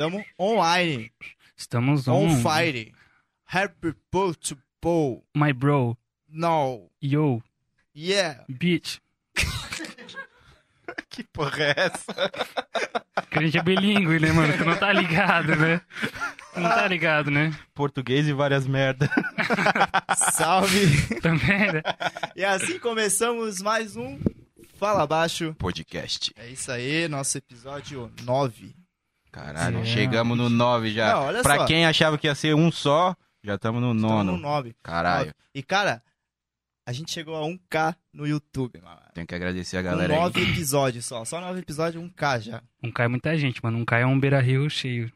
Estamos online. Estamos On on. fire. Happy to Paul. My bro. No. Yo. Yeah. Bitch. Que porra é essa? Que a gente é bilíngue, né, mano? Tu não tá ligado, né? Tu não tá ligado, né? Português e várias merdas. Salve. Também, né? e assim começamos mais um Fala Baixo. Podcast. É isso aí, nosso episódio 9. Caralho, Sim. chegamos no 9 já. É. Não, olha pra só. quem achava que ia ser um só, já estamos no Estamos nono. no 9. Caralho, E cara, a gente chegou a 1K no YouTube, mano. tenho que agradecer a Com galera aí. Um nove episódios só. Só nove episódios, 1K já. Um cai muita gente, mano. Um cai é um Beira Rio cheio.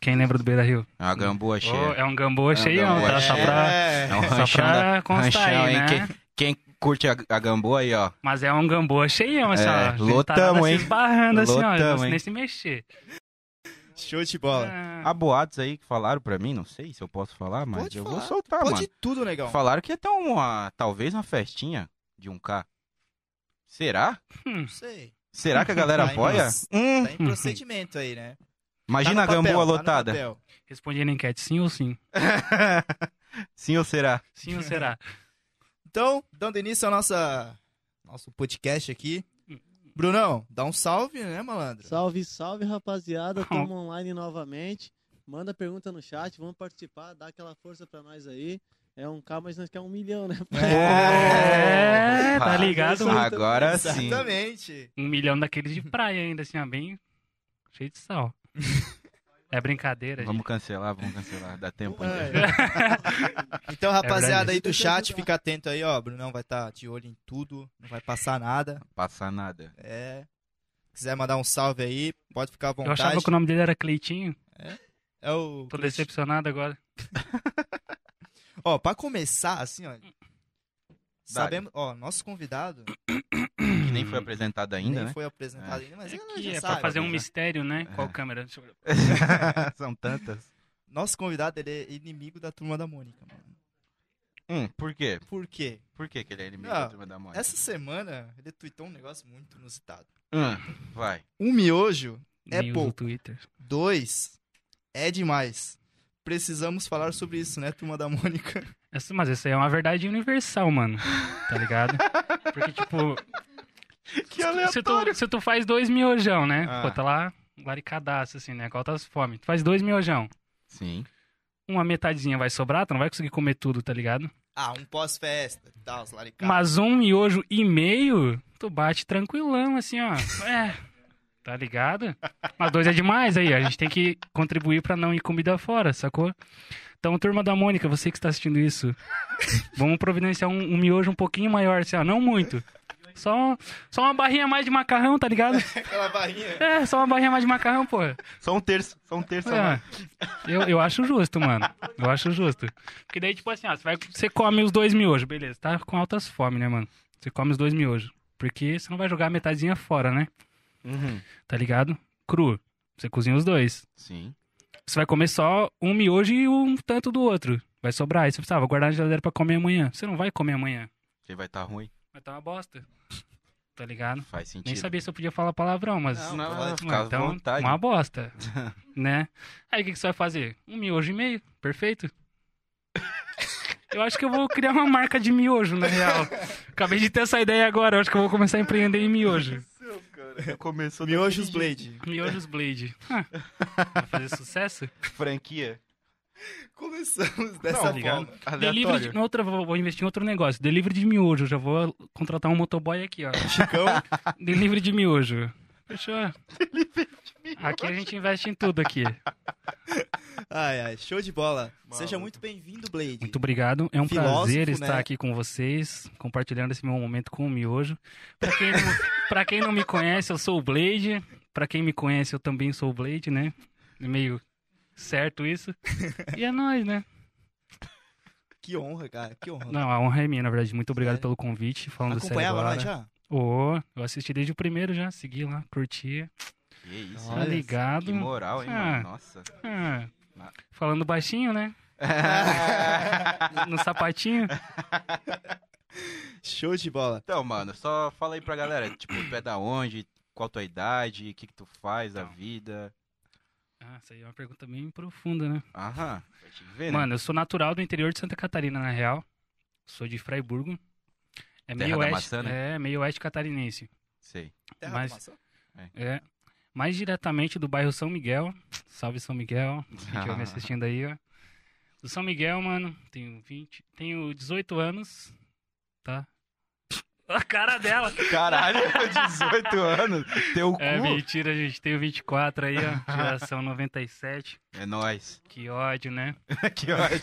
Quem lembra do Beira Rio? É Uma gamboa Oh, cheia. é um gambô um cheio, gambô tá? Só cheio. pra, É. É um só ranchão da... pra constar ranchão, aí, hein? né? Quem curte a, a gamboa aí, ó. Mas é um gambô cheio, mas É, só. lotamos, se hein? esbarrando assim, ó. Lotamos, Nem hein? se mexer. Show de bola. Ah, Há boatos aí que falaram pra mim, não sei se eu posso falar, mas Pode eu falar. vou soltar, Pode Ah, então. mano. tudo, negão. Falaram que ia ter uma, talvez uma festinha de 1K. Será? hum, Não sei. Será que a galera Tá em apoia? proce- Hum, Tá em procedimento aí, né? imagina Tá a no gamboa papel, tá no lotada. papel. respondendo a enquete, sim ou sim? Sim ou será? Sim ou será? Então, dando início ao nossa, nosso podcast aqui. Brunão, dá um salve, né, malandro? Salve, salve, rapaziada. Tamo online novamente. Manda pergunta no chat, vamos participar, dá aquela força pra nós aí. É um K, mas nós queremos um milhão, né? É, tá Opa. ligado, mano? Agora É sim. Exatamente. um milhão daqueles de praia ainda, assim, ó, bem cheio de sal. É brincadeira, Vamos cancelar, vamos cancelar. Dá tempo É. ainda. é. Então, rapaziada aí do verdade. chat, fica atento aí, ó. Brunão vai estar de olho em tudo, não vai passar nada. Passar nada. É. Quiser mandar um salve aí, pode ficar à gente. Eu vontade. achava que o nome dele era Cleitinho. É o. Tô decepcionado agora. Ó, pra começar, assim, ó. Sabemos, ó, nosso convidado Que nem foi apresentado ainda, nem né? foi apresentado É. ainda, mas ela Aqui Ah, já é sabe. pra fazer um né? mistério, né? Qual É. câmera? Deixa eu olhar. São tantas. Nosso convidado, ele é inimigo da turma da Mônica, mano. Hum, por quê? Por quê? Por que que ele é inimigo Ah, Não, da turma da morte? Essa semana, ele tweetou um negócio muito inusitado. Hum, vai. Um miojo, É Nem uso pouco. Twitter. dois, é demais. Precisamos falar sobre isso, né, turma da Mônica? Essa- mas isso aí é uma verdade universal, mano. Tá ligado? Porque, tipo, Que se tu, se tu faz dois miojão, né? Ah. Pô, tá lá laricadaço, assim, né? Qual tá as fome? Tu faz dois miojão. Sim. Uma metadinha vai sobrar, tu não vai conseguir comer tudo, tá ligado? Ah, um pós-festa, tal, os laricados. Mas um miojo e meio, tu bate tranquilão, assim, ó. É. Tá ligado? Mas dois é demais aí, ó. a gente tem que contribuir pra não ir comida fora, sacou? Então, turma da Mônica, você que está assistindo isso, vamos providenciar um, um miojo um pouquinho maior, assim, ó. Não muito. Só, só uma barrinha a mais de macarrão, tá ligado? Aquela barrinha. É, só uma barrinha a mais de macarrão, porra. Só um terço, só um terço. É, eu, eu acho justo, mano. Eu acho justo. Porque daí, tipo assim, ó, você, vai, você come os dois miojos, beleza. Tá com altas fome, né, mano? Você come os dois miojos. Porque você não vai jogar a metadinha fora, né? Uhum. Tá ligado? Cru. Você cozinha os dois. Sim. Você vai comer só um miojo e um tanto do outro. Vai sobrar. Aí você precisa, ah, vou guardar na geladeira pra comer amanhã. Você não vai comer amanhã. Porque vai estar ruim. Vai tá uma bosta. Tá ligado? Faz sentido. Nem sabia se eu podia falar palavrão, mas. Não, não, pode. fica à então, vontade. uma bosta. né? Aí o que, que você vai fazer? Um miojo e meio, perfeito? Eu acho que eu vou criar uma marca de miojo, na real. Acabei de ter essa ideia agora, eu acho que eu vou começar a empreender em miojo. Começou Miojos Blade. Miojos Blade. Ah, vai fazer sucesso? Franquia. Começamos dessa tá ligado? forma. Delivery de, Aleatório. em outra, vou, vou investir em outro negócio. Delivery de miojo, já vou contratar um motoboy aqui, ó. Chicão, Delivery de miojo. Fechou? Aqui a gente investe em tudo aqui. ai, ai, show de bola. Maluco. Seja muito bem-vindo, Blade. Muito obrigado. É um Filósofo, prazer estar né? aqui com vocês, compartilhando esse meu momento com o Miojo. Pra quem não, pra quem não me conhece, eu sou o Blade. Pra quem me conhece, eu também sou o Blade, né? Meio certo isso. E é nóis, né? Que honra, cara, que honra. Não, a honra é minha, na verdade. Muito obrigado Sério? pelo convite. Falando sério Acompanhava agora. nós né? já? Ô, eu assisti desde o primeiro já, segui lá, curti. Que isso, Tá Olha, hein? ligado? Que moral, hein, Ah. mano? Nossa. Ah, falando baixinho, né? No sapatinho. Show de bola. Então, mano, só fala aí pra galera, tipo, tu é da onde, qual tua idade, o que que tu faz, a Então. vida. Ah, isso aí é uma pergunta bem profunda, né? Aham. Vai te ver, né? Mano, eu sou natural do interior de Santa Catarina, na real. Sou de Freiburgo. É Terra meio da oeste, maçã, né? é meio oeste catarinense. Sei. Terra Mas- da maçã? É. Mais diretamente do bairro São Miguel. Salve São Miguel. Quem estiver me assistindo aí, ó. Do São Miguel, mano, tenho 20, tenho 18 anos, tá? A cara dela. Caralho, 18 anos. Teu cu. É É, mentira, gente. Tenho 24 aí, ó. Geração 97. É nóis. Que ódio, né? que ódio.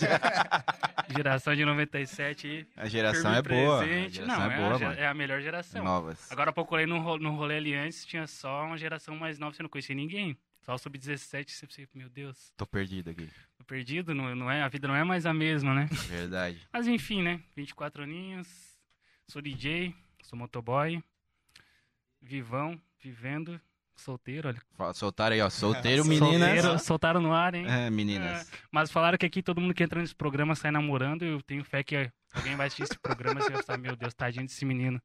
Geração de 97 aí. A geração é boa. A presente. geração Não, é é, boa, a, ge- mano. é a melhor geração. Novas. Agora há pouco eu olhei no, ro- no rolê ali antes, tinha só uma geração mais nova, você não conhecia ninguém. Só o sub-17, você pensa, meu Deus, Tô perdido aqui. tô perdido, não, não é, a vida não é mais a mesma, né? Verdade. Mas enfim, né? 24 aninhos, sou DJ, sou motoboy, vivão, vivendo, solteiro, olha. Fala- Soltaram aí, ó. Solteiro, meninas. Solteiro, soltaram no ar, hein? É, meninas. Mas falaram que aqui todo mundo que entra nesse programa sai namorando. Eu tenho fé que alguém vai assistir esse programa e vai pensar, meu Deus, tadinho desse menino.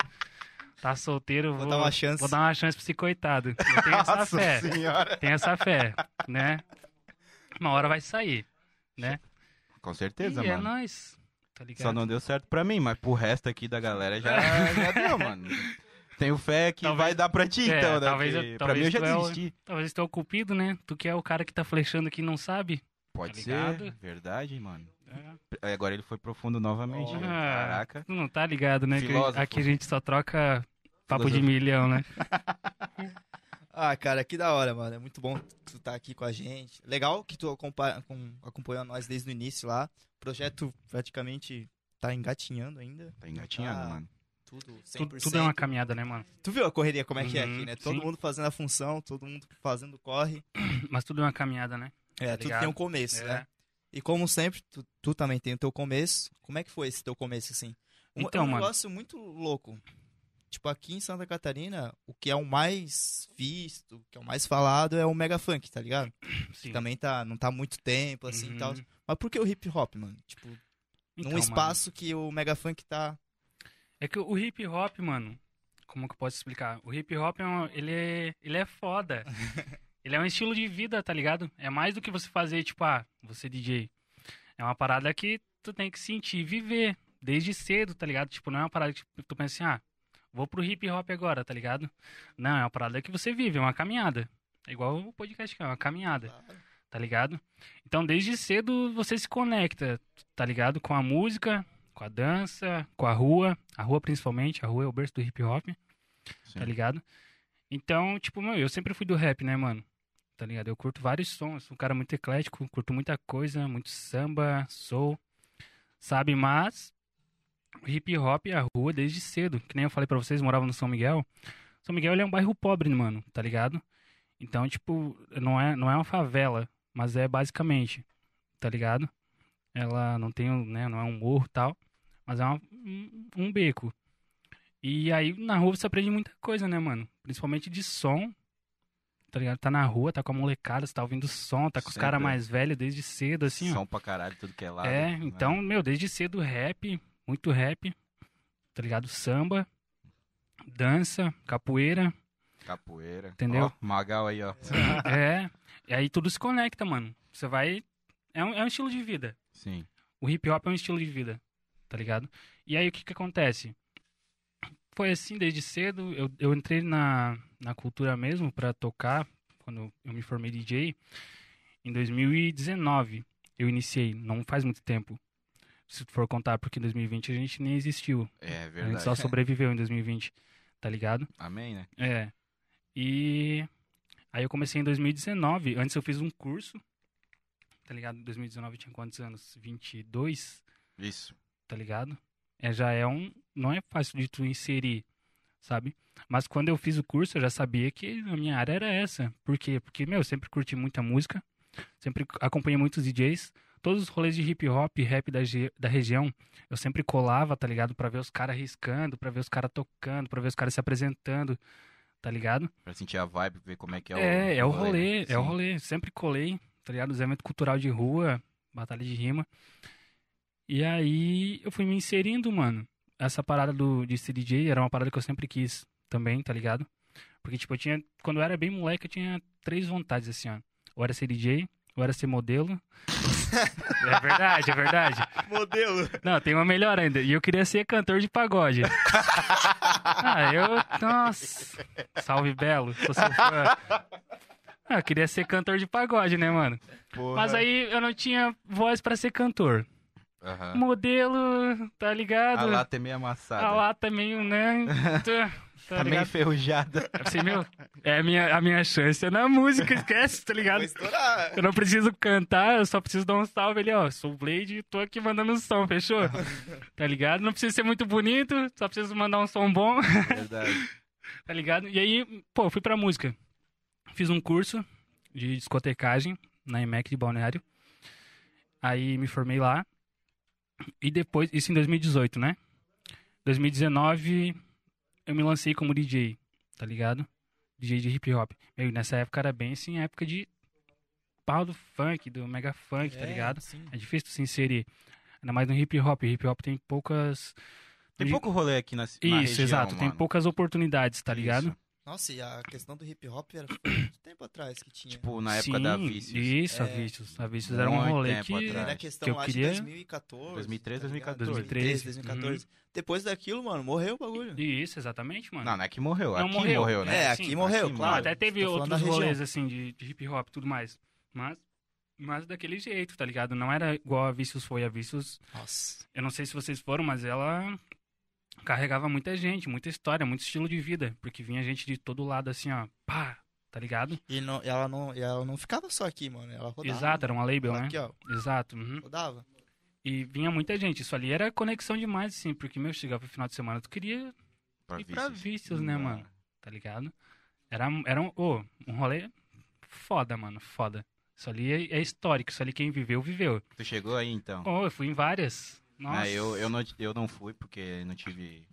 Tá solteiro, Vou vou, dar uma chance. vou dar uma chance pra esse coitado. Eu tenho essa fé. senhora. Tenho essa fé, né? Uma hora vai sair, né? Com certeza, e é mano. nóis. Tá ligado? Só não deu certo pra mim, mas pro resto aqui da galera já, já deu, mano. Tenho fé que É. Talvez- vai dar pra ti, é, então, né? talvez eu- Porque pra talvez mim eu já tu é o- desisti. Talvez tu é o cupido, né? Tu que é o cara que tá flechando aqui e não sabe. Pode ser, tá ligado? verdade, mano. É. Aí Agora ele foi profundo novamente. Ah. Caraca. Tu não tá ligado, né? Que Filósofo. aqui a gente só troca papo de Filosofia. milhão, né? Ah, cara, que da hora, mano. É muito bom tu tá aqui com a gente. Legal que tu acompa- com- acompanhou nós desde o início lá. O projeto praticamente tá engatinhando ainda. Tá engatinhando, Ah. mano. Tudo 100%. Tu- tudo é uma caminhada, né, mano? Tu viu a correria como é que é Uhum, aqui, né? Todo sim. mundo fazendo a função, todo mundo fazendo o corre. Mas tudo é uma caminhada, né? É, Tá tudo ligado? tem um começo, né? É. E como sempre, tu, tu também tem o teu começo. Como é que foi esse teu começo, assim? Um, Então, é um mano. negócio muito louco. Tipo, aqui em Santa Catarina, o que é o mais visto, o que é o mais falado é o mega funk, tá ligado? Sim. Que também tá, não tá há muito tempo, assim, e Uhum. tal. Mas por que o hip hop, mano? Tipo, Então, num mano, espaço que o mega funk tá... É que o hip hop, mano, como que eu posso explicar? O hip hop é um, ele é, ele é foda. ele é um estilo de vida, tá ligado? É mais do que você fazer, tipo, ah, você DJ. É uma parada que tu tem que sentir, e viver desde cedo, tá ligado? Tipo, não é uma parada que tu pensa assim, ah, vou pro hip hop agora, tá ligado? Não, é uma parada que você vive, é uma caminhada. É igual o podcast que é uma caminhada. tá ligado? Então, desde cedo você se conecta, tá ligado? Com a música, com a dança, com a rua, a rua principalmente, a rua é o berço do hip hop, Sim. tá ligado? Então, tipo, meu, eu sempre fui do rap, né, mano? Tá ligado? Eu curto vários sons, sou um cara muito eclético, curto muita coisa, muito samba, soul, sabe? Mas o hip hop e a rua desde cedo, que nem eu falei pra vocês, eu morava no São Miguel. São Miguel ele é um bairro pobre, mano, tá ligado? Então, tipo, não é, não é uma favela, mas é basicamente, tá ligado? Ela não tem, um, né, não é um morro e tal, mas é uma- um, um beco. E aí na rua você aprende muita coisa, né, mano? Principalmente de som, tá ligado? Tá na rua, tá com a molecada, você tá ouvindo som, tá com os Sempre. caras mais velhos desde cedo, assim, ó. Som pra caralho, tudo que é lá. É, então, meu, desde cedo rap, muito rap, tá ligado? Samba, dança, capoeira, Capoeira. Entendeu? Ó, Magal aí, ó. é. E aí tudo se conecta, mano. Você vai. É um, é um estilo de vida. Sim. O hip hop é um estilo de vida, tá ligado? E aí o que que acontece? Foi assim desde cedo, eu, eu entrei na, na cultura mesmo pra tocar, quando eu me formei DJ, em 2019 eu iniciei, não faz muito tempo. Se tu for contar, porque em 2020 a gente nem existiu. É A gente verdade. só sobreviveu em 2020, tá ligado? Amém, né? É. E aí eu comecei em 2019. Antes eu fiz um curso, tá ligado? Em 2019 eu tinha quantos anos? 22, Isso. tá ligado? É, já é um. Não é fácil de tu inserir, sabe? Mas quando eu fiz o curso, eu já sabia que a minha área era essa. Por quê? Porque, meu, eu sempre curti muita música, sempre acompanhei muitos DJs. Todos os rolês de hip hop e rap da, ge- da região, eu sempre colava, tá ligado? Pra ver os caras riscando, pra ver os caras tocando, pra ver os caras se apresentando, tá ligado? Pra sentir a vibe, ver como é que é o. É, é o né? rolê, é o Sim. rolê. Sempre colei, tá ligado? Os eventos cultural de rua, batalha de rima. E aí eu fui me inserindo, mano. Essa parada do, de ser DJ era uma parada que eu sempre quis também, tá ligado? Porque, tipo, eu tinha. Quando eu era bem moleque, eu tinha três vontades, assim, ó. ou era ser DJ, ou era ser modelo. é verdade, é verdade. Modelo. Não, tem uma melhor ainda. E eu queria ser cantor de pagode. ah, eu. Nossa. Salve Belo, sou seu fã. Ah, eu queria ser cantor de pagode, né, mano? Porra. Mas aí eu não tinha voz pra ser cantor. Aham. Modelo, tá Ah. A ligado? lata é meio amassada. A lata meio, né? Tá, tá Tá meio ligado? enferrujada. Assim, meu, é a minha, a minha chance é na música, esquece, tá Vou ligado? estourar. Eu não preciso cantar, eu só preciso dar um salve ali, ó. Sou o Blade, tô aqui mandando um som, fechou? tá ligado? Não preciso ser muito bonito, só preciso mandar um som bom, É Verdade. tá ligado? E aí, pô, fui pra música. Fiz um curso de discotecagem na EMEC de Balneário. Aí me formei lá. E depois, isso em 2018, né? 2019, eu me lancei como DJ, tá ligado? DJ de hip hop. Meu, nessa época era bem assim, época de pau do funk, do mega funk, tá ligado? Sim. É difícil tu se inserir. Ainda mais no hip hop. Hip hop tem poucas. Tem E- pouco rolê aqui na, ci- Isso, na região, exato. Tem mano. poucas oportunidades, tá Isso. ligado? Nossa, e a questão do hip hop era foi muito tempo atrás que tinha. Tipo, na época da Vícius. Isso, a É. Vícius. A Vícius era um Muito rolê tempo que. atrás. era a que questão eu lá queria- de 2014. 2013, tá ligado? 2013, 2013, 2014. uhum. Depois daquilo, mano, morreu o bagulho. Isso, exatamente, mano. Não, não é que morreu. Não aqui morreu. morreu, É, né? aqui sim, morreu, aqui, claro. mano. Até teve Tô falando outros da região. rolês, assim, de, de hip hop e tudo mais. Mas. Mas daquele jeito, tá ligado? Não era igual a Vícius foi. A Vícius. Nossa. Eu não sei se vocês foram, mas ela. Carregava muita gente, muita história, muito estilo de vida. Porque vinha gente de todo lado, assim, ó. Pá, tá ligado? E, não- e ela não, e ela não ficava só aqui, mano. Ela rodava. Exato, era uma label, Ela né? aqui, ó, é- Exato. uhum. rodava. E vinha muita gente. Isso ali era conexão demais, assim, porque, meu, chegava pro final de semana, tu queria, Pra Hum, E pra Vícius. vícios, né, mano? tá ligado? Era, era um, ô, um rolê foda, mano, foda. Isso ali é, é histórico, isso ali quem viveu, viveu. Tu chegou aí, então? Ô, eu fui em várias. Nossa. Ah, eu, eu, não, eu não fui porque não tive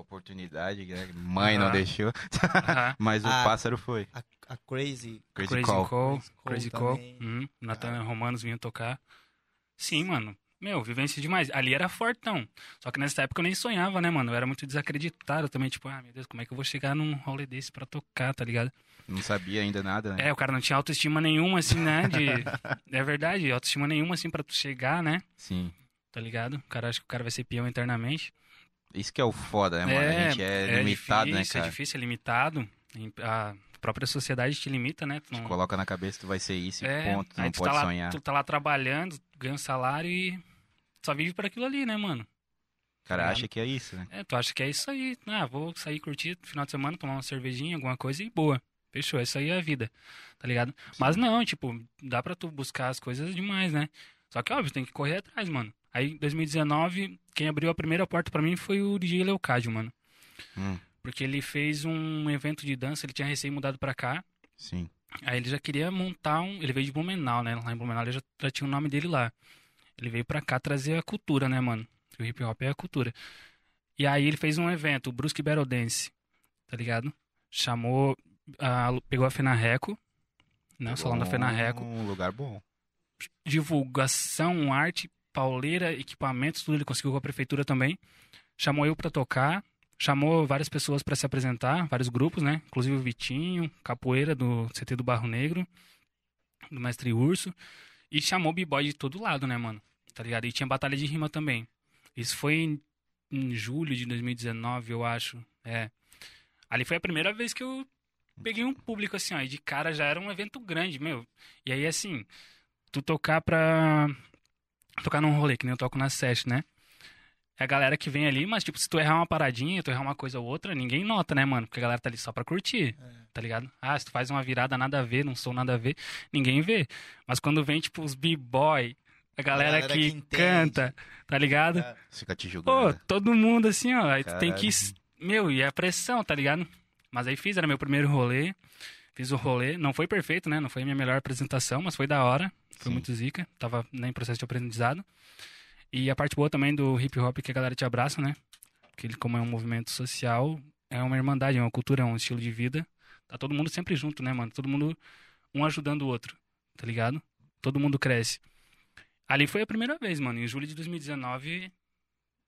oportunidade. né? Mãe não Aham. deixou. Aham. Mas o Ah. pássaro foi. A, a Crazy. Crazy, Crazy Call. Call, Crazy Call Crazy Call. também. Ah. Uhum. Nathan Cara. Romanos vinha tocar. Sim, mano. Meu, vivência demais. Ali era fortão. Só que nessa época eu nem sonhava, né, mano? Eu era muito desacreditado também. Tipo, ah, meu Deus, como é que eu vou chegar num rolê desse pra tocar, tá ligado? Não sabia ainda nada, né? É, o cara não tinha autoestima nenhuma, assim, né? De... é verdade, autoestima nenhuma, assim, pra tu chegar, né? Sim. Tá ligado? O cara acha que o cara vai ser peão eternamente. Isso que é o foda, né, mano? A gente é, limitado, difícil, né, É cara? difícil, é limitado. Em- A própria sociedade te limita, né? Tu Te não- coloca na cabeça, tu vai ser isso e É, ponto. Tu aí não tu pode tá lá, sonhar. Tu tá lá trabalhando, ganha um salário e só vive por aquilo ali, né, mano? O cara ligado? acha que é isso, né? É, tu acha que é isso aí. Ah, vou sair curtir no final de semana, tomar uma cervejinha, alguma coisa e boa. Fechou, isso aí é a vida, tá ligado? Mas não, tipo, dá pra tu buscar as coisas demais, né? Só que, óbvio, tem que correr atrás, mano. Aí, em 2019, quem abriu a primeira porta pra mim foi o DJ Leocádio, mano. Hum, Porque ele fez um evento de dança, ele tinha recém mudado pra cá. sim. Aí ele já queria montar um. Ele veio de Blumenau, né? Lá em Blumenau ele já, já tinha o nome dele lá. Ele veio pra cá trazer a cultura, né, mano? O hip hop é a cultura. E aí ele fez um evento, o Brusque Battle Dance, tá ligado? Chamou. a- pegou a Fenarreco, né? O salão da Bom, Fenarreco. Um lugar bom. Divulgação, arte, pauleira, equipamentos, tudo ele conseguiu com a prefeitura também. Chamou eu pra tocar. Chamou várias pessoas pra se apresentar, vários grupos, né? Inclusive o Vitinho, Capoeira do CT do Barro Negro do Mestre Urso. E chamou b-boy de todo lado, né, mano? Tá ligado? E tinha batalha de rima também. Isso foi em, em julho de 2019, eu acho. É. Ali foi a primeira vez que eu peguei um público assim, ó. E de cara já era um evento grande, meu. E aí, assim, tu tocar pra. Tocar num rolê, que nem eu toco na set, né? É a galera que vem ali, mas, tipo, se tu errar uma paradinha, tu errar uma coisa ou outra, ninguém nota, né, mano? Porque a galera tá ali só pra curtir, É. tá ligado? Ah, se tu faz uma virada nada a ver, não sou nada a ver, ninguém vê. Mas quando vem, tipo, os b-boy, a galera, galera que que, entende. canta, tá ligado? É. Fica te Pô, julgando. todo mundo assim, ó. Aí tu tem que. Caralho. Meu, e a pressão, tá ligado? Mas aí fiz, era meu primeiro rolê. Fiz o rolê. Não foi perfeito, né? Não foi a minha melhor apresentação, mas foi da hora. Foi Sim. muito zica. Tava né, em processo de aprendizado. E a parte boa também do hip hop é que a galera te abraça, né? Porque ele, como é um movimento social, é uma irmandade, é uma cultura, é um estilo de vida. Tá todo mundo sempre junto, né, mano? Todo mundo um ajudando o outro, tá ligado? Todo mundo cresce. Ali foi a primeira vez, mano. Em julho de 2019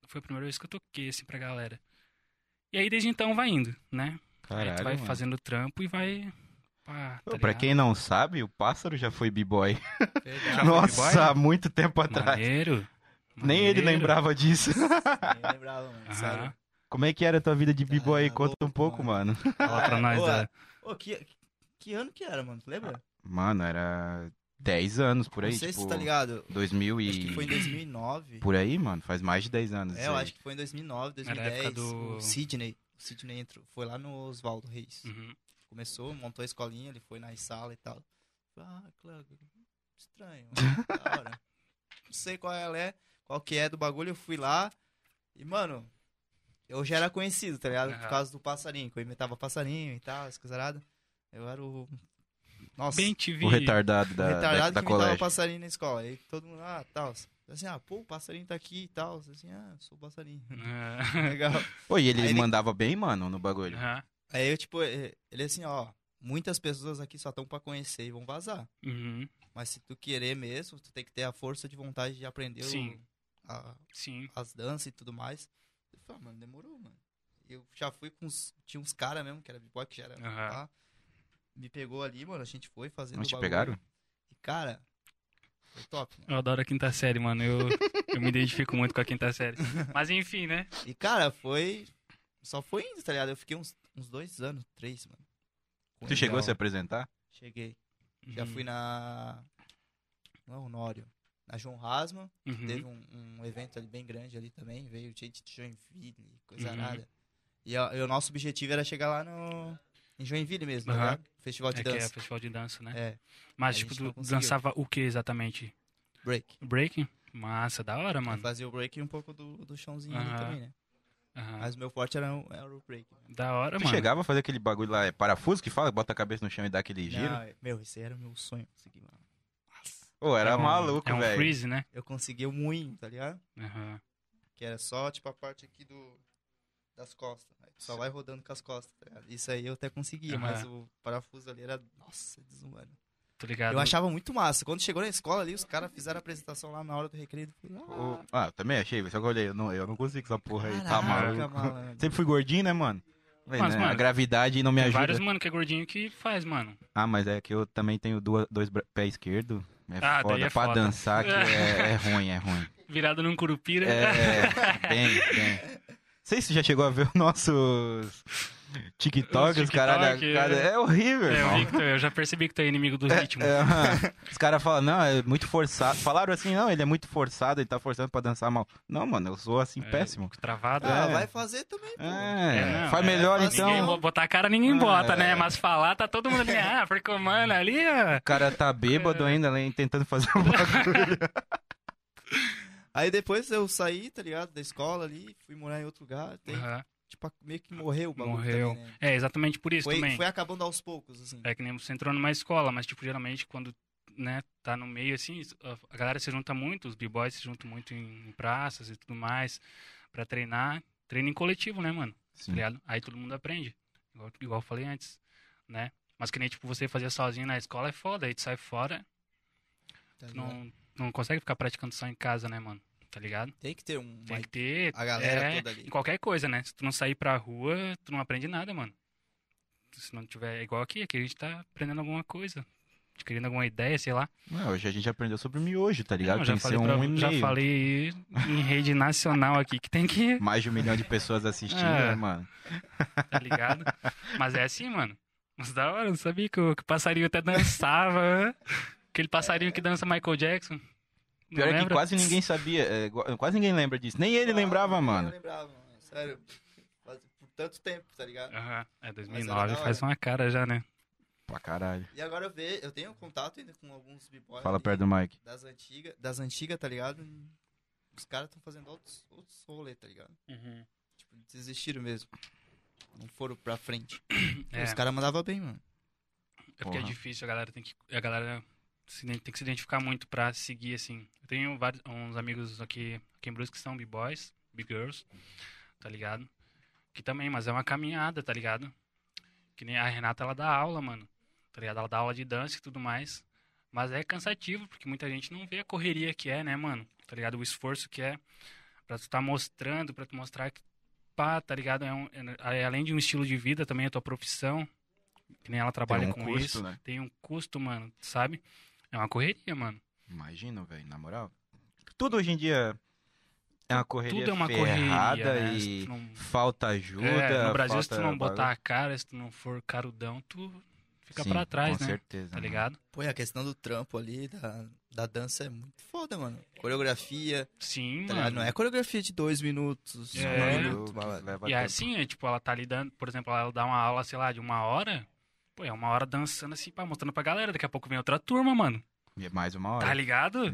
foi a primeira vez que eu toquei, assim, pra galera. E aí desde então vai indo, né? aí tu Caralho, vai mano. fazendo trampo e vai Pá, tá Pra ligado? quem é não sabe, o pássaro já foi b-boy. Verdade. Nossa, há muito tempo atrás. Maneiro. Nem ele maneiro. lembrava disso. Nem lembrava, mano. Aham. Sério. Como é que era a tua vida de b-boy? Tá Conta um louco, pouco, mano. Fala pra nós, é. Boa. da- é. Ô, que, que ano que era, mano? Tu lembra? Mano, era 10 anos Ah, por aí, não sei tipo, se tu tá ligado. 2000 Acho que foi em e... 2009. Por aí, mano, faz mais de 10 anos. É, eu acho que foi em 2009, Era a 2010. época do- O Sidney. O Sidney entrou, foi lá no Oswaldo Reis. Uhum. Começou, montou a escolinha, ele foi na sala e tal. Ah, claro. Estranho. mano, da hora. Não sei qual ela é, qual que é do bagulho. Eu fui lá e, mano, eu já era conhecido, tá ligado? Por Aham. causa do passarinho, que eu imitava passarinho e tal, as coisaradas. Eu era o. Nossa, Bem te vi. O retardado da, o retardado da, da que imitava colégio. passarinho na escola. Aí todo mundo, ah, tal. Assim, ah, pô, o passarinho tá aqui e tal. Assim, ah, sou o passarinho. Ah, Legal. Pô, e ele, Aí ele- mandava bem, mano, no bagulho. aham. Aí eu, tipo, eh, ele assim, ó, muitas pessoas aqui só estão pra conhecer e vão vazar. Uhum. Mas se tu querer mesmo, tu tem que ter a força de vontade de aprender o- Sim. a- Sim. as danças e tudo mais. Eu falei, ah, mano, demorou, mano. Eu já fui com uns. Tinha uns caras mesmo, que era b-boy, que já era. Aham. tá? Me pegou ali, mano, a gente foi fazendo. Não o te bagulho. pegaram? E, cara, foi top, mano. Eu adoro a quinta série, mano. Eu, eu me identifico muito com a quinta série. Mas enfim, né? E, cara, foi. Só foi indo, tá ligado? Eu fiquei uns, uns dois anos, três, mano. Tu chegou a se Legal. apresentar? Cheguei. Já Uhum. fui na. Não é Honório. Na João Rasma. Uhum. Teve um, um evento ali bem grande ali também. Veio gente de Joinville, coisa Uhum. nada. E, a- e o nosso objetivo era chegar lá no. Em Joinville mesmo, Aham. tá ligado? Festival de É que é dança. festival de dança, né? É, Mas, a tipo, gente não tu conseguiu. dançava o que exatamente? break. Breaking? Massa, da hora, mano. Fazia o break e um pouco do, do chãozinho ali Aham. também, né? Aham. Mas o meu forte era, o- era o break. Da hora, É, Tu mano. chegava a fazer aquele bagulho lá, é parafuso que fala? Bota a cabeça no chão e dá aquele giro? Não, é meu, esse era o meu sonho conseguir, mano. Nossa. Pô, era É um- maluco, É um velho. freeze, né? Eu consegui o moinho, tá ligado? Aham. Que era só, tipo, a parte aqui do. Das costas. Aí tu Só vai rodando com as costas, tá ligado? Isso aí eu até conseguia, Aham. mas o parafuso ali era. Nossa, desumano. Tô ligado. Eu achava muito massa. Quando chegou na escola ali, os caras fizeram a apresentação lá na hora do recreio. Eu falei, Ô, Ah, eu também achei, só que eu olhei, eu não, eu não consigo essa porra aí, tá "Caraca, maluco. malandro." Sempre fui gordinho, né, mano? Falei, Mas, né, a mano, gravidade não me Tem ajuda. vários, mano, que é gordinho que faz, mano. Ah, mas é que eu também tenho duas, dois bra- pés esquerdos. É Ah, daí foda. é pra foda. dançar que é, é ruim, é ruim. Virado num curupira. É, bem, bem. Não sei se você já chegou a ver os nossos TikToks, Os os caralho. TikTok, cara- é. É horrível, É, eu, irmão. vi que tu- eu já percebi que tu é inimigo dos ritmos. É, aham. Os caras falam, não, é muito forçado. Falaram assim, não, ele é muito forçado, ele tá forçando pra dançar mal. Não, mano, eu sou assim, É, péssimo. Travado. Ah, É. vai fazer também, pô. É, É, não, faz é, melhor faz então. Ninguém bo- botar a cara, ninguém Ah, bota, é. né? Mas falar, tá todo mundo ali. Ah, porque, mano, ali, ó. O cara tá bêbado É. ainda, né, tentando fazer um bagulho. Aí depois eu saí, tá ligado? Da escola ali, fui morar em outro lugar. Tem, Aham. Tipo, meio que morreu o bagulho Morreu. também, né? É, exatamente por isso Foi, também. foi acabando aos poucos, assim. É que nem você entrou numa escola, mas, tipo, geralmente quando, né, tá no meio, assim, a galera se junta muito, os b-boys se juntam muito em praças e tudo mais, pra treinar. Treino em coletivo, né, mano? Tá ligado? Aí todo mundo aprende. Igual, igual eu falei antes, né? Mas que nem, tipo, você fazer sozinho na escola é foda, aí tu sai fora, tá tu ligado? não, não consegue ficar praticando só em casa, né, mano? Tá ligado? Tem que ter um. Tem que ter. a galera é, toda ali. Em qualquer coisa, né? Se tu não sair pra rua, tu não aprende nada, mano. Se não tiver. É igual aqui, aqui a gente tá aprendendo alguma coisa. Adquirindo alguma ideia, sei lá. Não, hoje a gente aprendeu sobre miojo, tá ligado? Não, já, tem que ser falei um pra- e-mail. já falei em rede nacional aqui que tem que. Mais de um milhão de pessoas assistindo, É. né, mano? tá ligado? Mas é assim, mano. Mas da hora, eu não sabia que o, que o passarinho até dançava. né? Aquele passarinho que dança Michael Jackson. Não Pior é que lembra? quase ninguém sabia, é, igual- quase ninguém lembra disso. Nem ele lembrava, Eu mano. lembrava, mano. Sério. Faz- Por tanto tempo, tá ligado? Aham, É Mas era 2009, da faz hora. uma cara já, né? Pra caralho. E agora eu vejo, eu tenho contato ainda com alguns b-boys. Fala ali. perto do Mike. das antigas, das antigas, tá ligado? Os caras estão fazendo outros, outros rolê, tá ligado? Tipo, desistiram mesmo. Não foram pra frente. É, Os caras mandavam bem, mano. é porque é Porra. difícil, a galera tem que. A galera se ident- tem que se identificar muito pra seguir, assim. Eu tenho vários, uns amigos aqui, aqui em Brusque que são B-Boys, B-Girls, tá ligado? Que também, mas é uma caminhada, tá ligado? Que nem a Renata, ela dá aula, mano. Tá ligado? Ela dá aula de dança e tudo mais. Mas é cansativo, porque muita gente não vê a correria que é, né, mano? Tá ligado? O esforço que é pra tu tá mostrando, pra tu mostrar que, pá, tá ligado? É um, é- além de um estilo de vida, também é a tua é profissão, que nem ela trabalha um com custo, isso. né? Tem um custo, mano, sabe? É uma correria, mano. Imagina, velho, na moral. Tudo hoje em dia é uma correria Tudo é uma ferrada correria. né? Se e tu não- falta ajuda. É, no Brasil, se tu falta não botar bagulho. a cara, se tu não for carudão, tu fica Sim, pra trás, com né? certeza. Tá mano. ligado? Pô, e a questão do trampo ali, da, da dança é muito foda, mano. Coreografia, Sim, tá ligado? mano. Não é coreografia de dois minutos, É. um Bagulho minuto, que mas- leva E tempo. assim, é, tipo, ela tá ali dando, por exemplo, ela dá uma aula, sei lá, de uma hora. Pô, é uma hora dançando assim, pá, mostrando pra galera. Daqui a pouco vem outra turma, mano. E é mais uma Tá hora. ligado?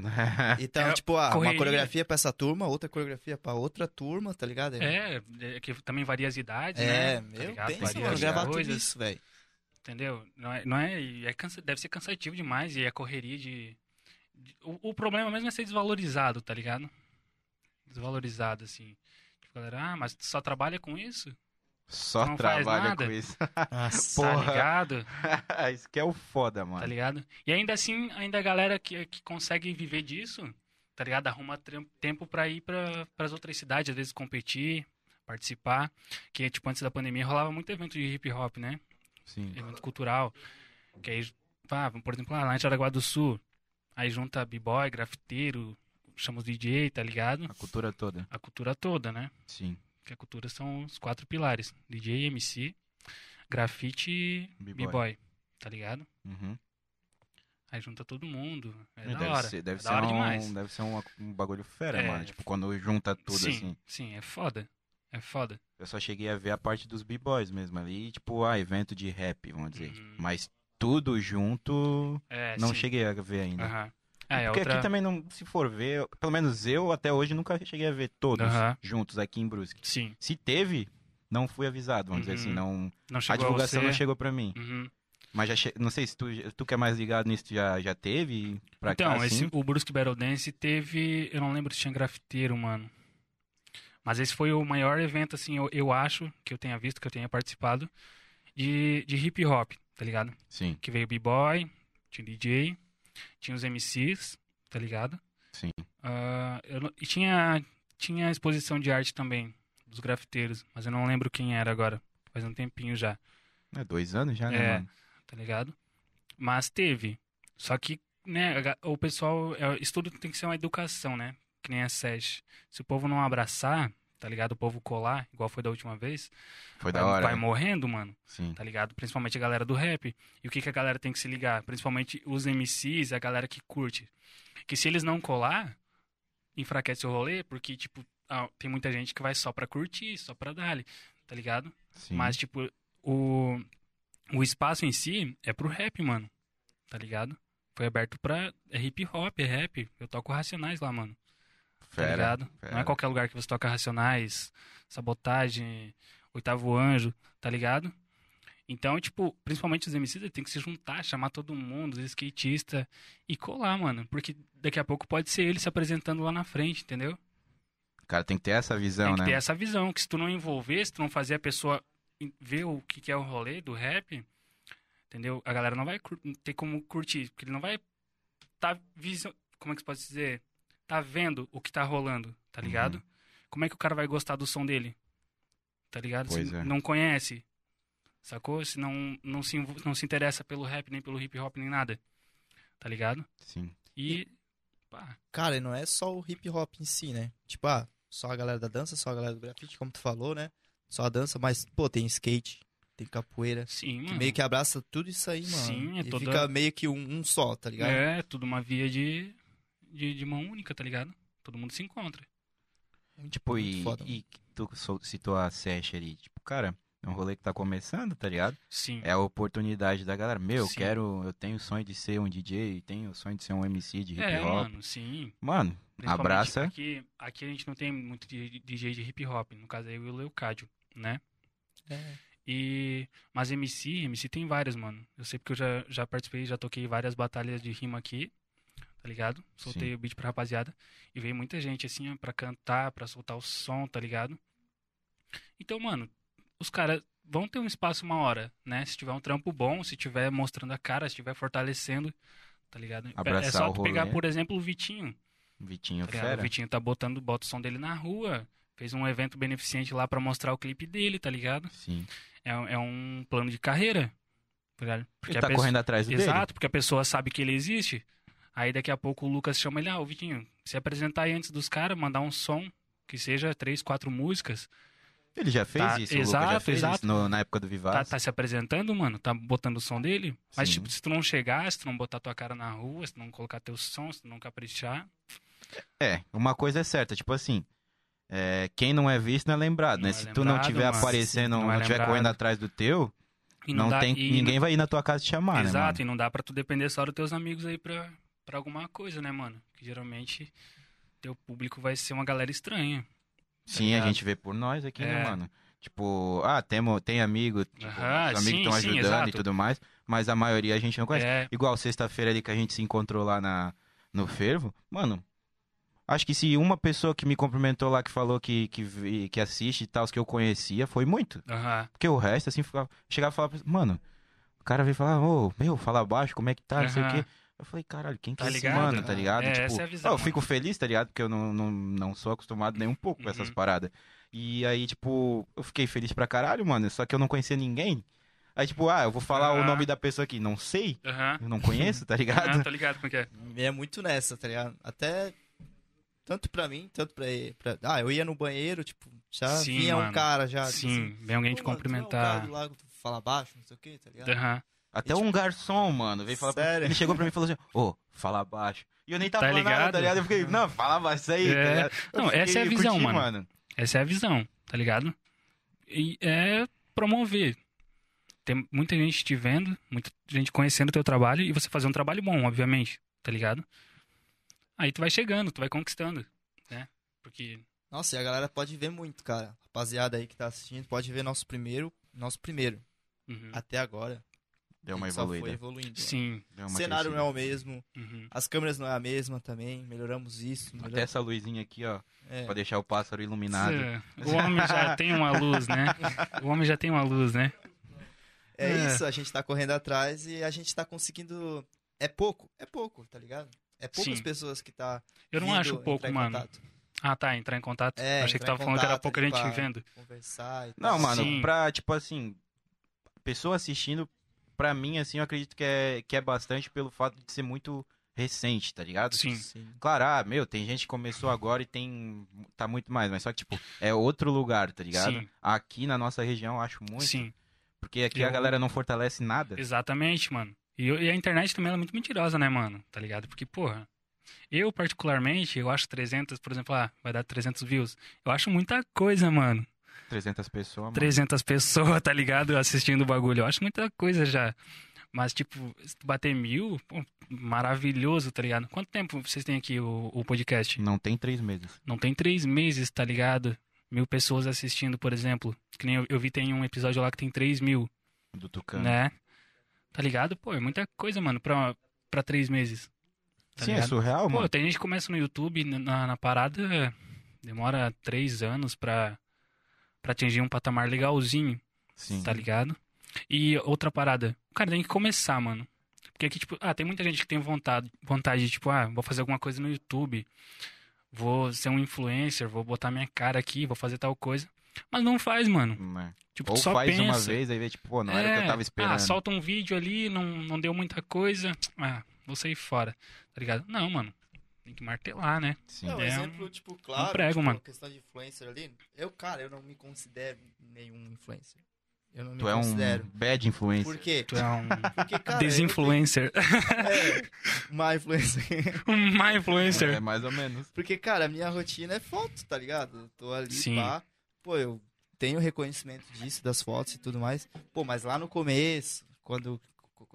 Então, É, tipo, ah, uma correria. coreografia pra essa turma, outra coreografia pra outra turma, tá ligado? É, é que também varia as idades, É, né? Tá meu, ligado? pensa, Varia mano, as gravar tudo coisas, isso, velho. Entendeu? Não é, não é, e é cansa- deve ser cansativo demais e é correria de. de- o, o problema mesmo é ser desvalorizado, tá ligado? Desvalorizado, assim. Tipo, galera, ah, mas tu só trabalha com isso? Só Não faz trabalha nada. com isso. Tá Porra. ligado? isso que é o foda, mano. Tá ligado? E ainda assim, ainda a galera que, que consegue viver disso, tá ligado? Arruma tre- tempo pra ir pra, pras outras cidades, às vezes competir, participar. Que, tipo, antes da pandemia rolava muito evento de hip hop, né? Sim. Evento cultural. Que aí, pá, por exemplo, ah, lá em Jaraguá do Sul, aí junta b-boy, grafiteiro, chama os DJ, tá ligado? A cultura toda. A cultura toda, né? Sim. Que a cultura são os quatro pilares: DJ, MC, grafite e B-boy. b-boy, tá ligado? Uhum. Aí junta todo mundo. É E da deve hora. ser, deve é ser da hora um, demais. deve ser um, um bagulho fera, É. mano. Tipo, quando junta tudo sim, assim. sim, é foda. É foda. Eu só cheguei a ver a parte dos b-boys mesmo ali, tipo, ah, evento de rap, vamos dizer. Uhum. Mas tudo junto, É, não sim. cheguei a ver ainda. Aham. É, é Porque outra... aqui também não, se for ver, eu- pelo menos eu até hoje nunca cheguei a ver todos Aham. juntos aqui em Brusque. Sim, Se teve, não fui avisado, vamos Uhum. dizer assim, não, não a chegou divulgação você. não chegou pra mim. Uhum. Mas já che- não sei se tu, tu que é mais ligado nisso, tu já, já teve pra Então, cá, esse, assim? o Brusque Battle Dance teve... Eu não lembro se tinha grafiteiro, mano. Mas esse foi o maior evento, assim, eu, eu acho, que eu tenha visto, que eu tenha participado, de, de hip hop, tá ligado? Sim, Que veio B-Boy, tinha DJ, tinha os MCs, tá ligado? sim. Ah, eu não- e tinha, tinha exposição de arte também, dos grafiteiros, mas eu não lembro quem era agora. Faz um tempinho já, É dois anos já, né, É. mano? tá ligado? Mas teve. Só que, né, a ga- o pessoal. é, Isso tudo tem que ser uma educação, né? Que nem a SES. Se o povo não abraçar, tá ligado? O povo colar, igual foi da última vez, Foi vai, da hora. vai né? morrendo, mano Sim. tá ligado? Principalmente a galera do rap. E o que, que a galera tem que se ligar? Principalmente os MCs, a galera que curte. Que se eles não colar, enfraquece o rolê, porque, tipo, ah, tem muita gente que vai só pra curtir, só pra dar tá ligado? Sim. Mas, tipo, o, o espaço em si é pro rap, mano, tá ligado? Foi aberto pra. É hip hop, é rap. Eu toco racionais lá, mano. Tá Fera. ligado? Não é fera. qualquer lugar que você toca Racionais, Sabotagem, Oitavo Anjo, tá ligado? Então, tipo, principalmente os MCs, eles têm que se juntar, chamar todo mundo, os skatistas, e colar, mano. Porque daqui a pouco pode ser ele se apresentando lá na frente, entendeu? O cara tem que ter essa Tem visão, É que né? ter essa visão, que se tu não envolver, se tu não fazer a pessoa em- ver o que que é o rolê do rap, entendeu? A galera não vai cur- ter como curtir, porque ele não vai tá visão, como é que se pode dizer? Tá vendo o que tá rolando, tá Uhum. ligado? Como é que o cara vai gostar do som dele? Tá ligado? Pois se é. não conhece, sacou? Se não, não, se, envo- não se interessa pelo rap, nem pelo hip hop, nem nada, tá ligado? Sim. E, pá, Cara, e não é só o hip hop em si, né? Tipo, ah, só a galera da dança, só a galera do grafite, como tu falou, né? Só a dança, mas, pô, tem skate, tem capoeira. sim, Que mano. meio que abraça tudo isso aí, mano. Uhum. Sim, é e toda- fica meio que um, um só, tá ligado? É, tudo uma via de, de, de mão única, tá ligado? Todo mundo se encontra. Tipo, Muito e, foda, e que tu so- citou a Sesh ali, tipo, cara, é um rolê que tá começando, tá ligado? Sim. É a oportunidade da galera. Meu, eu Sim. quero, eu tenho o sonho de ser um DJ, tenho o sonho de ser um MC de hip É, hop. mano, sim. Mano, Principalmente abraça. Aqui, aqui a gente não tem muito DJ DJ de hip hop, no caso aí o Leocádio, né? É. E, mas MC, MC tem várias, mano. Eu sei porque eu já, já participei, já toquei várias batalhas de rima aqui, tá ligado? Soltei o beat pra rapaziada. E veio muita gente, assim, ó, pra cantar, pra soltar o som, tá ligado? Então, mano, os caras vão ter um espaço uma hora, né? Se tiver um trampo bom, se tiver mostrando a cara, se tiver fortalecendo, tá ligado? é Abraçar só o tu pegar, rolê. por exemplo, o Vitinho. Vitinho Tá ligado? Fera. O Vitinho tá botando, bota o som dele na rua. Fez um evento beneficente lá pra mostrar o clipe dele, tá ligado? Sim. É, um- é um plano de carreira, tá ligado? Ele a tá pessoa- correndo atrás dele. Exato, porque a pessoa sabe que ele existe. Aí daqui a pouco o Lucas chama ele, ah, ô Vitinho, se apresentar aí antes dos caras, mandar um som, que seja três, quatro músicas. Ele já fez Tá, isso, o Lucas já exato, fez exato. isso no- na época do Tá, Vivaz. tá se apresentando, mano? Tá botando o som dele? Mas, Sim. tipo, se tu não chegar, se tu não botar tua cara na rua, se tu não colocar teu som, se tu não caprichar. tá. É, uma coisa é certa, tipo assim, é, quem não é visto não é lembrado, Não né? é Se tu não lembrado, tiver mas aparecendo, não não, é tiver lembrado. correndo atrás do teu, E não dá- tem, e- ninguém vai ir na tua casa te chamar, né, Exato, tá mano? e não dá pra tu depender só dos teus amigos aí pra, pra alguma coisa, né, mano? Que geralmente teu público vai ser uma galera estranha. Sim, a ligado? gente vê por nós aqui, né, É. mano? Tipo, ah, temo, tem amigo, tipo, Aham, os amigos sim, estão sim, ajudando exato. e tudo mais, mas a maioria a gente não conhece. É, Igual sexta-feira ali que a gente se encontrou lá na, no Fervo, mano. Acho que se uma pessoa que me cumprimentou lá, que falou que, que, vi- que assiste e tal, os que eu conhecia, foi muito. aham. Porque o resto, assim, ficava, chegava e falava, pra- mano, o cara veio falar, ô, meu, fala baixo, como é que tá, não sei o Aham. quê. Eu falei, caralho, quem que Tá é esse ligado? mano, tá ligado? É, tipo, essa é a visão, ó, eu mano. fico feliz, tá ligado? Porque eu não, não, não sou acostumado nem um pouco com essas Uhum. paradas. E aí, tipo, eu fiquei feliz pra caralho, mano, só que eu não conhecia ninguém. Aí, tipo, ah, eu vou falar o Ah. nome da pessoa aqui, não sei, Aham. eu não conheço, tá Ah, ligado? tô ligado como que é. É muito nessa, tá ligado? Até. Tanto pra mim, tanto pra ele. pra- Ah, eu ia no banheiro, tipo, já Sim, vinha um mano. cara já. tipo assim, Sim, vem alguém te "Pô, mano, tu não é o cara cumprimentar. do lago, tu fala baixo, não sei o que, tá ligado? Aham. Até E, tipo, um garçom, mano, veio falar pra mim. sério? Ele chegou pra mim e falou assim, ô, fala baixo. E eu nem tava Tá falando nada, tá ligado? ligado? Eu fiquei, não, fala baixo isso aí, É. tá ligado? Eu Não, essa é a fiquei- visão, curti, mano. Essa é a visão, tá ligado? E é promover. Tem muita gente te vendo, muita gente conhecendo o teu trabalho e você fazer um trabalho bom, obviamente, tá ligado? Aí tu vai chegando, tu vai conquistando, né? Porque Nossa, e a galera pode ver muito, cara. Rapaziada aí que tá assistindo, pode ver nosso primeiro. Nosso primeiro. uhum, Até agora. Deu É uma a gente só evoluída. foi evoluindo. sim, Deu O uma cenário crescida. não é o mesmo, uhum, as câmeras não é a mesma também, melhoramos isso. Até Melhoramos... essa luzinha aqui, ó, né? É. pra deixar o pássaro iluminado. Cê- É, O homem já tem uma luz, né? O homem já tem uma luz, né? É, É. isso, a gente tá correndo atrás e a gente tá conseguindo. É pouco, é pouco, tá ligado? É poucas Sim. pessoas que tá. Eu não vindo acho entrar pouco, em mano. contato, Ah, tá, entrar em contato. É, Achei que entrar em tava falando que era contato, pouca ali, gente pá. vendo. Conversar e Não, tal. mano, Sim. pra, tipo assim, pessoa assistindo, pra mim, assim, eu acredito que é, que é bastante pelo fato de ser muito recente, tá ligado? Sim. Sim. Claro, ah, meu, tem gente que começou agora e tem. tá muito mais, mas só que, tipo, é outro lugar, tá ligado? Sim. Aqui na nossa região, eu acho muito. Sim. Porque aqui a Eu- galera não fortalece nada. Exatamente, mano. E, eu- e a internet também ela é muito mentirosa, né, mano? Tá ligado? Porque, porra, eu particularmente, eu acho 300, por exemplo, ah, vai dar 300 views. Eu acho muita coisa, mano. 300 pessoas, mano. 300 pessoas, tá ligado? Assistindo o bagulho. Eu acho muita coisa já. Mas, tipo, se tu bater mil, pô, maravilhoso, tá ligado? Quanto tempo vocês têm aqui o, o podcast? Não tem três meses. Não tem três meses, tá ligado? Mil pessoas assistindo, por exemplo. Que nem eu, eu vi tem um episódio lá que tem 3 mil. Do Tucano. Né? Tá ligado? Pô, é muita coisa, mano, pra, pra três meses. Tá Sim, é ligado? surreal, Pô, mano. tem gente que começa no YouTube, na- na, na parada, é, demora três anos pra, pra atingir um patamar legalzinho, Sim. tá ligado? E outra parada, o cara tem que começar, mano. Porque aqui, tipo, ah, tem muita gente que tem vontade, vontade de, tipo, ah, vou fazer alguma coisa no YouTube, vou ser um influencer, vou botar minha cara aqui, vou fazer tal coisa. Mas não faz, mano. Né? Tipo, Ou tu só faz pensa. uma vez, aí vê, tipo, pô, não era o que eu tava esperando. Ah, solta um vídeo ali, não, não deu muita coisa. Ah, vou sair fora. Tá ligado? Não, mano. Tem que martelar, né? Sim. É um É exemplo, tipo, claro, prego, tipo, mano. questão de influencer ali. Eu, cara, eu não me considero nenhum influencer. Eu não me Tu é um considero. bad influencer. Por quê? Tu é um Porque, cara, desinfluencer. eu tenho- É, uma influencer. Um má É, influencer. mais ou menos. Porque, cara, a minha rotina é foto, tá ligado? Eu tô ali, Sim. pá. Pô, eu tenho reconhecimento disso, das fotos e tudo mais. Pô, mas lá no começo, quando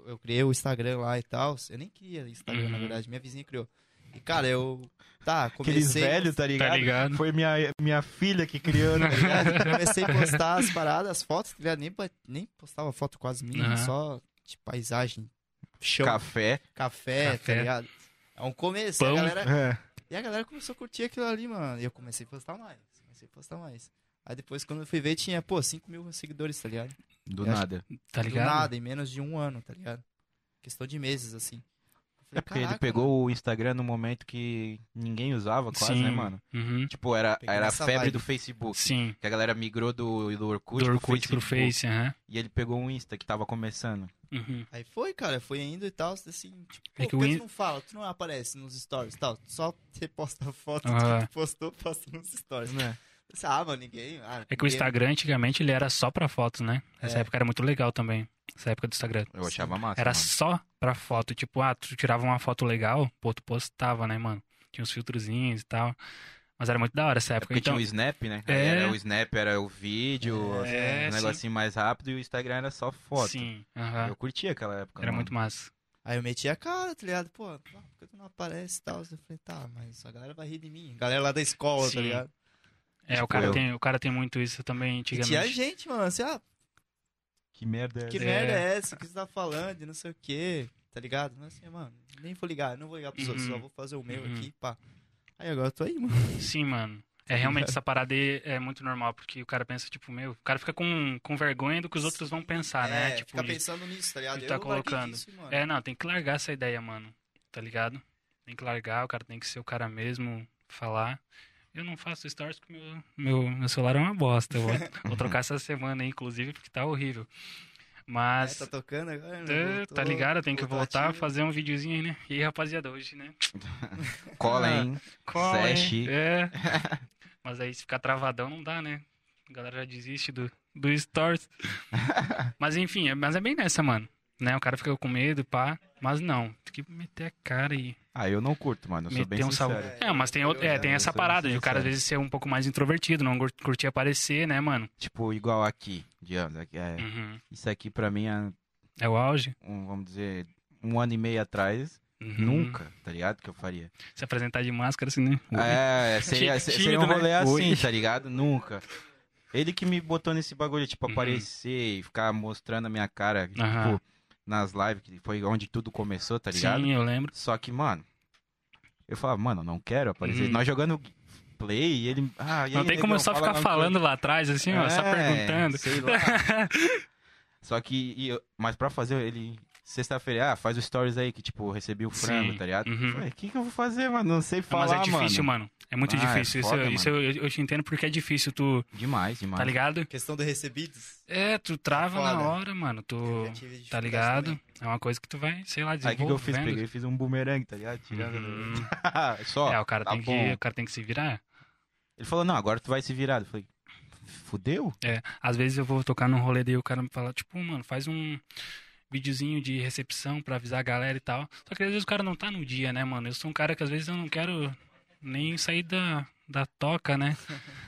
eu criei o Instagram lá e tal, eu nem queria Instagram, na Uhum. verdade, minha vizinha criou. E, cara, eu... Tá, Aqueles comecei... velhos, tá ligado? Tá ligado? Foi minha, minha filha que criou, né? ligado? Comecei a postar as paradas, as fotos, tá ligado? Nem, pa- nem postava foto quase minha, Aham. só de paisagem, chão, Café. café, Café. tá ligado? É um começo, e a, Pão. galera, É. e a galera começou a curtir aquilo ali, mano. E eu comecei a postar mais, comecei a postar mais. Aí depois, quando eu fui ver, tinha, pô, 5 mil seguidores, tá ligado? Do Eu acho- nada. Tá Do ligado? nada, em menos de um ano, tá ligado? Questão de meses, assim. Eu Falei, É Porque ele "Caraca, mano." pegou o Instagram no momento que ninguém usava quase, Sim. né, mano? Uhum. Tipo, era, Pegou era a essa febre vibe. do Facebook. Sim. Que a galera migrou do, do Orkut, Do Orkut pro Facebook, Face, aham. E ele pegou o Insta que tava começando. Uhum. Aí foi, cara, foi indo e tal, assim, tipo, É pô, que o por que in- tu não fala, tu não aparece nos stories e tal, tu só reposta a foto do Aham. que tu postou, posta nos stories. Né? Ah, mano, ninguém... ah, É que o ninguém- Instagram antigamente ele era só pra fotos, né? Essa É. época era muito legal também. Essa época do Instagram. Eu achava massa. Era mano. só pra foto. Tipo, ah, tu tirava uma foto legal, pô, tu postava, né, mano? Tinha uns filtrozinhos e tal. Mas era muito da hora essa É época. porque então, tinha o Snap, né? É. Aí Era o Snap era o vídeo, É, um sim. negocinho mais rápido e o Instagram era só foto. Sim, aham. Eu curtia aquela época. Era mano. muito massa. Aí eu meti a cara, tá ligado? Pô, ah, por que tu não aparece e tal? Eu falei, tá, mas a galera vai rir de mim. A galera lá da escola, Sim. tá ligado? É, o Tipo cara, eu. tem, o cara tem muito isso também E tinha antigamente. gente, mano, assim, ah, Que merda. que é. É. merda é essa? O que você tá falando? E Não sei o quê, tá ligado? Mas assim, mano, nem vou ligar, não vou ligar pros outros, Uhum. só vou fazer o meu Uhum. aqui, pá. Aí agora eu tô aí, mano. Sim, mano. É realmente essa parada aí é muito normal, porque o cara pensa, tipo, meu, o cara fica com, com vergonha do que os outros vão pensar, é, né? Tipo, fica de- pensando nisso, tá ligado? de tá eu larguei colocando. disso, mano. É, não, tem que largar essa ideia, mano. Tá ligado? Tem que largar, o cara tem que ser o cara mesmo, falar. Eu não faço stories porque meu, meu, meu celular é uma bosta. Eu vou, vou trocar essa semana aí, inclusive, porque tá horrível. É, Mas, tá tocando agora, né? tá, Voltou, tá ligado? Eu tenho que voltou voltar, ativo. fazer um videozinho aí, né? E aí, rapaziada, hoje, né? Cola, hein? Qual, hein? Sete. É. Mas aí, se ficar travadão, não dá, né? A galera já desiste do, do Stories. mas enfim, é, mas é bem nessa, mano. Né? O cara fica com medo, pá. Mas não, tem que meter a cara e Ah, eu não curto, mano. Eu sou bem meter um salve. sincero. É, É, mas tem, outro- é, eu- tem eu essa sou parada de o cara às sincero. vezes ser um pouco mais introvertido, não gur- curtir aparecer, né, mano? Tipo, igual aqui, digamos. aqui, é, Uhum. Isso aqui pra mim é, É o auge. um, vamos dizer, um ano e meio atrás. Uhum. Nunca, tá ligado? Que eu faria. Se apresentar de máscara, assim, né? É, seria, Ti- seria um tímido, né? rolê assim, Ui. tá ligado? Nunca. Ele que me botou nesse bagulho, tipo, Uhum. aparecer e ficar mostrando a minha cara, Aham. tipo, nas lives, que foi onde tudo começou, tá ligado? Sim, eu lembro. Só que, mano, eu falava, mano, não quero aparecer. Uhum. Nós jogando play e ele. Ah, e Não aí, tem como eu negão, só fala ficar alguma falando lá atrás, assim, ó, só É, perguntando. sei lá. Só que, e eu- mas pra fazer, ele, sexta-feira, ah, faz o stories aí, que tipo, eu recebi o frango, Sim. tá ligado? Uhum. Eu Falei, o que que eu vou fazer, mano? Não sei Ah, falar, Mas é difícil, mano. É muito Ah, é difícil. isso foda, eu- isso eu, eu te entendo porque é difícil, tu. Demais, demais. Tá ligado? Questão do recebidos. É, tu trava Foda. na hora, mano. Tu. É eu já tive Tá dificuldade ligado? também. É uma coisa que tu vai, sei lá, assim. Aí o que, que eu fiz? desenvolvendo. Peguei e fiz um bumerangue, tá ligado? Tirando. Uhum. Só. é, o cara, tá tem que, bom. o cara tem que se virar. Ele falou, não, agora tu vai se virar. Eu falei, fudeu? É, às vezes eu vou tocar num rolê daí o cara me fala, tipo, mano, faz um videozinho de recepção pra avisar a galera e tal. Só que às vezes o cara não tá no dia, né, mano? Eu sou um cara que às vezes eu não quero nem sair da, da toca, né?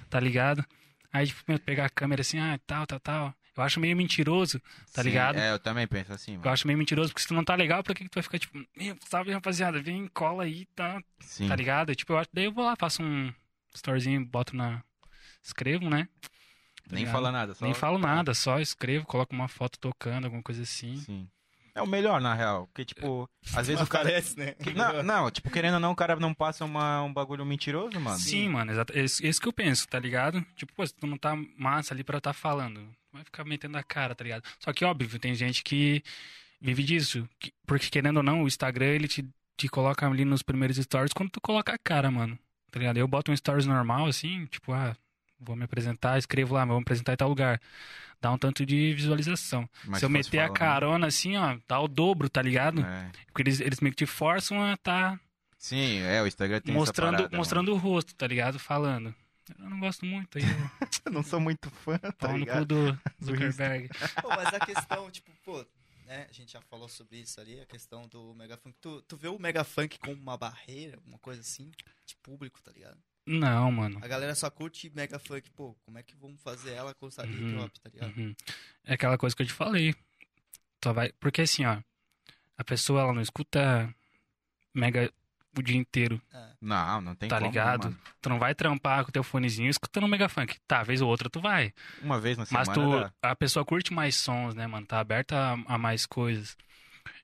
Tá ligado? Aí, tipo, meu, pegar a câmera assim, ah, tal, tal, tal. Eu acho meio mentiroso. Tá Sim, ligado? É, eu também penso assim, Eu mano. acho meio mentiroso, porque se tu não tá legal, pra que, que tu vai ficar tipo, meu, salve rapaziada, vem, cola aí, tá, Sim. tá ligado? Tipo, eu acho, daí eu vou lá, faço um storyzinho, boto na. Escrevo, né? Tá Nem ligado? fala nada, só. Nem falo nada, só escrevo, coloco uma foto tocando, alguma coisa assim. Sim. É o melhor, na real. Porque, tipo, às vezes Não o cara. aparece, né? Não, não, tipo, querendo ou não, o cara não passa uma, um bagulho mentiroso, mano. Sim, mano, exato. Esse, esse que eu penso, tá ligado? Tipo, pô, se tu não tá massa ali pra tá falando, vai ficar metendo a cara, tá ligado? Só que, óbvio, tem gente que vive disso. que- porque, querendo ou não, o Instagram, ele te, te coloca ali nos primeiros stories quando tu coloca a cara, mano. Tá ligado? Eu boto um stories normal, assim, tipo, ah, vou me apresentar, escrevo lá, vou me apresentar em tal lugar. Dá um tanto de visualização. Mas se eu fosse né? meter a falando, carona, assim, ó, dá o dobro, tá ligado? É. Porque eles, eles meio que te forçam a tá Sim, é, o Instagram tem mostrando, essa parada, né? mostrando o rosto, tá ligado? Falando. Eu não gosto muito aí. eu- mano. Não sou muito fã, tá Pau no cu ligado? do Zuckerberg. Pô, mas a questão, tipo, pô, né? A gente já falou sobre isso ali, a questão do Mega Funk. Tu, tu vê o Mega Funk como uma barreira, alguma coisa assim, de público, tá ligado? Não, mano. A galera só curte Mega Funk, pô, como é que vamos fazer ela com o Sabi Uhum. Drop, tá ligado? Uhum. É aquela coisa que eu te falei. Só vai... Porque assim, ó. A pessoa, ela não escuta mega o dia inteiro. É. Não, não tem Tá como, né, ligado? mano? Tu não vai trampar com teu fonezinho escutando mega funk. Tá, vez ou outra tu vai. Uma vez na Mas semana. tu, dá. a pessoa curte mais sons, né, mano? Tá aberta a, a mais coisas.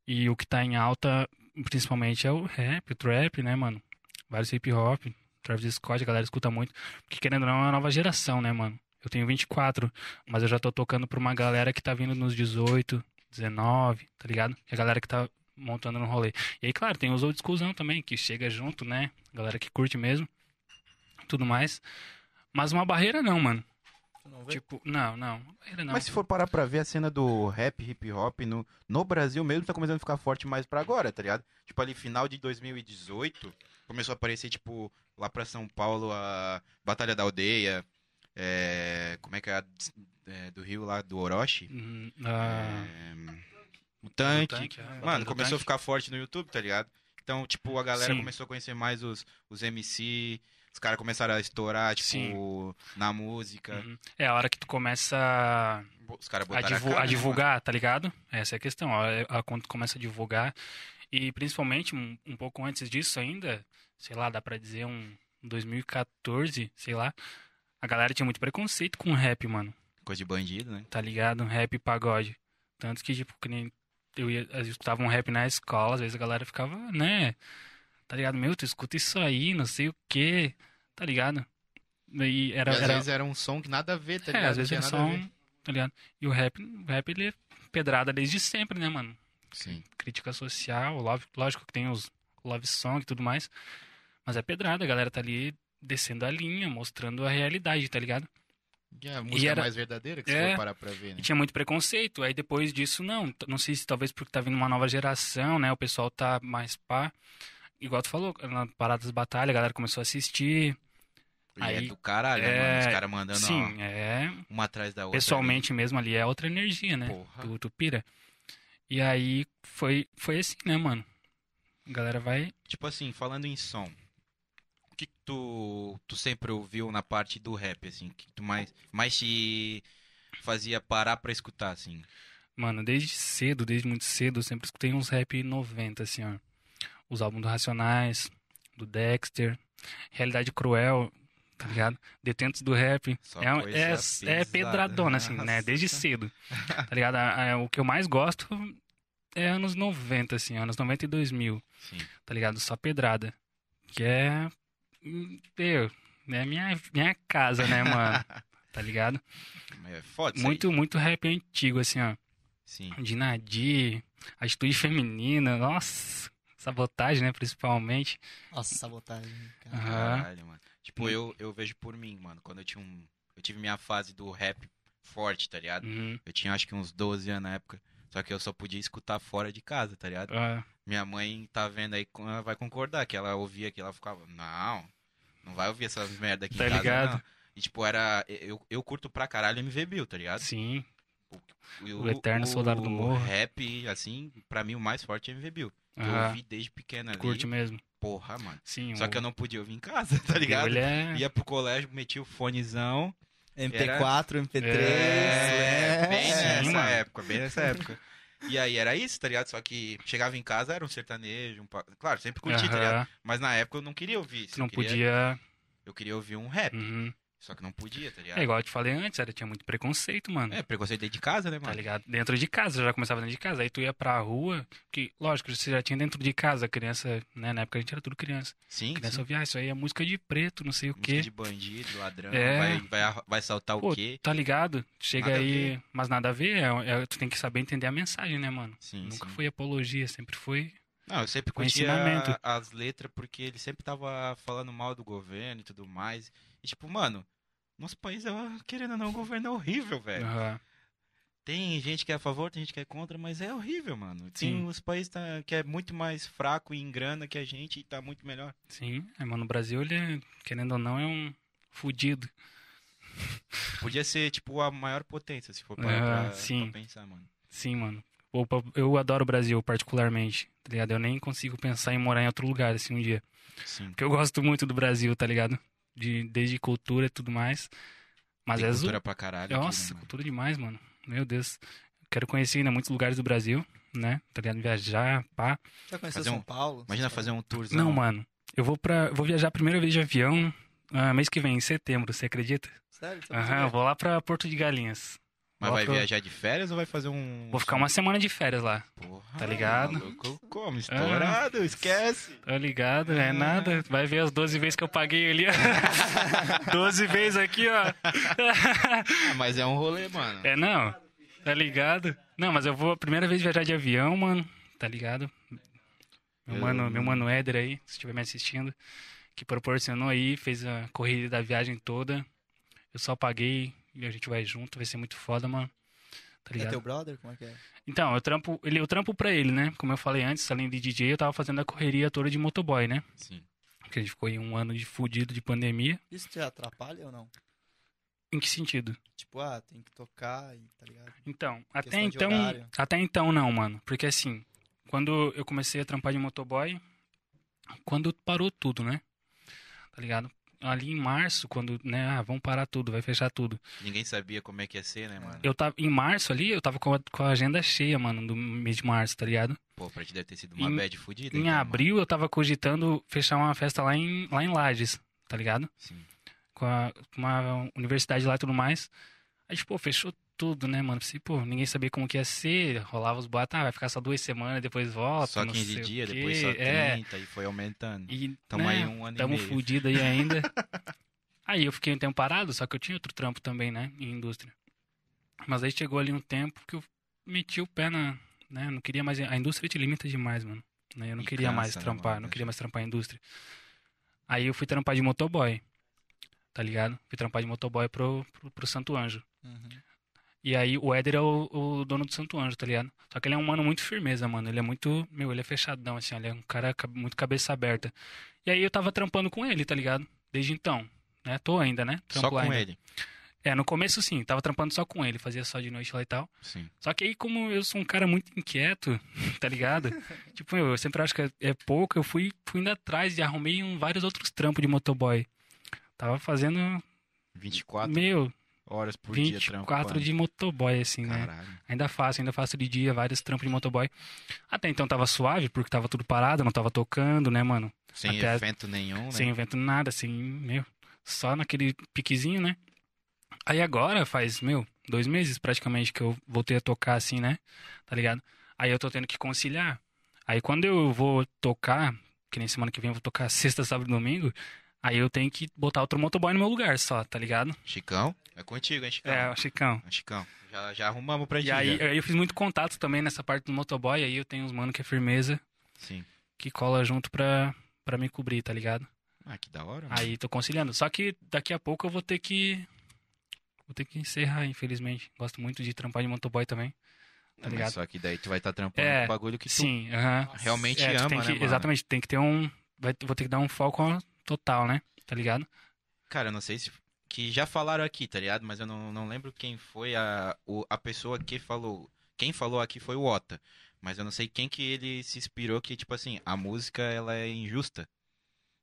E o que tá em alta, principalmente, é o rap, o trap, né, mano? Vários hip hop, Travis Scott, a galera escuta muito. Porque querendo ou não, é uma nova geração, né, mano? Eu tenho 24, mas eu já tô tocando pra uma galera que tá vindo nos 18, 19, tá ligado? Que é a galera que tá montando no rolê. E aí, claro, tem os old schoolzão também, que chega junto, né? Galera que curte mesmo, tudo mais. Mas uma barreira não, mano. Não vê? Tipo, não, não. Barreira não. Mas se for parar pra ver a cena do rap, hip hop no, no Brasil mesmo, tá começando a ficar forte mais pra agora, tá ligado? Tipo, ali final de 2018, começou a aparecer, tipo, lá pra São Paulo, a Batalha da Aldeia, é, como é que é, a, é, do Rio lá, do Orochi. Hum, ah, É, o É, tanque. do tanque, ah, batalha Mano, do começou a tanque. ficar forte no YouTube, tá ligado? Então, tipo, a galera Sim. começou a conhecer mais os, os MC, os caras começaram a estourar, tipo, Sim. na música. Uhum. É a hora que tu começa a- Os a, caras botaram a, divu- cara, a né, divulgar, tá ligado? Essa é a questão. A, a, quando tu começa a divulgar. E principalmente, um, um pouco antes disso ainda, sei lá, dá pra dizer um 2014, sei lá. A galera tinha muito preconceito com rap, mano. mano? Coisa de bandido, né? tá ligado? Um rap e pagode. Tanto que, tipo, que nem eu ia, eu escutava um rap na escola, às vezes a galera ficava, né? Tá ligado? Meu, tu escuta isso aí, não sei o quê, tá ligado? Daí era. E às era vezes era um som que nada a ver, tá é, ligado? às vezes não era tinha só nada a ver. um. Tá ligado? E o rap, o rap ele é pedrada desde sempre, né, mano? Sim. Crítica social, love- lógico que tem os love song e tudo mais. Mas é pedrada, a galera tá ali descendo a linha, mostrando a realidade, tá ligado? Que é a música era- mais verdadeira que você É. for parar pra ver, né? E tinha muito preconceito. Aí depois disso, não. T- Não sei se talvez porque tá vindo uma nova geração, né? O pessoal tá mais pá. Igual tu falou, na parada das batalhas, a galera começou a assistir. E é Aí- do caralho, é, mano. Os caras mandando Sim, é. ó, uma atrás da outra. Pessoalmente mesmo ali é outra energia, né? ali. Porra. Tu, tu pira. E aí foi, foi assim, né, mano? A galera vai. Tipo assim, falando em som. O que que tu, tu sempre ouviu na parte do rap, assim? O que que tu mais, mais te fazia parar pra escutar, assim? Mano, desde cedo, desde muito cedo, eu sempre escutei uns rap 90, assim, ó. Os álbuns do Racionais, do Dexter, Realidade Cruel, tá ligado? Detentos do Rap. Só É, um- coisa é, é pesada. pedradona, assim, né? Desde Nossa. cedo. Tá ligado? A- a- o que eu mais gosto é anos 90, assim, anos 90 e 2000, Sim. tá ligado? Só pedrada. Que é. hum, Eu, né? Minha, minha casa, né, mano? Tá ligado? É foda isso aí. Muito, muito rap antigo, assim, ó. Sim. De Nadir, atitude feminina, nossa. Sabotagem, né, principalmente. Nossa, sabotagem. cara. Aham. Hum. Caralho, mano. Tipo, eu, eu vejo por mim, mano. Quando eu tinha um. Eu tive minha fase do rap forte, tá ligado? Uhum. Eu tinha acho que uns 12 anos na época. Só que eu só podia escutar fora de casa, tá ligado? Ah, Minha mãe tá vendo aí, ela vai concordar que ela ouvia que ela ficava, não, não vai ouvir essas merda aqui Tá em casa, ligado? não." E tipo, era, eu, eu curto pra caralho MV Bill, tá ligado? sim, E O eterno soldado do morro. rap, assim, pra mim o mais forte é MV Bill. Que eu aham, ouvi desde pequena ali, curte mesmo. porra, mano. Sim, Só o- que eu não podia ouvir em casa, tá ligado? Ele é... Ia pro colégio, metia o fonezão. MP4, MP3. É, né? bem Sim, nessa mano. época, bem nessa época. E aí era isso, tá ligado? Só que chegava em casa, era um sertanejo, um... pa- Claro, sempre curti, tá ligado? Aham, Mas na época eu não queria ouvir isso. Tu não eu queria, podia. Eu queria ouvir um rap, Uhum. só que não podia, tá ligado? É igual eu te falei antes, era, tinha muito preconceito, mano. É, preconceito dentro de casa, né, Tá mano? ligado? Dentro de casa, já começava dentro de casa. Aí tu ia pra rua, que, lógico, você já tinha dentro de casa, criança, né? Na época a gente era tudo criança. sim, Criança sim. ouvia, ah, isso aí é música de preto, não sei o Música quê. de bandido, ladrão, É. vai, vai, arro- vai saltar Pô, o quê? tá ligado? Chega Nada a aí, mas nada a ver, é- é- tu tem que saber entender a mensagem, né, mano? Sim, Nunca sim. foi apologia, sempre foi. Não, eu sempre Foi curtia ensinamento. as letras porque ele sempre tava falando mal do governo e tudo mais. E tipo, mano, nosso país, é uma- querendo ou não, o governo é horrível, velho. Aham. Tem gente que é a favor, tem gente que é contra, mas é horrível, mano. Sim. Tem os países tá- que é muito mais fraco em grana que a gente e tá muito melhor. Sim, é, mano, o Brasil, ele, é, querendo ou não, é um fudido. Podia ser, tipo, a maior potência, se for pra, Ah, pra- sim. pra pensar, mano. Sim, mano. Pô, pa- Eu adoro o Brasil, particularmente, tá ligado? Eu nem consigo pensar em morar em outro lugar, assim, um dia. Sim. Porque eu gosto muito do Brasil, tá ligado? De, desde cultura e tudo mais. Mas Tem é cultura zo... pra caralho. Nossa, aqui, né, cultura demais, mano. Meu Deus. Quero conhecer ainda muitos lugares do Brasil, né? Tá ligado? Viajar, pá. Já conheceu Fazer São um- Paulo? mano? Imagina fazer um tourzão. Não, mano. Eu vou pra. Vou viajar a primeira vez de avião ah, mês que vem, em setembro, você acredita? Tá Sério? Você É Aham, eu vou lá pra Porto de Galinhas. Mas Lá vai pra- viajar de férias ou vai fazer um. Vou ficar uma semana de férias lá. Porra, tá ligado? É. Maluco, como? Estourado, esquece. Tá ligado? É nada. Vai ver as 12 vezes que eu paguei ali. 12 vezes aqui, ó. Ah, mas é um rolê, mano. É, não. Tá ligado? Não, mas eu vou a primeira vez viajar de avião, mano. Tá ligado? Meu Eu- mano, meu mano Éder aí, se estiver me assistindo, que proporcionou aí, fez a corrida da viagem toda. Eu só paguei e a gente vai junto, vai ser muito foda, mano. Tá É ligado? teu brother? Como é que é? Então, eu trampo, ele, eu trampo pra ele, né? Como eu falei antes, além de DJ, eu tava fazendo a correria toda de motoboy, né? Sim. Porque a gente ficou em um ano de fudido de pandemia. Isso te atrapalha ou não? Em que sentido? Tipo, ah, tem que tocar e tá ligado? Então, até Questão de então, horário. até então não, mano, porque assim, quando eu comecei a trampar de motoboy, quando parou tudo, né? Tá ligado? Ali em março, quando, né, ah, vão parar tudo, vai fechar tudo. Ninguém sabia como é que ia ser, né, mano? Eu tava em março ali, eu tava com a, com a agenda cheia, mano, do mês de março, tá ligado? Pô, pra ti deve ter sido uma Em- bad fudida. Em então, mano. abril eu tava cogitando fechar uma festa lá em lá em Lages, tá ligado? Sim. com a, com uma universidade lá e tudo mais. Aí, tipo, fechou tudo, né, mano? Pensei, pô, ninguém sabia como que ia ser, rolava os boatos, ah, vai ficar só duas semanas, depois volta, Só não 15 sei o dias, quê. depois só 30 É, e foi aumentando. e, Tamo né, aí um ano tamo e meio. fudido aí ainda. aí eu fiquei um tempo parado, só que eu tinha outro trampo também, né, em indústria. Mas aí chegou ali um tempo que eu meti o pé na, né, não queria mais, a indústria te limita demais, mano. né? Eu não E queria mais cansa, né, trampar, mano? não queria mais trampar a indústria. Aí eu fui trampar de motoboy, tá ligado? Fui trampar de motoboy pro, pro, pro Santo Anjo. Uhum. E aí o Éder é o, o dono do Santo Anjo, tá ligado? Só que ele é um mano muito firmeza, mano. Ele é muito. Meu, ele é fechadão, assim, ó. ele é um cara ca- muito cabeça aberta. E aí eu tava trampando com ele, tá ligado? Desde então. Né? Tô ainda, né? Só Trampo lá com ainda. ele. É, no começo sim, tava trampando só com ele, fazia só de noite lá e tal. Sim. Só que aí, como eu sou um cara muito inquieto, tá ligado? tipo, eu sempre acho que é- é pouco, eu fui, fui indo atrás e arrumei um, vários outros trampos de motoboy. Tava fazendo, 24 meu, horas por dia 24 trampando. de motoboy, assim, né? Caralho. Ainda faço, ainda faço de dia, vários trampos de motoboy. Até então tava suave, porque tava tudo parado, não tava tocando, né, mano? Sem Até- evento nenhum, né? Sem evento nada, assim, meu. Só naquele piquezinho, né? Aí agora faz, meu, dois meses praticamente que eu voltei a tocar assim, né? Tá ligado? Aí eu tô tendo que conciliar. Aí quando eu vou tocar, que nem semana que vem eu vou tocar sexta, sábado e domingo, aí eu tenho que botar outro motoboy no meu lugar só, tá ligado? Chicão? É contigo, hein, Chicão? Ah, É, Chicão. Chicão, já, já arrumamos pra E gente. aí, já. aí eu fiz muito contato também nessa parte do motoboy, aí eu tenho uns mano que é firmeza, Sim. que cola junto pra, pra me cobrir, tá ligado? Ah, que da hora. mano. Aí tô conciliando. Só que daqui a pouco eu vou ter que. Vou ter que encerrar, infelizmente. Gosto muito de trampar de motoboy também. Tá Não, mas ligado? Só que daí tu vai estar trampando É, com o bagulho que tu Sim, aham. realmente É, tu ama, tem né, que- mano? Exatamente, tem que ter um. vai- vou ter que dar um foco total, né? Tá ligado? Cara, eu não sei se. Que já falaram aqui, tá ligado? Mas eu não, não lembro quem foi a, o- a pessoa que falou. Quem falou aqui foi o Ota. Mas eu não sei quem que ele se inspirou que, tipo assim, a música ela é injusta.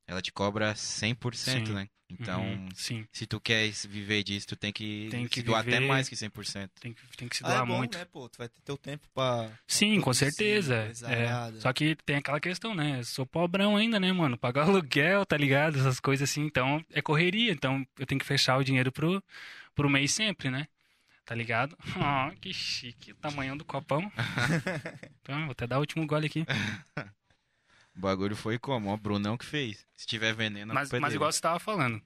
Ela te cobra 100%, Sim. né? Então, Uhum, sim, se tu quer es- viver disso, tu tem que, Tem que se doar até viver- mais que 100%. tem que, tem que se Ah, doar é bom, muito. né, pô? Tu vai ter teu tempo pra... Sim, com Produzir, certeza. coisa é. arada. Só que tem aquela questão, né? Eu sou pobrão ainda, né, mano? Pagar aluguel, tá ligado? Essas coisas assim. Então é correria. Então eu tenho que fechar o dinheiro pro, pro mês sempre, né? Tá ligado? Ó, que chique. O tamanho do copão. então, vou até dar o último gole aqui. O bagulho foi como? Ó, O Brunão que fez. Se tiver veneno, a Mas, culpa é mas dele. igual você tava falando.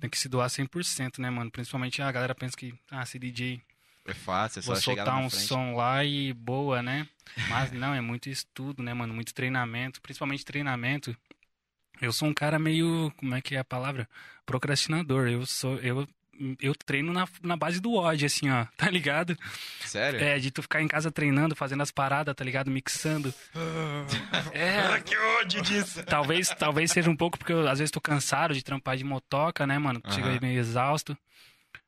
Tem que se doar 100%, né, mano? Principalmente a galera pensa que, ah, se DJ, É fácil, é só vou chegar soltar lá na um frente. som lá e boa, né? Mas não, é muito estudo, né, mano? Muito treinamento, principalmente treinamento. Eu sou um cara meio, como é que é a palavra? Procrastinador. Eu sou, eu, eu treino na, na base do ódio, assim, ó, tá ligado? Sério? É, de tu ficar em casa treinando, fazendo as paradas, tá ligado? Mixando. É, Ah, que ódio disso! talvez, talvez seja um pouco porque eu, às vezes tô cansado de trampar de motoca, né, mano? Chego aí Aham. meio exausto.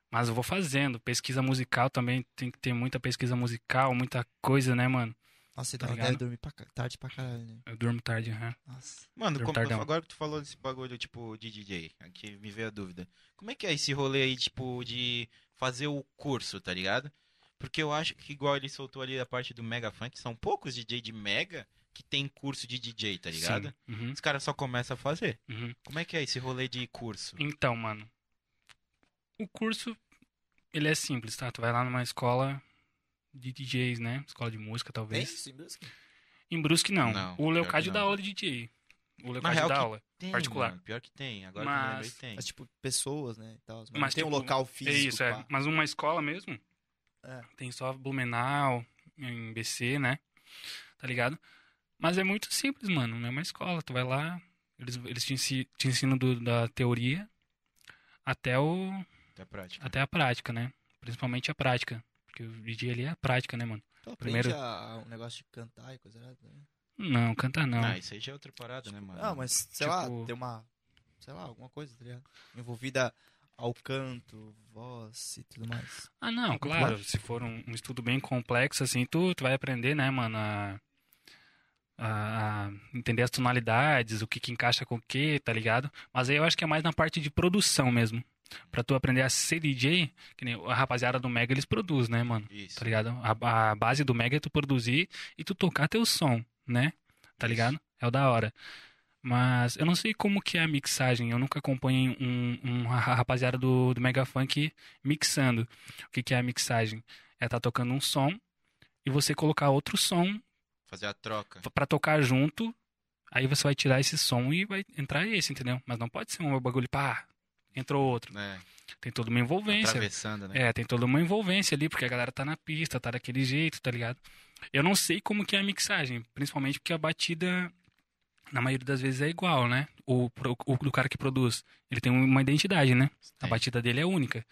Mas eu vou fazendo. Pesquisa musical também, tem que ter muita pesquisa musical, muita coisa, né, mano? Nossa, você Tá tá ligado? deve dormir pra ca- tarde pra caralho, né? Eu durmo tarde, aham. Nossa. Mano, como- Retardão. agora que tu falou desse bagulho, tipo, de DJ, aqui me veio a dúvida. Como é que é esse rolê aí, tipo, de fazer o curso, tá ligado? Porque eu acho que, igual ele soltou ali a parte do Mega Funk, são poucos DJ de Mega que tem curso de DJ, tá ligado? Sim. Uhum, Os caras só começam a fazer. uhum. Como é que é esse rolê de curso? Então, mano. O curso, ele é simples, tá? Tu vai lá numa escola de DJs, né? Escola de música, Tem talvez. isso em Brusque? Em Brusque, não. Não, o pior Leocádio que dá não. aula de DJ. O Leocádio real dá que- aula. É Tem, Particular. mano, pior que tem, agora que eu Mas- lembrei, tem. Mas, tipo, pessoas, né, e tal. Mas, Mas, não tem um tipo, local É físico, isso, é. pá. Mas uma escola mesmo, É. tem só Blumenau, em BC, né? Tá ligado? Mas é muito simples, mano. Não é uma escola. Tu vai lá, eles, eles te, ensi- te ensinam do- da teoria até, o, Até a prática. até a prática, né? Principalmente a prática. Porque o DJ ali é a prática, né, mano? Tu aprende Primeiro- a, o negócio de cantar e coisa errada. né? Não, cantar não. Ah, isso aí já é outra parada, né, mano? Não, mas sei tipo- lá, tem uma. Sei lá, alguma coisa, tá ligado? Envolvida ao canto, voz e tudo mais. Ah, não, claro. Se for um, um estudo bem complexo, assim, tu, tu vai aprender, né, mano, a, a- a entender as tonalidades, o que, que encaixa com o que, tá ligado? Mas aí eu acho que é mais na parte de produção mesmo. Pra tu aprender a ser DJ, que nem a rapaziada do Mega, eles produzem, né, mano? Isso. Tá ligado? A, a base do Mega é tu produzir e tu tocar teu som, né? Tá Isso. ligado? É o da hora. Mas eu não sei como que é a mixagem. Eu nunca acompanhei um, um ra- rapaziada do, do Mega Funk mixando. O que, que é a mixagem? É tá tocando um som e você colocar outro som Fazer a troca. f- pra tocar junto. Aí você vai tirar esse som e vai entrar esse, entendeu? Mas não pode ser um bagulho, pá, entrou outro. Né? Tem toda uma envolvência. Atravessando, né? É, tem toda uma envolvência ali, porque a galera tá na pista, tá daquele jeito, tá ligado? Eu não sei como que é a mixagem, principalmente porque a batida, na maioria das vezes, é igual, né? O, pro- o do cara que produz, ele tem uma identidade, né? A Tem. batida dele é única.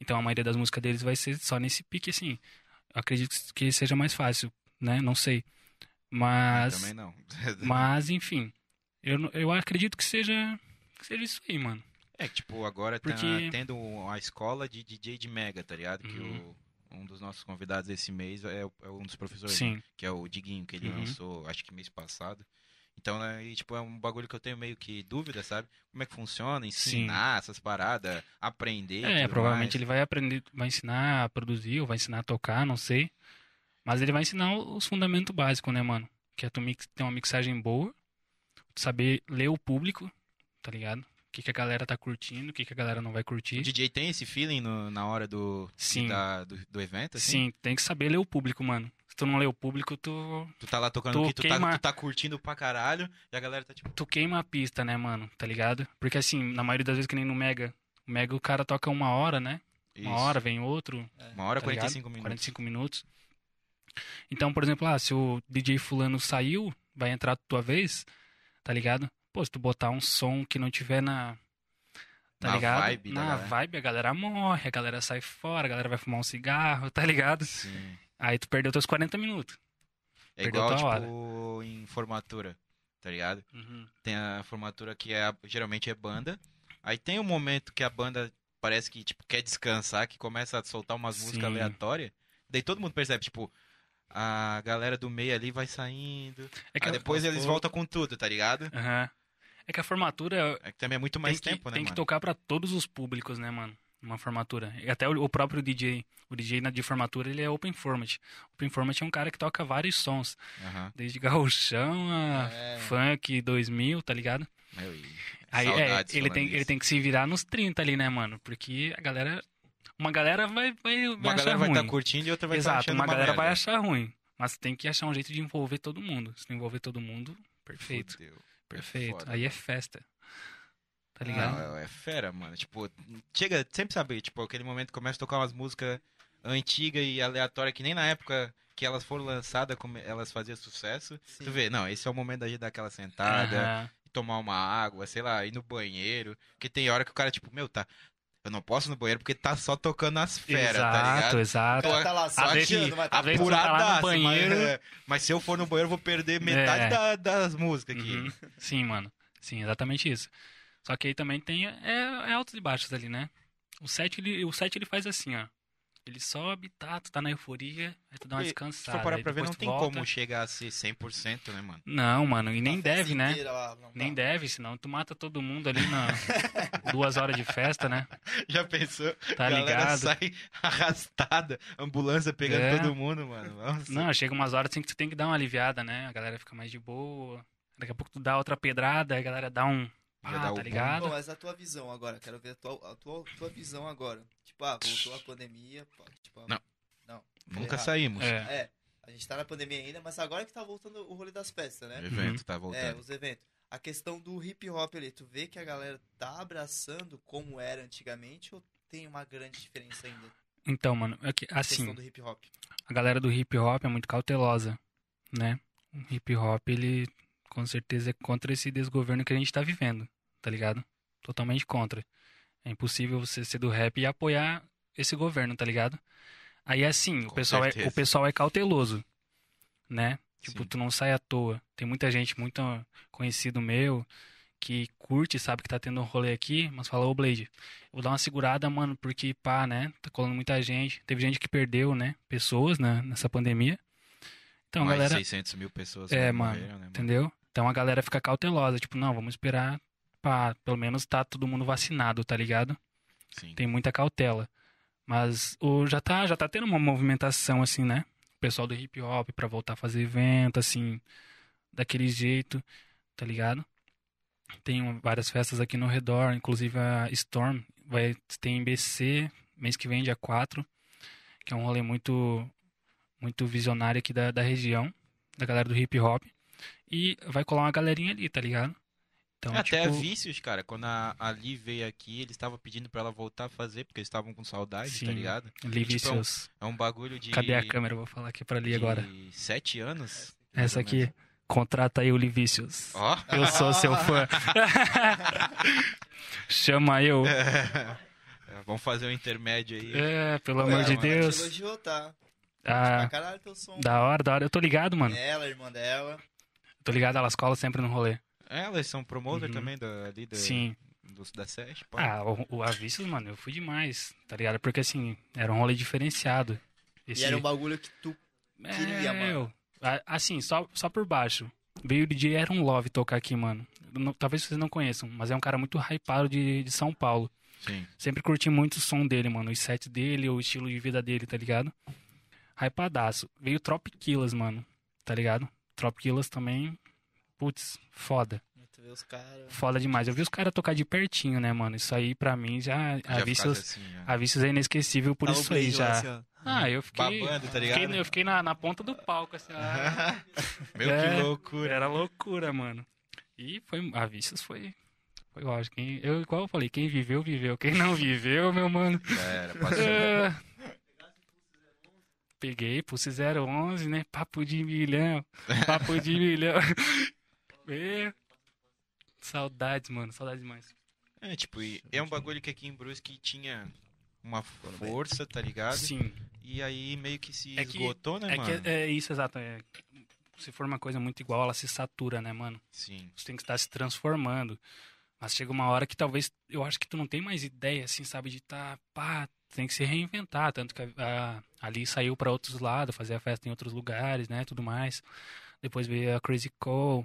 Então a maioria das músicas deles vai ser só nesse pique, assim. Eu acredito que seja mais fácil, né? Não sei. É, Mas, É, Também não. mas enfim, eu, não- eu acredito que seja, que seja isso aí, mano. É, que, tipo, agora tá Porque- tendo uma escola de DJ de Mega, tá ligado? Que Uhum. o- um dos nossos convidados esse mês é, o- é um dos professores, né? Sim. que é o Diguinho, que ele Uhum. lançou, acho que mês passado. Então, né, e, tipo, é um bagulho que eu tenho meio que dúvida, sabe? Como é que funciona, ensinar essas paradas, aprender. e É, tudo provavelmente mais. ele vai aprender, vai ensinar a produzir, ou vai ensinar a tocar, não sei. Mas ele vai ensinar os fundamentos básicos, né, mano? Que é tu mix- ter uma mixagem boa, tu saber ler o público, tá ligado? O que, que a galera tá curtindo, o que, que a galera não vai O curtir. DJ tem esse feeling no- na hora do, Sim. da- do, do evento, assim? Sim, tem que saber ler o público, mano. Se tu não ler o público, tu, Tu tá lá tocando Tu aqui, tu tá, queima- tu tá curtindo pra caralho, e a galera tá tipo, tu queima a pista, né, mano? Tá ligado? Porque assim, na maioria das vezes que nem no Mega. O Mega o cara toca uma hora, né? isso, Uma hora, vem outro. uma hora e tá 45 ligado? minutos. 45 minutos. Então, por exemplo, ah, se o DJ fulano saiu, vai entrar a tua vez, tá ligado? Pô, se tu botar um som que não tiver na. Tá Na ligado? vibe da na galera. vibe, a galera morre, a galera sai fora, a galera vai fumar um cigarro, tá ligado? Sim. Aí tu perdeu teus 40 minutos. É Perdeu igual, tua tipo, em formatura, tá ligado? Tem a formatura que é, a- geralmente é banda. Aí tem um momento que a banda parece que, tipo, quer descansar, que começa a soltar umas músicas Sim. aleatórias. Daí todo mundo percebe, tipo, a galera do meio ali vai saindo. É que aí a- depois eles Aham. voltam com tudo, tá ligado? É que a formatura É que também é muito tem mais que, tempo, né, tem que mano? tocar pra todos os públicos, né, mano? Uma formatura. E até o, o próprio DJ. O DJ na de formatura, ele é open format. Open format é um cara que toca vários sons. Aham. Desde gauchão a É. funk 2000, tá ligado? Meu, e Aí é, saudades ele, falando tem, ele isso. tem que se virar nos 30 ali, né, mano? Porque a galera... Uma galera vai, vai, vai Uma achar galera vai ruim. estar curtindo e outra vai estar Exato, achando uma galera vai merda. achar ruim. Mas tem que achar um jeito de envolver todo mundo. Se não envolver todo mundo, perfeito, Fudeu. perfeito. foda, Aí é festa. Tá ligado? Não, é é fera, mano. Tipo, chega, sempre sabe, tipo, aquele momento que começa a tocar umas músicas antigas e aleatórias que nem na época que elas foram lançadas, como elas faziam sucesso. Tu vê, não, esse é o momento da gente dar aquela sentada, Aham. tomar uma água, sei lá, ir no banheiro. Porque tem hora que o cara, tipo, meu, tá. Eu não posso ir no banheiro porque tá só tocando as feras, tá exato, ligado? O exato. Tô- cara tá lá só às vezes- achando, mas tá às vezes- tu tá lá no Apuradaço, banheiro. Mas, é, mas se eu for no banheiro, eu vou perder metade É. da- das músicas aqui. Uhum. Sim, mano. Sim, exatamente isso. Só que aí também tem. É, é altos e baixos ali, né? O set, ele, o set ele faz assim, ó. Ele sobe, tá, tu tá na euforia, aí tu dá uma E, Se descansada. for parar aí pra ver, Tá, depois não tu tem volta. como chegar a ser 100%, né, mano? Não, mano, e nem a deve, festa né? inteira lá, não tá. Nem dá. deve, senão tu mata todo mundo ali na duas horas de festa, né? Já pensou? Tá a galera ligado? sai arrastada, ambulância pegando É. todo mundo, mano. Nossa. Não, chega umas horas assim que tu tem que dar uma aliviada, né? A galera fica mais de boa. Daqui a pouco tu dá outra pedrada, a galera dá um. Já Ah, dá o tá bom. ligado? Bom, mas é a tua visão agora, quero ver a tua, a tua, tua visão agora. Tipo, ah, voltou a pandemia, pá, tipo, Não. Não. falei Nunca errado. saímos. É. É, a gente tá na pandemia ainda, mas agora que tá voltando o rolê das festas, O né? evento tá É, voltando. os eventos. A questão do hip hop ali, tu vê que a galera tá abraçando como era antigamente ou tem uma grande diferença ainda? Então, mano, é que, A questão assim. do hip hop. a galera do hip hop é muito cautelosa, né? hip hop, ele com certeza é contra esse desgoverno que a gente tá vivendo, tá ligado? Totalmente contra. É impossível você ser do rap e apoiar esse governo, tá ligado? Aí assim, o Com pessoal é, certeza. o pessoal é cauteloso, né? Tipo, Sim. tu não sai à toa. Tem muita gente, muito conhecido meu, que curte, sabe que tá tendo um rolê aqui, mas fala, ô Blade, vou dar uma segurada, mano, porque pá, né? Tá colando muita gente. Teve gente que perdeu, né? Pessoas né? nessa pandemia. Então, Mais galera. 600 mil pessoas É, que mano, morreram, né, mano? Entendeu? Então a galera fica cautelosa, tipo, não, vamos esperar pra pelo menos tá todo mundo vacinado, tá ligado? Sim. Tem muita cautela. Mas o, já tá, já tá tendo uma movimentação assim, né? O pessoal do hip hop pra voltar a fazer evento assim, daquele jeito, tá ligado? Tem um- várias festas aqui no redor, inclusive a Storm vai tem BC mês que vem dia 4, que é um rolê muito muito visionário aqui da, da região, da galera do hip hop. E vai colar uma galerinha ali, tá ligado? Então, É, Até tipo, a Vícios, cara, quando a, a Li veio aqui, eles estavam pedindo pra ela voltar a fazer, porque eles estavam com saudade, Sim. tá ligado? Livre tipo, é um- seus- É um bagulho de. Cadê a câmera? Eu Vou falar aqui pra ali agora. De sete anos. Essa mais ou menos. aqui. Contrata eu, Livícios. Ó. Eu sou seu fã. Chama eu. É, Vamos fazer um intermédio aí. É, pelo amor de Ela, mano, Deus. Te elogiou, tá? É. Pra Ah, caralho, teu som. da hora, da hora. Eu tô ligado, mano. Ela, irmã dela. Tô ligado, elas colam sempre no rolê. É, Elas são promotor Uhum. também da, ali da, Sim. do- da SESP. pá. Ah, o, o Avícios, mano, eu fui demais, tá ligado? Porque assim, era um rolê diferenciado. Esse- E era um bagulho que tu. queria, mano. eu- a- Assim, só, só por baixo. Veio o DJ Aaron um Love tocar aqui, mano. Não- talvez vocês não conheçam, mas é um cara muito hypado de, de São Paulo. Sim. Sempre curti muito o som dele, mano. Os sets dele, o estilo de vida dele, tá ligado? Hypadaço. Veio Tropiquilas, mano. Tá ligado? Tropiquilas também. Putz, foda. né, Tu vê os caras. Foda demais. Eu vi os caras tocar de pertinho, né, mano? Isso aí pra mim já. Já A ficava Vícios assim, já. a Vícius é inesquecível por Tava o isso aí Blade lá, já. assim, ó. Ah, eu fiquei. Babando, tá ligado? fiquei eu fiquei na, na ponta do palco, assim. ah, Meu, É. que loucura. era loucura, mano. E foi. A Vícius foi. Foi lógico. Quem, eu, igual eu falei, quem viveu, viveu. Quem não viveu, meu mano. Já era, passou. né? É. Peguei Pulse 011, né? Papo de milhão. Papo de milhão. É. Saudades, mano. Saudades demais. É, tipo, e é um bagulho que aqui em Brusque tinha uma força, tá ligado? Sim. E aí meio que se É que- esgotou, né, É mano? que é, é isso, exato. é. se for uma coisa muito igual, ela se satura, né, mano? Sim. Você tem que estar se transformando. Mas chega uma hora que talvez. Eu acho que tu não tem mais ideia, assim, sabe? De tá. Pá, tem que se reinventar. Tanto que a, a- ali saiu pra outros lados, fazer a festa em outros lugares, né? Tudo mais. Depois veio a Crazy Cole,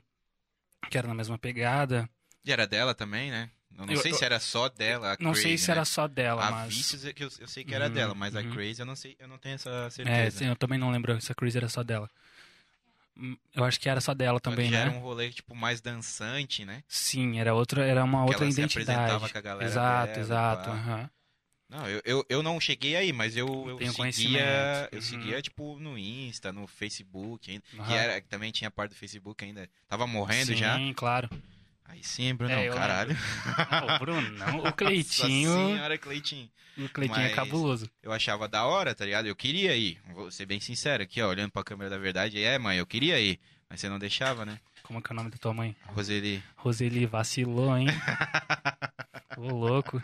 que era na mesma pegada. E era dela também, né? Eu não Eu- sei se era só dela. A não sei Crazy, se né? era só dela, a mas. Vicious, é que eu, eu sei que era Uhum, dela, mas uhum. a Crazy eu não sei, eu não tenho essa É, certeza. sim, eu também não lembro se a Crazy era só dela. Hum, Eu acho que era só dela Só que também, né? já era um rolê, tipo, mais dançante, né? Sim, era outra, era uma Que outra ela se identidade. apresentava com a galera Exato, dela e exato. pá. aham. Não, eu, eu, eu não cheguei aí, mas eu, eu Tenho seguia, conhecimento. eu Uhum. seguia, tipo, no Insta, no Facebook, ainda, que Aham. era, que também tinha parte do Facebook ainda, tava morrendo Sim, já. claro. Aí sim, Bruno, É, eu caralho. Ah, o Bruno, não. O Nossa Cleitinho. senhora, Cleitinho. O Cleitinho é Mas- cabuloso. Eu achava da hora, tá ligado? Eu queria ir. Vou ser bem sincero aqui, ó, olhando pra câmera da verdade. É, mãe, eu queria ir. Mas você não deixava, né? Como é que é o nome da tua mãe? Roseli. Roseli vacilou, hein? Ô, louco.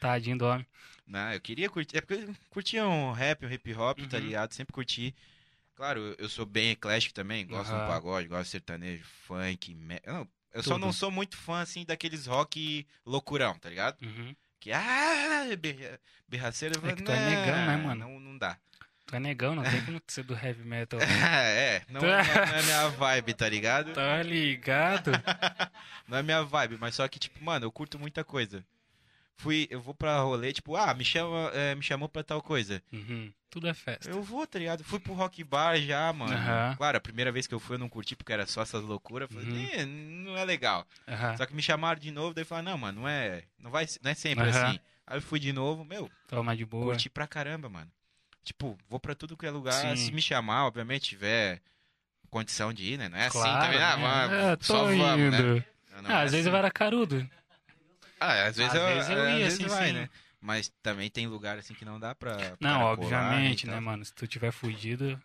Tadinho do homem. Não, eu queria curtir. É porque eu curtia um rap, um hip hop, tá Uhum. ligado? Sempre curti. Claro, eu- eu sou bem eclético também. Gosto de Aham. um pagode, gosto de sertanejo, funk. Me... Eu, não- eu só Tudo. não sou muito fã, assim, daqueles rock loucurão, tá ligado? Uhum. Que, ah, berra- berraceiro. eu É que falo, tu é negão, né, "Não, mano?" Não, não dá. Tu é negão, não tem como ser do heavy metal. é, não, não é minha vibe, tá ligado? Tá ligado? Não é minha vibe, mas só que, tipo, mano, eu curto muita coisa. Fui, eu vou pra rolê, tipo, ah, me, chama, eh, me chamou pra tal coisa. Uhum. Tudo é festa. Eu vou, tá ligado? Fui pro rock bar já, mano. Aham. Claro, a primeira vez que eu fui eu não curti porque era só essas loucuras. Falei, Uhum. Ah. "Eh, não é legal. Aham. Só que me chamaram de novo, daí falaram, não, mano, não é, não vai, não é sempre Aham. assim. Aí eu fui de novo, meu, Toma de boa. curti pra caramba, mano. Tipo, vou pra tudo que é lugar. Sim. Se me chamar, obviamente, tiver condição de ir, né? Não é assim Claro. também, né? ah, vamos, É, só tô vamos, né? indo. Não, não Ah, é às vezes assim. eu era carudo. Ah, às Às vezes eu, vezes eu é, às ia, vezes sim, vai, sim. né? Mas também tem lugar assim que não dá pra. pra Não, colar então. e obviamente, tal. né, mano? Se tu tiver fudido,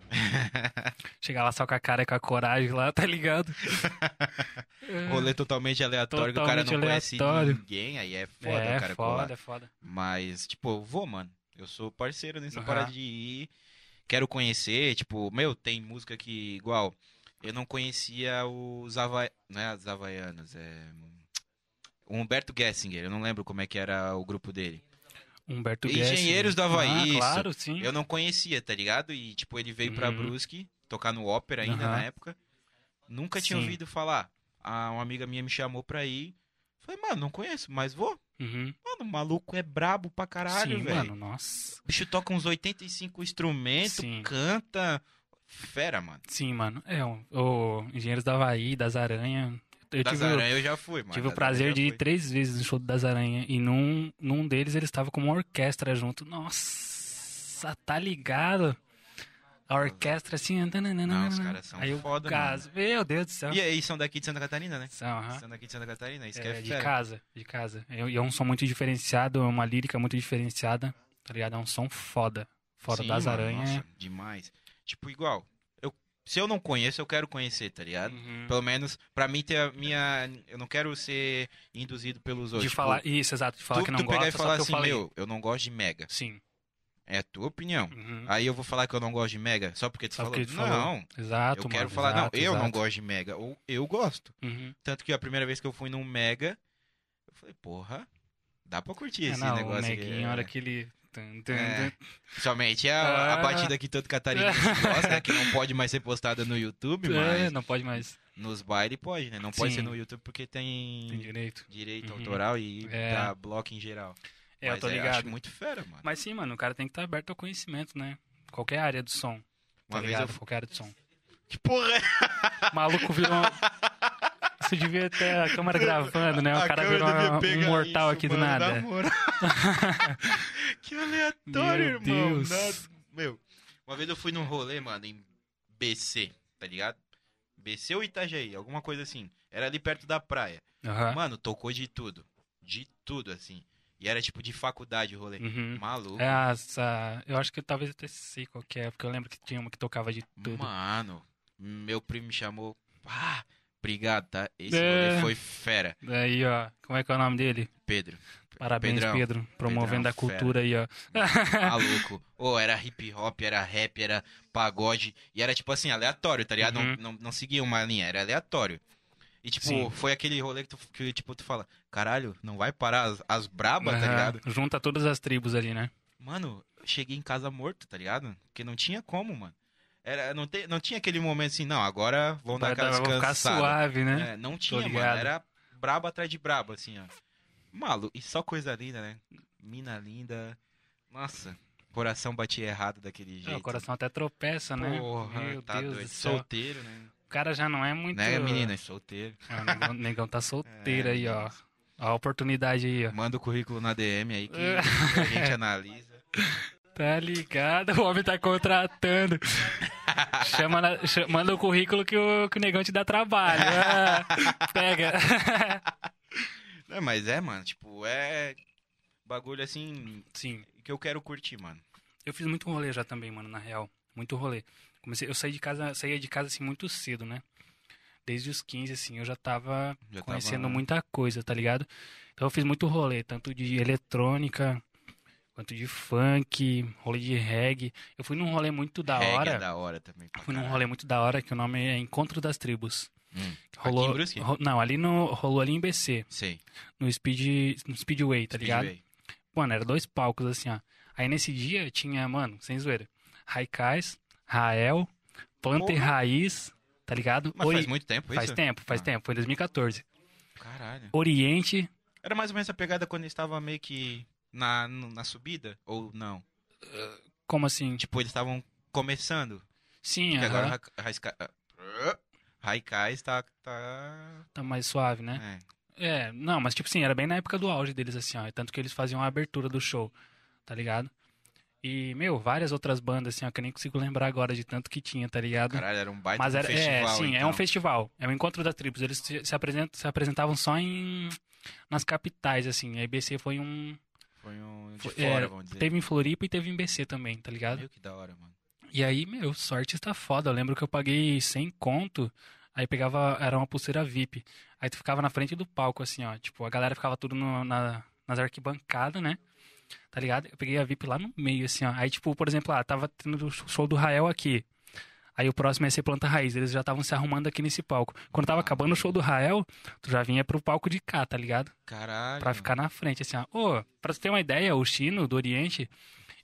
chegar lá só com a cara e com a coragem lá, tá ligado? É, Rolê totalmente aleatório que o cara não Totalmente conhece aleatório. ninguém, aí é foda o cara colar. foda, foda. Mas, tipo, eu vou, mano. Eu sou parceiro nessa Aham. parada de ir. Quero conhecer, tipo, meu, tem música que, igual, eu não conhecia os Hava... não é os Havaianos, é... O Humberto Gessinger, eu não lembro como é que era o grupo dele. Humberto Guess. Engenheiros do Havaí, Ah, isso. claro, sim. Eu não conhecia, tá ligado? E, tipo, ele veio pra Uhum. Brusque tocar no ópera ainda Aham. na época. Nunca tinha Sim. ouvido falar. Ah, uma amiga minha me chamou pra ir. Falei, mano, não conheço, mas vou. Uhum. Mano, o maluco é brabo pra caralho, sim, velho. mano, nossa. O bicho toca uns 85 instrumentos, Sim. canta. Fera, mano. Sim, mano. É, o, o Engenheiros do Havaí, das Aranha. Eu das tive, o- Aranha eu já fui, mano. tive o Das Aranha prazer eu já de ir fui. três vezes no show do das Aranha. E num, num deles eles estavam com uma orquestra junto. Nossa, tá ligado? A orquestra assim. Não, os caras são Aí o foda, gás, Meu Deus do céu. E aí, são daqui de Santa Catarina, né? São, aham. São daqui de Santa Catarina, isso que é É, de fera. casa, de casa. E é, um som muito diferenciado, é uma lírica muito diferenciada, tá ligado? É um som foda. Fora Sim, das mano, aranhas. Nossa, demais. Tipo, igual. Eu, se eu não conheço, eu quero conhecer, tá ligado? Uhum. Pelo menos, pra mim ter a minha. Eu não quero ser induzido pelos De outros. Tipo, falar. Isso, exato, de falar tu, que não tu pegar gosta, e falar só que eu assim, falei. meu, eu não gosto de Mega. Sim. É a tua opinião. Uhum. Aí eu vou falar que eu não gosto de Mega só porque tu Só falou. porque tu não, falou. Exato, eu quero mano, falar, exato, não, eu não exato. gosto de Mega. Ou eu gosto. Uhum. Tanto que a primeira vez que eu fui num Mega, eu falei, porra, dá pra curtir É, esse não, o negócio neguinho, aqui. a hora É. que ele. Tum, tum, É. tum. Somente a, a Ah. batida que todo catarinense gosta, né, que não pode mais ser postada no YouTube, É, mas não pode mais. nos bailes pode, né? Não pode Sim. ser no YouTube porque tem, Tem direito. direito Uhum. autoral e É. pra bloco em geral. É, eu mas tô eu acho ligado. Tá muito fera, mano. Mas sim, mano, o cara tem que estar aberto ao conhecimento, né? Qualquer área do som. Tá Uma vez ligado? eu... Qualquer área do som. Que porra é? O maluco virou. uma- Isso devia ter a câmera gravando, né? O cara virou câmera uma- devia um pegar mortal isso, aqui do mano, na nada. moral. que aleatório, Meu irmão. Deus. Nada- Meu, uma vez eu fui num rolê, mano, em BC, tá ligado? BC ou Itajaí, alguma coisa assim. Era ali perto da praia. Aham. Mano, tocou de tudo. De tudo, assim. E era tipo de faculdade o rolê. Uhum. Maluco. É essa. Eu acho que talvez eu até sei qual que é, porque eu lembro que tinha uma que tocava de tudo. Mano, meu primo me chamou. Ah, obrigado, tá? Esse É. rolê foi fera, Daí, ó, como é que é o nome dele? Pedro. Parabéns, Pedrão. Pedro. Promovendo Pedrão, Tá a cultura aí, ó. Maluco. Ô, era hip hop, era rap, era pagode. E era tipo assim, aleatório, tá ligado? Uhum. Não, não, não seguia uma linha, era aleatório. E tipo, Sim. foi aquele rolê que, tu, que, tipo, tu fala, caralho, não vai parar as, as brabas, tá ligado? Aham. Junta todas as tribos ali, né? Mano, eu cheguei em casa morto, tá ligado? Porque não tinha como, mano. Era, não, te, não tinha aquele momento assim, não, agora vão dar Vai aquela dar- vai ficar descansada. suave, né? É, não tinha, mano. ligado. Era brabo atrás de brabo, assim, ó. Malu, e só coisa linda, né? Mina linda. Nossa, coração batia errado daquele Ah, jeito. o coração até tropeça, né? Porra, Meu tá Deus doido. do céu. Solteiro, né? O cara já não é muito. Né, meninas? Solteiro. Ah, o negão, o negão tá solteiro É, aí, ó. Ó a oportunidade aí, ó. Manda o currículo na DM aí que É. a gente analisa. Tá ligado? O homem tá contratando. Chama na- cha- manda o currículo que o, que o negão te dá trabalho. Ah, pega. Não, mas é, mano, tipo, é bagulho assim Sim, que eu quero curtir, mano. eu fiz muito rolê já também, mano, na real. Muito rolê. Comecei, eu saí de casa, saía de casa assim muito cedo, né? Desde os 15, assim, eu já tava Já tava- conhecendo muita coisa, tá ligado? Então eu fiz muito rolê, tanto de eletrônica, quanto de funk, rolê de reggae. Eu fui num rolê muito da Reggae é hora. da hora também. pra Fui num caralho. rolê muito da hora que o nome é Encontro das Tribos. Hum. Que Rolou, Aqui em Brusque? ro- não, ali no rolou ali em BC, Sei. no Speed, no Speedway, tá ligado? Speedway. Mano, era dois palcos assim, ó. Aí nesse dia tinha, mano, sem zoeira, Raikais, Rael, Planta e Porra. Raiz, tá ligado? Mas Ori- faz muito tempo faz isso? tempo, faz Ah. tempo, foi em 2014. Caralho. Oriente, Era mais ou menos a pegada quando eles estavam meio que na, no- na subida? Ou não? como assim? Tipo, eles estavam começando. Sim, aham, Porque agora Ra- Raisca- ah, Raikai está. tá- tá mais suave, né? é. É, não, mas tipo assim, era bem na época do auge deles, assim, ó. e Tanto que eles faziam a abertura do show, tá ligado? E, meu, várias outras bandas, assim, ó, que eu nem consigo lembrar agora de tanto que tinha, tá ligado? Caralho, era um baita mas de um era, festival. é, sim, é então. um festival, é um encontro das tribos. Eles se, se apresentam- se apresentavam só em nas capitais, assim. A IBC foi um, Foi um de Foi- fora, é, vamos dizer. Teve em Floripa e teve em BC também, tá ligado? Viu que da hora, mano. E aí, meu, sorte está foda. Eu lembro que eu paguei 100 conto, aí pegava, era uma pulseira VIP. Aí tu ficava na frente do palco, assim, ó. Tipo, a galera ficava tudo no- na, nas arquibancadas, né? Tá ligado? Eu peguei a VIP lá no meio, assim, ó. Aí, tipo, por exemplo, ah, tava tendo o show do Rael aqui. Aí o próximo ia ser Planta Raiz. Eles já estavam se arrumando aqui nesse palco. Quando tava acabando o show do Rael, tu já vinha pro palco de cá, tá ligado? Caralho. Pra ficar na frente, assim, ó. Ô, pra você ter uma ideia, o Chino, do Oriente,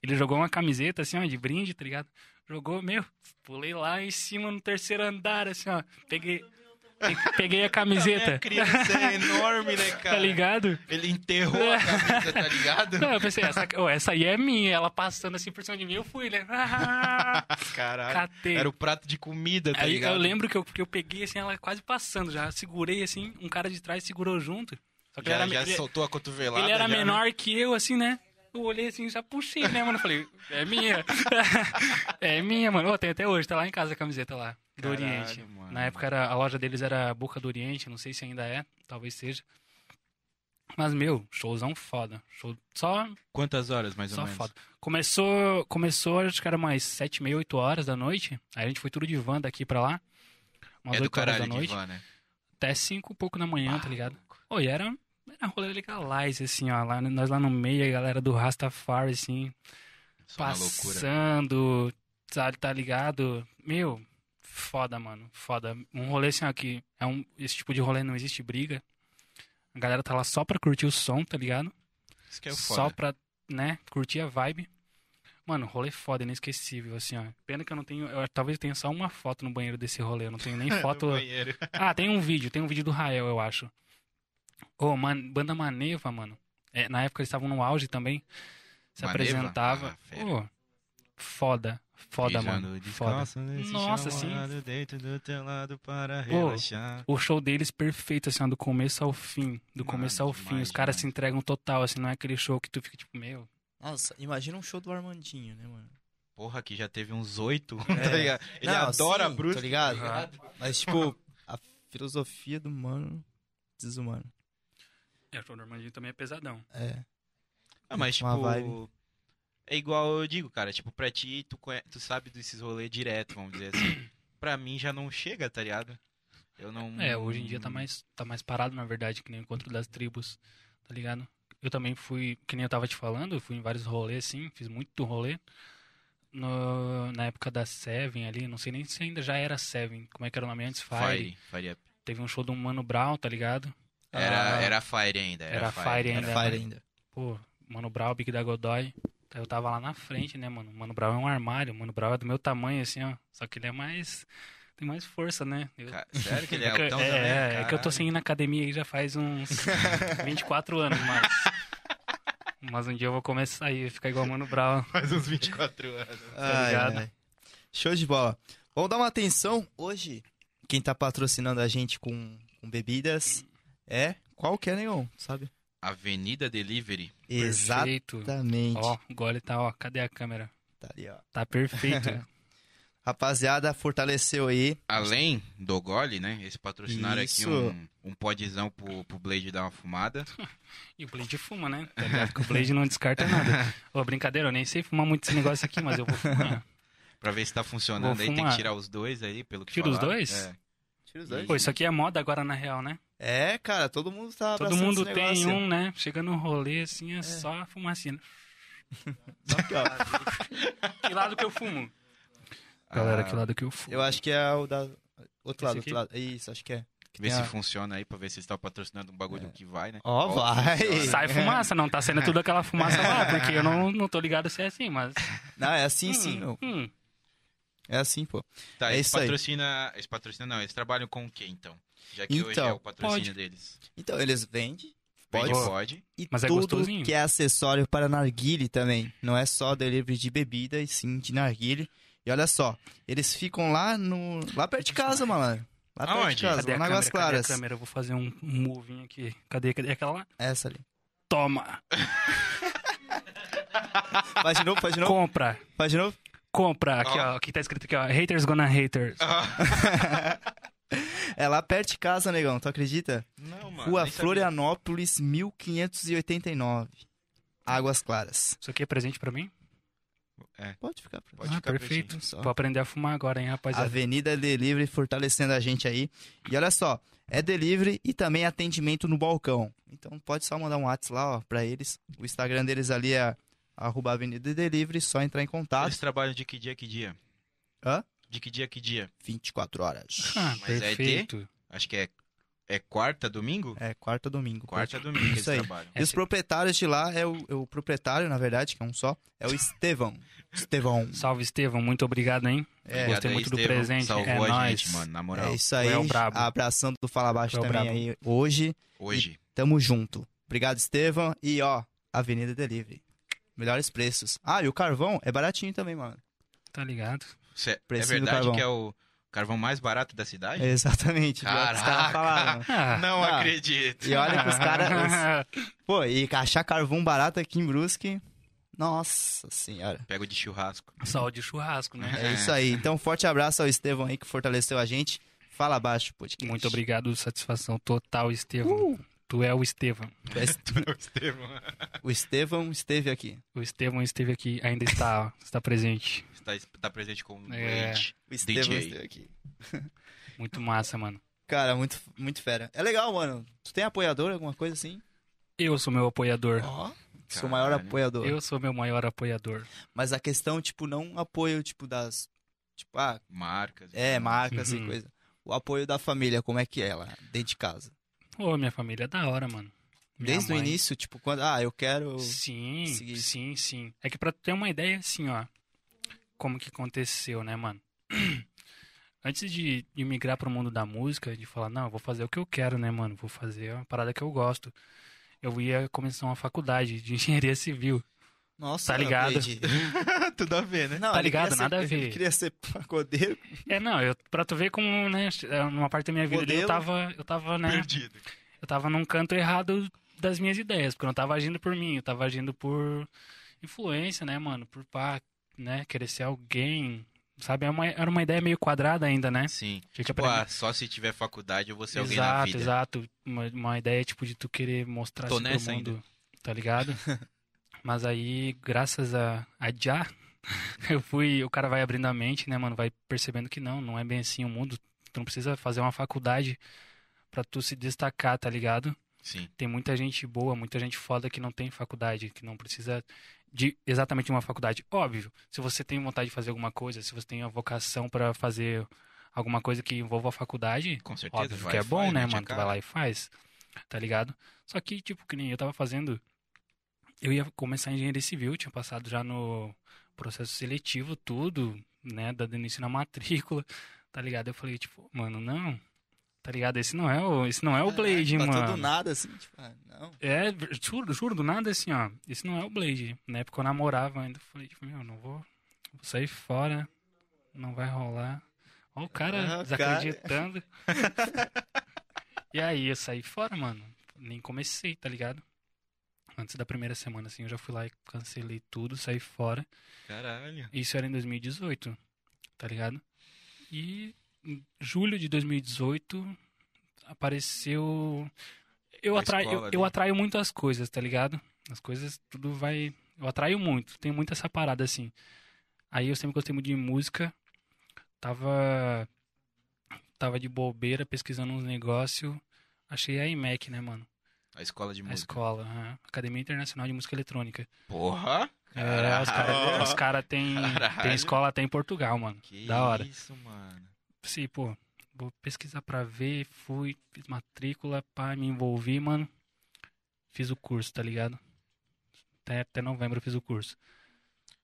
ele jogou uma camiseta, assim, ó, de brinde, tá ligado? Jogou, meu, pulei lá em cima no terceiro andar, assim, ó. Peguei, pe- peguei a É, camiseta, criança é enorme, né, cara? tá ligado? Ele enterrou a camisa, tá ligado? Não, eu pensei, essa, ô, essa aí é minha. Ela passando assim por cima de mim, eu fui, né? Ah, Caralho. Catei. Era o prato de comida, tá Aí ligado? eu lembro que eu, que eu peguei, assim, ela quase passando já. Segurei, assim, um cara de trás segurou junto. Só que Já, ele era, já ele- soltou a cotovelada. Ele era já, né? menor que eu, assim, né? Eu olhei assim, já puxei, né, mano? Eu Falei, é minha. é minha, mano. Ô, tem até hoje, tá lá em casa a camiseta lá, do Caralho, Oriente. mano. Na época era, a loja deles era Boca do Oriente, não sei se ainda é, talvez seja. Mas, meu, showzão foda. Show só, Quantas horas, mais ou só menos? foda. Começou, começou, acho que era mais sete, meia, oito horas da noite. Aí a gente foi tudo de van daqui pra lá. Umas É do oito horas caralho da de noite van, né? até cinco e pouco da manhã, tá ligado? Pô, e era, era um rolê legalize, assim, ó. Lá, nós lá no meio, a galera do Rastafari, assim, Só é uma loucura. passando, sabe, tá ligado? Meu, foda, mano, foda. Um rolê assim, ó, que é um, esse tipo de rolê não existe briga. A galera tá lá só pra curtir o som, tá ligado? Isso que é o só foda. pra, né, curtir a vibe. Mano, rolê foda, inesquecível, assim, ó. Pena que eu não tenho. Eu, talvez eu tenha só uma foto no banheiro desse rolê. Eu não tenho nem foto. banheiro. Ah, tem um vídeo, tem um vídeo do Rael, eu acho. Ô, man- banda Maneva, mano. É, na época eles estavam no auge também. Se Maneva? Ah, apresentava. fera. Ô, foda. Foda, mano. Foda. Nossa, sim. Dentro do teu lado para Pô, relaxar. O show deles perfeito, assim, ó, do começo ao fim. Do Mano, começo ao demais, fim. Os caras demais. se entregam total, assim, não é aquele show que tu fica tipo, meu. Nossa, imagina um show do Armandinho, né, mano? Porra, que já teve uns oito. É. tá ligado? Ele Não, adora sim, Bruce. Tá ligado? Ah. Mas, tipo, a filosofia do mano. Desumano. É, o show do Armandinho também é pesadão. É. Ah, mas, Uma tipo, vibe. é igual eu digo, cara. Tipo, pra ti, tu, conhe- tu sabe desses rolês direto, vamos dizer assim. pra mim já não chega, tá ligado? Eu não. É, hoje em dia tá mais, tá mais parado, na verdade, que nem o encontro das tribos, tá ligado? Eu também fui, que nem eu tava te falando, eu fui em vários rolês, sim, fiz muito rolê. No- na época da Seven ali, não sei nem se ainda já era Seven, como é que era o nome antes? Fire. Fire. Fire Up. Teve um show do Mano Brown, tá ligado? Era, Ah, era Fire ainda. Era, era Fire Era ainda, fire né? ainda. Pô, Mano Brown, Big da Godoy. Aí Eu tava lá na frente, né, mano? Mano Brown é um armário, Mano Brown é do meu tamanho, assim, ó. Só que ele é mais. Tem mais força, né? Eu, Ca- Sério que ele é que- altão é, também? é, é que eu tô Caralho. sem ir na academia aí já faz uns 24 anos, mas. Mas um dia eu vou começar aí, ficar igual o Mano Brown. Faz uns 24 anos. Ai, Tá ligado? ai. Show de bola. Vamos dar uma atenção. Hoje, quem tá patrocinando a gente com, com bebidas é qualquer nenhum, sabe? Avenida Delivery. Perfeito. Exatamente. Ó, o gole tá, ó. Cadê a câmera? Tá ali, ó. Tá perfeito. Rapaziada, fortaleceu aí. Além do gole, né? Eles patrocinaram Isso. aqui um, um podzão pro, pro Blade dar uma fumada. e o Blade fuma, né? Tá ligado que o Blade não descarta nada. Ô, brincadeira, eu nem sei fumar muito esse negócio aqui, mas eu vou fumar. Pra ver se tá Vou funcionando aí. Tem que fumar. tirar os dois aí, pelo que Tira os falaram. dois? É. Tira os dois. Pô, isso aqui é moda agora, na real, né? É, cara, todo mundo tá Todo abraçando mundo esse tem negócio. um, né? Chega no rolê, assim, é, só a fumacinha. Só que, ó, Que lado que eu fumo? Ah, Ah. Galera, que lado que eu fumo? eu acho que é o da... Outro lado, aqui? outro lado. Isso, acho que é. Que Ver tem se a- funciona aí, pra ver se eles estão patrocinando um bagulho que vai, né? Ó, vai! É. Sai fumaça, não tá saindo tudo aquela fumaça lá, porque eu não, não tô ligado se é assim, mas. Não, é assim Hum, sim, meu. hum. É assim, pô. Tá, É eles isso aí. patrocina, eles patrocinam, não, eles trabalham com o quê então? Já que hoje Então, é o patrocínio pode. deles. Então, eles vendem. Pode, Pode. pode. E Mas é tudo gostosinho. que é acessório para narguile também. Não é só delivery de bebida, e sim de narguile. E olha só, eles ficam lá no. Lá perto de casa, malandro. Lá perto Aonde? de casa, Cadê lá a na Águas câmera? Cadê a Claras. câmera? Eu vou fazer um um moving aqui. Cadê, cadê aquela lá? Essa ali. Toma! Faz de novo, faz de novo, Compra! faz de novo. Compra! Aqui, ó. Aqui tá escrito aqui, ó. Haters gonna haters. Ah, É lá perto de casa, negão, tu acredita? Não, Rua Florianópolis, 1589. Águas Claras. Isso aqui é presente pra mim? Pode ficar. pra- Pode ah, ficar perfeito. presente. Só. Vou aprender a fumar agora, hein, rapaziada. Avenida Delivery fortalecendo a gente aí. E olha só, é delivery e também atendimento no balcão. Então pode só mandar um WhatsApp lá, ó, pra eles. O Instagram deles ali é arroba Avenida Delivery, só entrar em contato. Eles trabalham de que dia a que dia? Tá? Hã? De que dia a que dia? 24 horas. É. Ah, Mas é ET? perfeito. Acho que é, é quarta, domingo? É, quarta domingo. Quarta, domingo que eles Isso aí. É. trabalham. E os proprietários de lá, é o, é o proprietário, na verdade, que é um só, é o Estevão. Estevão. Salve, Estevão. Muito obrigado, hein? É, Gostei muito do presente, Salvou é a nóis. gente, mano, na moral. é isso aí. Tu é o brabo. Abraçando do Fala Baixo Tu é o também brabo. aí hoje. Hoje. Tamo junto. Obrigado, Estevão. E ó, Avenida Delivery. Melhores preços. Ah, e o carvão é baratinho também, mano. Tá ligado? Cê- É Precinho do verdade carvão. que é o carvão mais barato da cidade? É Exatamente. pior que os caras Caraca. falaram, mano. Ah. Não Ah. acredito. E olha que os caras. Pô, e achar carvão barato aqui em Brusque. Nossa senhora. Pego de churrasco. Sal de churrasco, né? É isso aí. Então, forte abraço ao Estevão aí que fortaleceu a gente. Fala abaixo, podcast. Muito obrigado, satisfação total, Uh. Estevão. Tu é o Estevão. O Estevão esteve aqui. O Estevão esteve aqui, ainda está, está presente. Está, está Tá, presente com o É. leite. O Estevão DJ. esteve aqui. Muito massa, mano. Cara, muito, muito fera. É legal, mano. Tu tem apoiador, alguma coisa assim? Eu sou meu apoiador. Ó. Sou o maior Caralho. apoiador. Eu sou meu maior apoiador. Mas a questão, tipo, não apoio, tipo, das. Tipo, ah, Marcas. Então, é, marcas Uhum. e coisa. O apoio da família, como é que é lá, dentro de casa? Ô, minha família é da hora, mano. Minha Desde o mãe. início, tipo, quando. Ah, eu quero. Sim, seguir isso. sim, sim. É que pra tu ter uma ideia, assim, ó. Como que aconteceu, né, mano? Antes de, de migrar pro mundo da música, de falar, não, eu vou fazer o que eu quero, né, mano? Vou fazer uma parada que eu gosto. Eu ia começar uma faculdade de engenharia civil. Nossa, Tá eu ligado? perdi. Tudo a ver, né? Não, Tá ele queria ligado? ser- Nada a Ele ver. queria ser pagodeiro. É, não, eu, pra tu ver como, né, numa parte da minha vida ali, eu Modelo. tava, eu tava, né, assim, Perdido. eu tava num canto errado das minhas ideias, porque eu não tava agindo por mim, eu tava agindo por influência, né, mano, por pá, né, querer ser alguém, sabe, era uma, era uma ideia meio quadrada ainda, né, Sim. Tinha que Tipo, aprender. ah, só se tiver faculdade eu vou ser alguém na Exato, vida. exato, uma, uma ideia, tipo, de tu querer mostrar Tô assim pro nessa mundo, tá ligado? Mas aí, graças a, a Já, eu fui, o cara vai abrindo a mente, né, mano, vai percebendo que não, não é bem assim o mundo, tu não precisa fazer uma faculdade pra tu se destacar, tá ligado? Sim. tem muita gente boa, muita gente foda que não tem faculdade, que não precisa de exatamente uma faculdade. Óbvio, se você tem vontade de fazer alguma coisa, se você tem a vocação pra fazer alguma coisa que envolva a faculdade, Com certeza. óbvio vai, que é bom, faz, né, mete a mano? Tu cara. vai lá e faz, tá ligado? Só que, tipo, que nem eu tava fazendo, eu ia começar engenharia civil, tinha passado já no processo seletivo, tudo, né, dando início na matrícula, tá ligado? Eu falei, tipo, mano, não, tá ligado? Esse não é o, esse não é o Blade, tá Pra mano. tudo nada, assim, tipo, ah, não. É, juro, juro, do nada assim, ó. Isso não é o Blade. Na época eu namorava ainda. Falei, tipo, meu, não vou, vou sair fora. Não vai rolar. Ó, o cara Ah, o cara. desacreditando. e aí eu saí fora, mano. Nem comecei, tá ligado? Antes da primeira semana, assim, eu já fui lá e cancelei tudo, saí fora. Caralho. Isso era em 2018, tá ligado? E em julho de 2018 apareceu. Eu, A atrai, escola eu, ali. eu atraio muito as coisas, tá ligado? As coisas, tudo vai. Eu atraio muito, tem muito essa parada assim. Aí eu sempre gostei muito de música, tava. Tava de bobeira pesquisando uns negócios, achei a IMEC, né, mano? A escola de A música. escola, aham. Academia Internacional de Música Eletrônica. Porra. É, os Caralho. caras cara tem, tem Caralho. escola até em Portugal, mano. Que Da hora. isso, mano. Pensei, pô, vou pesquisar pra ver, fui, fiz matrícula, pá, me envolvi, mano. Fiz o curso, tá ligado? Até, até novembro eu fiz o curso.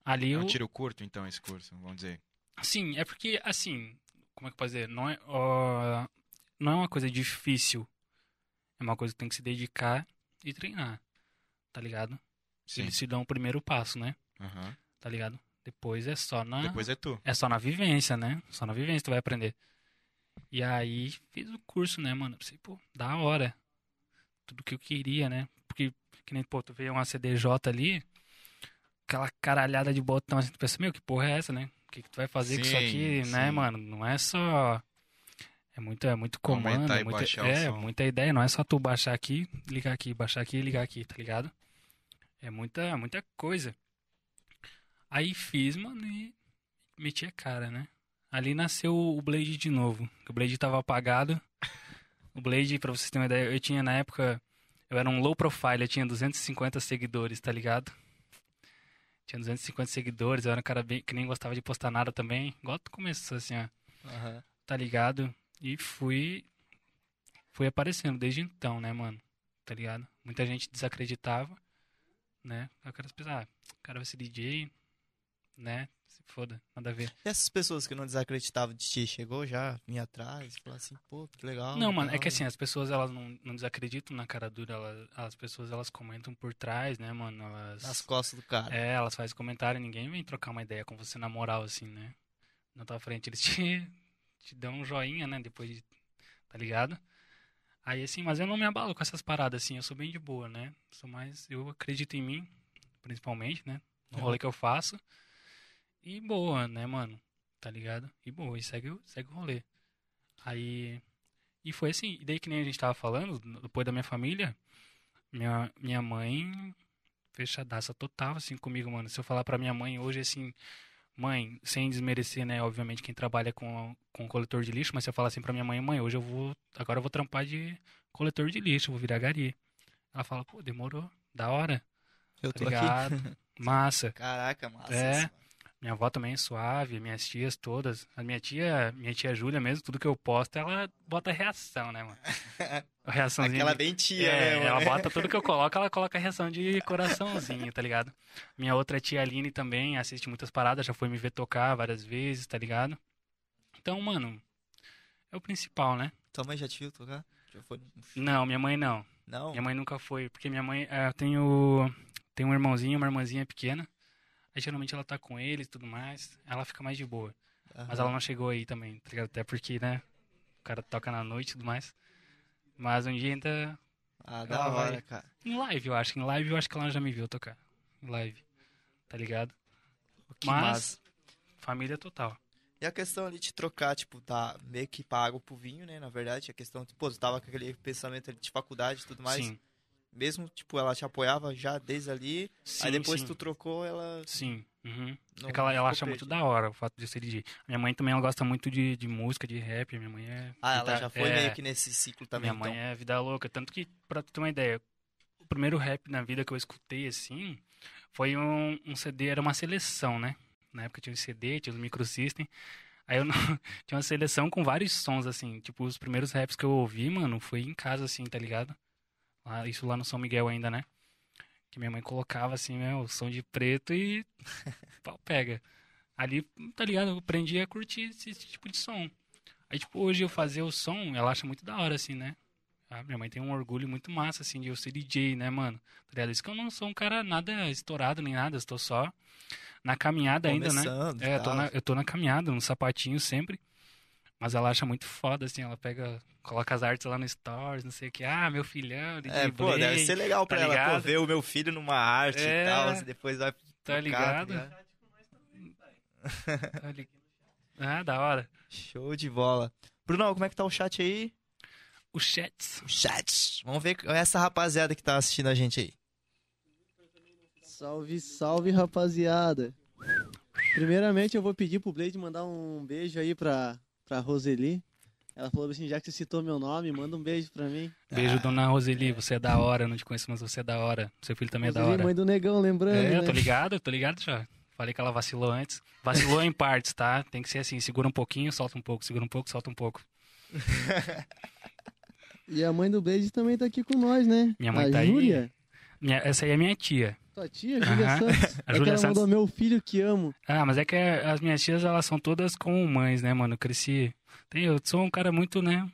Ali É eu. um tiro curto, então, esse curso, vamos dizer. Sim, é porque, assim, como é que eu posso dizer? Não é, ó, não é uma coisa difícil. É uma coisa que tem que se dedicar e treinar, tá ligado? Sim. Eles te dão o primeiro passo, né? Aham. Tá ligado? Depois é só na. Depois é tu. É só na vivência, né? Só na vivência tu vai aprender. E aí fiz o curso, né, mano? Pensei, pô, da hora. Tudo que eu queria, né? Porque, que nem, pô, tu vê uma CDJ ali, aquela caralhada de botão assim, tu pensa, meu, que porra é essa, né? O que, que tu vai fazer com isso aqui, Sim, né, sim. mano? Não é só. É muito, é muito Aumentar comando, e muita- baixar o é, som. muita ideia, não é só tu baixar aqui, ligar aqui, baixar aqui, ligar aqui, tá ligado? É muita, muita coisa. Aí fiz, mano, e meti a cara, né? Ali nasceu o Blade de novo. O Blade tava apagado. O Blade, pra vocês terem uma ideia, eu tinha na época. Eu era um low profile, eu tinha 250 seguidores, tá ligado? Tinha 250 seguidores, eu era um cara bem, que nem gostava de postar nada também. Igual tu começou assim, ó Aham. tá ligado? E fui fui aparecendo desde então, né, mano? Tá ligado? Muita gente desacreditava, né? Aquelas pessoas, ah, o cara vai ser DJ, né? Se foda, nada a ver. E essas pessoas que não desacreditavam de ti, chegou já, vinha atrás, falou assim, pô, que legal. Não, mano, é legal. que assim, as pessoas elas não, não desacreditam na cara dura, elas, as pessoas elas comentam por trás, né, mano? Elas Nas costas do cara. É, elas fazem comentário, ninguém vem trocar uma ideia com você na moral, assim, né? Na tua frente, eles te, te dão um joinha, né? Depois de. Tá ligado? Aí, assim, mas eu não me abalo com essas paradas, assim, eu sou bem de boa, né? Sou mais. Eu acredito em mim, principalmente, né? No rolê que eu faço. E boa, né, mano? Tá ligado? E boa, e segue, o- segue o rolê. Aí. E foi assim, e daí que nem a gente tava falando, depois da minha família, minha, minha mãe fechadaça total, assim, comigo, mano. Se eu falar pra minha mãe hoje, assim, mãe, sem desmerecer, né, obviamente, quem trabalha com, com coletor de lixo, mas se eu falar assim pra minha mãe, mãe, hoje eu vou, agora eu vou trampar de coletor de lixo, eu vou virar gari. Ela fala, pô, demorou, da hora, Eu tá ligado? Massa. Caraca, massa. assim. É. isso, mano. Minha avó também é suave, minhas tias todas. A minha tia, minha tia Júlia mesmo, tudo que eu posto, ela bota reação, né, mano? A reaçãozinha Aquela de- bem tia, é, né, ela mano? bota tudo que eu coloco, ela coloca a reação de coraçãozinho, tá ligado? Minha outra tia Aline também assiste muitas paradas, já foi me ver tocar várias vezes, tá ligado? Então, mano, é o principal, né? Tua mãe já te viu tocar? Já foi? num show? Não, minha mãe não. Não? Minha mãe nunca foi, porque minha mãe, eh, eu tenho, tenho um irmãozinho, uma irmãzinha pequena. Aí geralmente ela tá com ele e tudo mais, ela fica mais de boa. Aham. Mas ela não chegou aí também, tá ligado? Até porque, né? O cara toca na noite e tudo mais. Mas um dia ainda. Ah, da ela vai- hora, cara. Em live, eu acho. Em live eu acho que ela já me viu tocar. Em live. Tá ligado? Que Mas- massa. Família total. E a questão ali de trocar, tipo, tá meio que pra água pro vinho, né? Na verdade, a questão, tipo, pô, tu tava com aquele pensamento ali de faculdade e tudo mais. sim. Mesmo, tipo, ela te apoiava já desde ali. Sim, aí depois sim. tu trocou, ela. Sim. Uhum. não é que ela, ela acha ficou muito perdida. da hora o fato de ser DJ. Minha mãe também ela gosta muito de, de música, de rap. Minha mãe é. Ah, ela guitar- já foi é, meio que nesse ciclo também, Minha mãe então. é vida louca. Tanto que, pra tu ter uma ideia, o primeiro rap na vida que eu escutei, assim, foi um, um CD, era uma seleção, né? Na época tinha um CD, tinha os micro system. Aí eu não... tinha uma seleção com vários sons, assim. Tipo, os primeiros raps que eu ouvi, mano, foi em casa, assim, tá ligado? Lá- isso lá no São Miguel ainda, né? Que minha mãe colocava, assim, né, o som de preto e pau pega. Ali, tá ligado? Eu aprendi a curtir esse, esse tipo de som. Aí, tipo, hoje eu fazer o som, ela acha muito da hora, assim, né? Ah, minha mãe tem um orgulho muito massa, assim, de eu ser DJ, né, mano? Tá ligado? Isso que eu não sou um cara nada estourado nem nada, eu estou só na caminhada ainda, né? então, Começando tá. e É, eu tô, tal. na, eu tô na caminhada, no sapatinho sempre. Mas ela acha muito foda, assim, ela pega, coloca as artes lá no Stories, não sei o que. Ah, meu filhão, DJ É, pô, deve Blade, ser legal pra tá ela, pô, ligado? ver o meu filho numa arte e É. tal, assim, depois vai tá tocar, ligado? ligado? Tá li- Ah, da hora. Show de bola. Brunão, como é que tá o chat aí? O Chats. O chat. Vamos ver essa rapaziada que tá assistindo a gente aí. Salve, salve, rapaziada. Primeiramente, eu vou pedir pro Blade mandar um beijo aí pra, pra Roseli. Ela falou assim, já que você citou meu nome, manda um beijo pra mim. Beijo, dona Roseli, você é da hora, eu não te conheço, mas você é da hora. Seu filho também é da Roseli, hora. mãe do Negão, lembrando, É, eu né? tô ligado, eu tô ligado já. Falei que ela vacilou antes. Vacilou em partes, tá? Tem que ser assim, segura um pouquinho, solta um pouco, segura um pouco, solta um pouco. E a mãe do Blade também tá aqui com nós, né? Minha mãe a tá aí. Júlia, Minha- essa aí é minha tia. tua tia, Júlia Aham. Santos. A é que Júlia ela Santos. mandou meu filho que amo. Ah, mas é que as minhas tias, elas são todas com mães, né, mano? Eu cresci. Tem, eu sou um cara muito, né?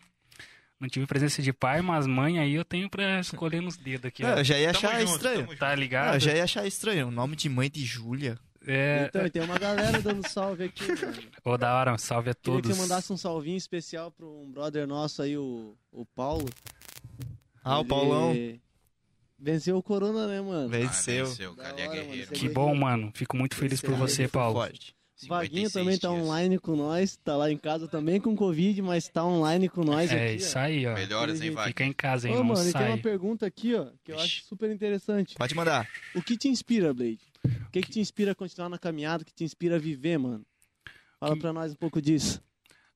Não tive presença de pai, mas mãe aí eu tenho pra escolher nos dedos aqui, Não, ó. É, eu já ia Tamo achar junto, estranho. tamo junto. Tá Não, ligado? eu já ia achar estranho. O nome de mãe de Júlia. É. Então, e tem uma galera dando salve aqui, mano. Ô, da hora, um salve a Queria que todos. você mandasse um salvinho especial pra um brother nosso aí, o, o Paulo. Ah, o Ele Paulão Venceu o Corona, né, mano? Ah, venceu. Venceu, Da cara, ele é hora, mano, guerreiro. você Que bom, mano. Fico muito feliz por você, Paulo. Forte. Vaguinho 56 também tá dias. online com nós, tá lá em casa também com Covid, mas tá online com nós É aqui, isso ó. aí, ó. Melhoras, hein, Ô, Wagner? Fica em casa, hein? Ô, não mano, e tem sai. uma pergunta aqui, ó, que eu acho super interessante. Pode mandar. O que te inspira, Blade? O que, que te inspira a continuar na caminhada? O que te inspira a viver, mano? Fala Que- pra nós um pouco disso.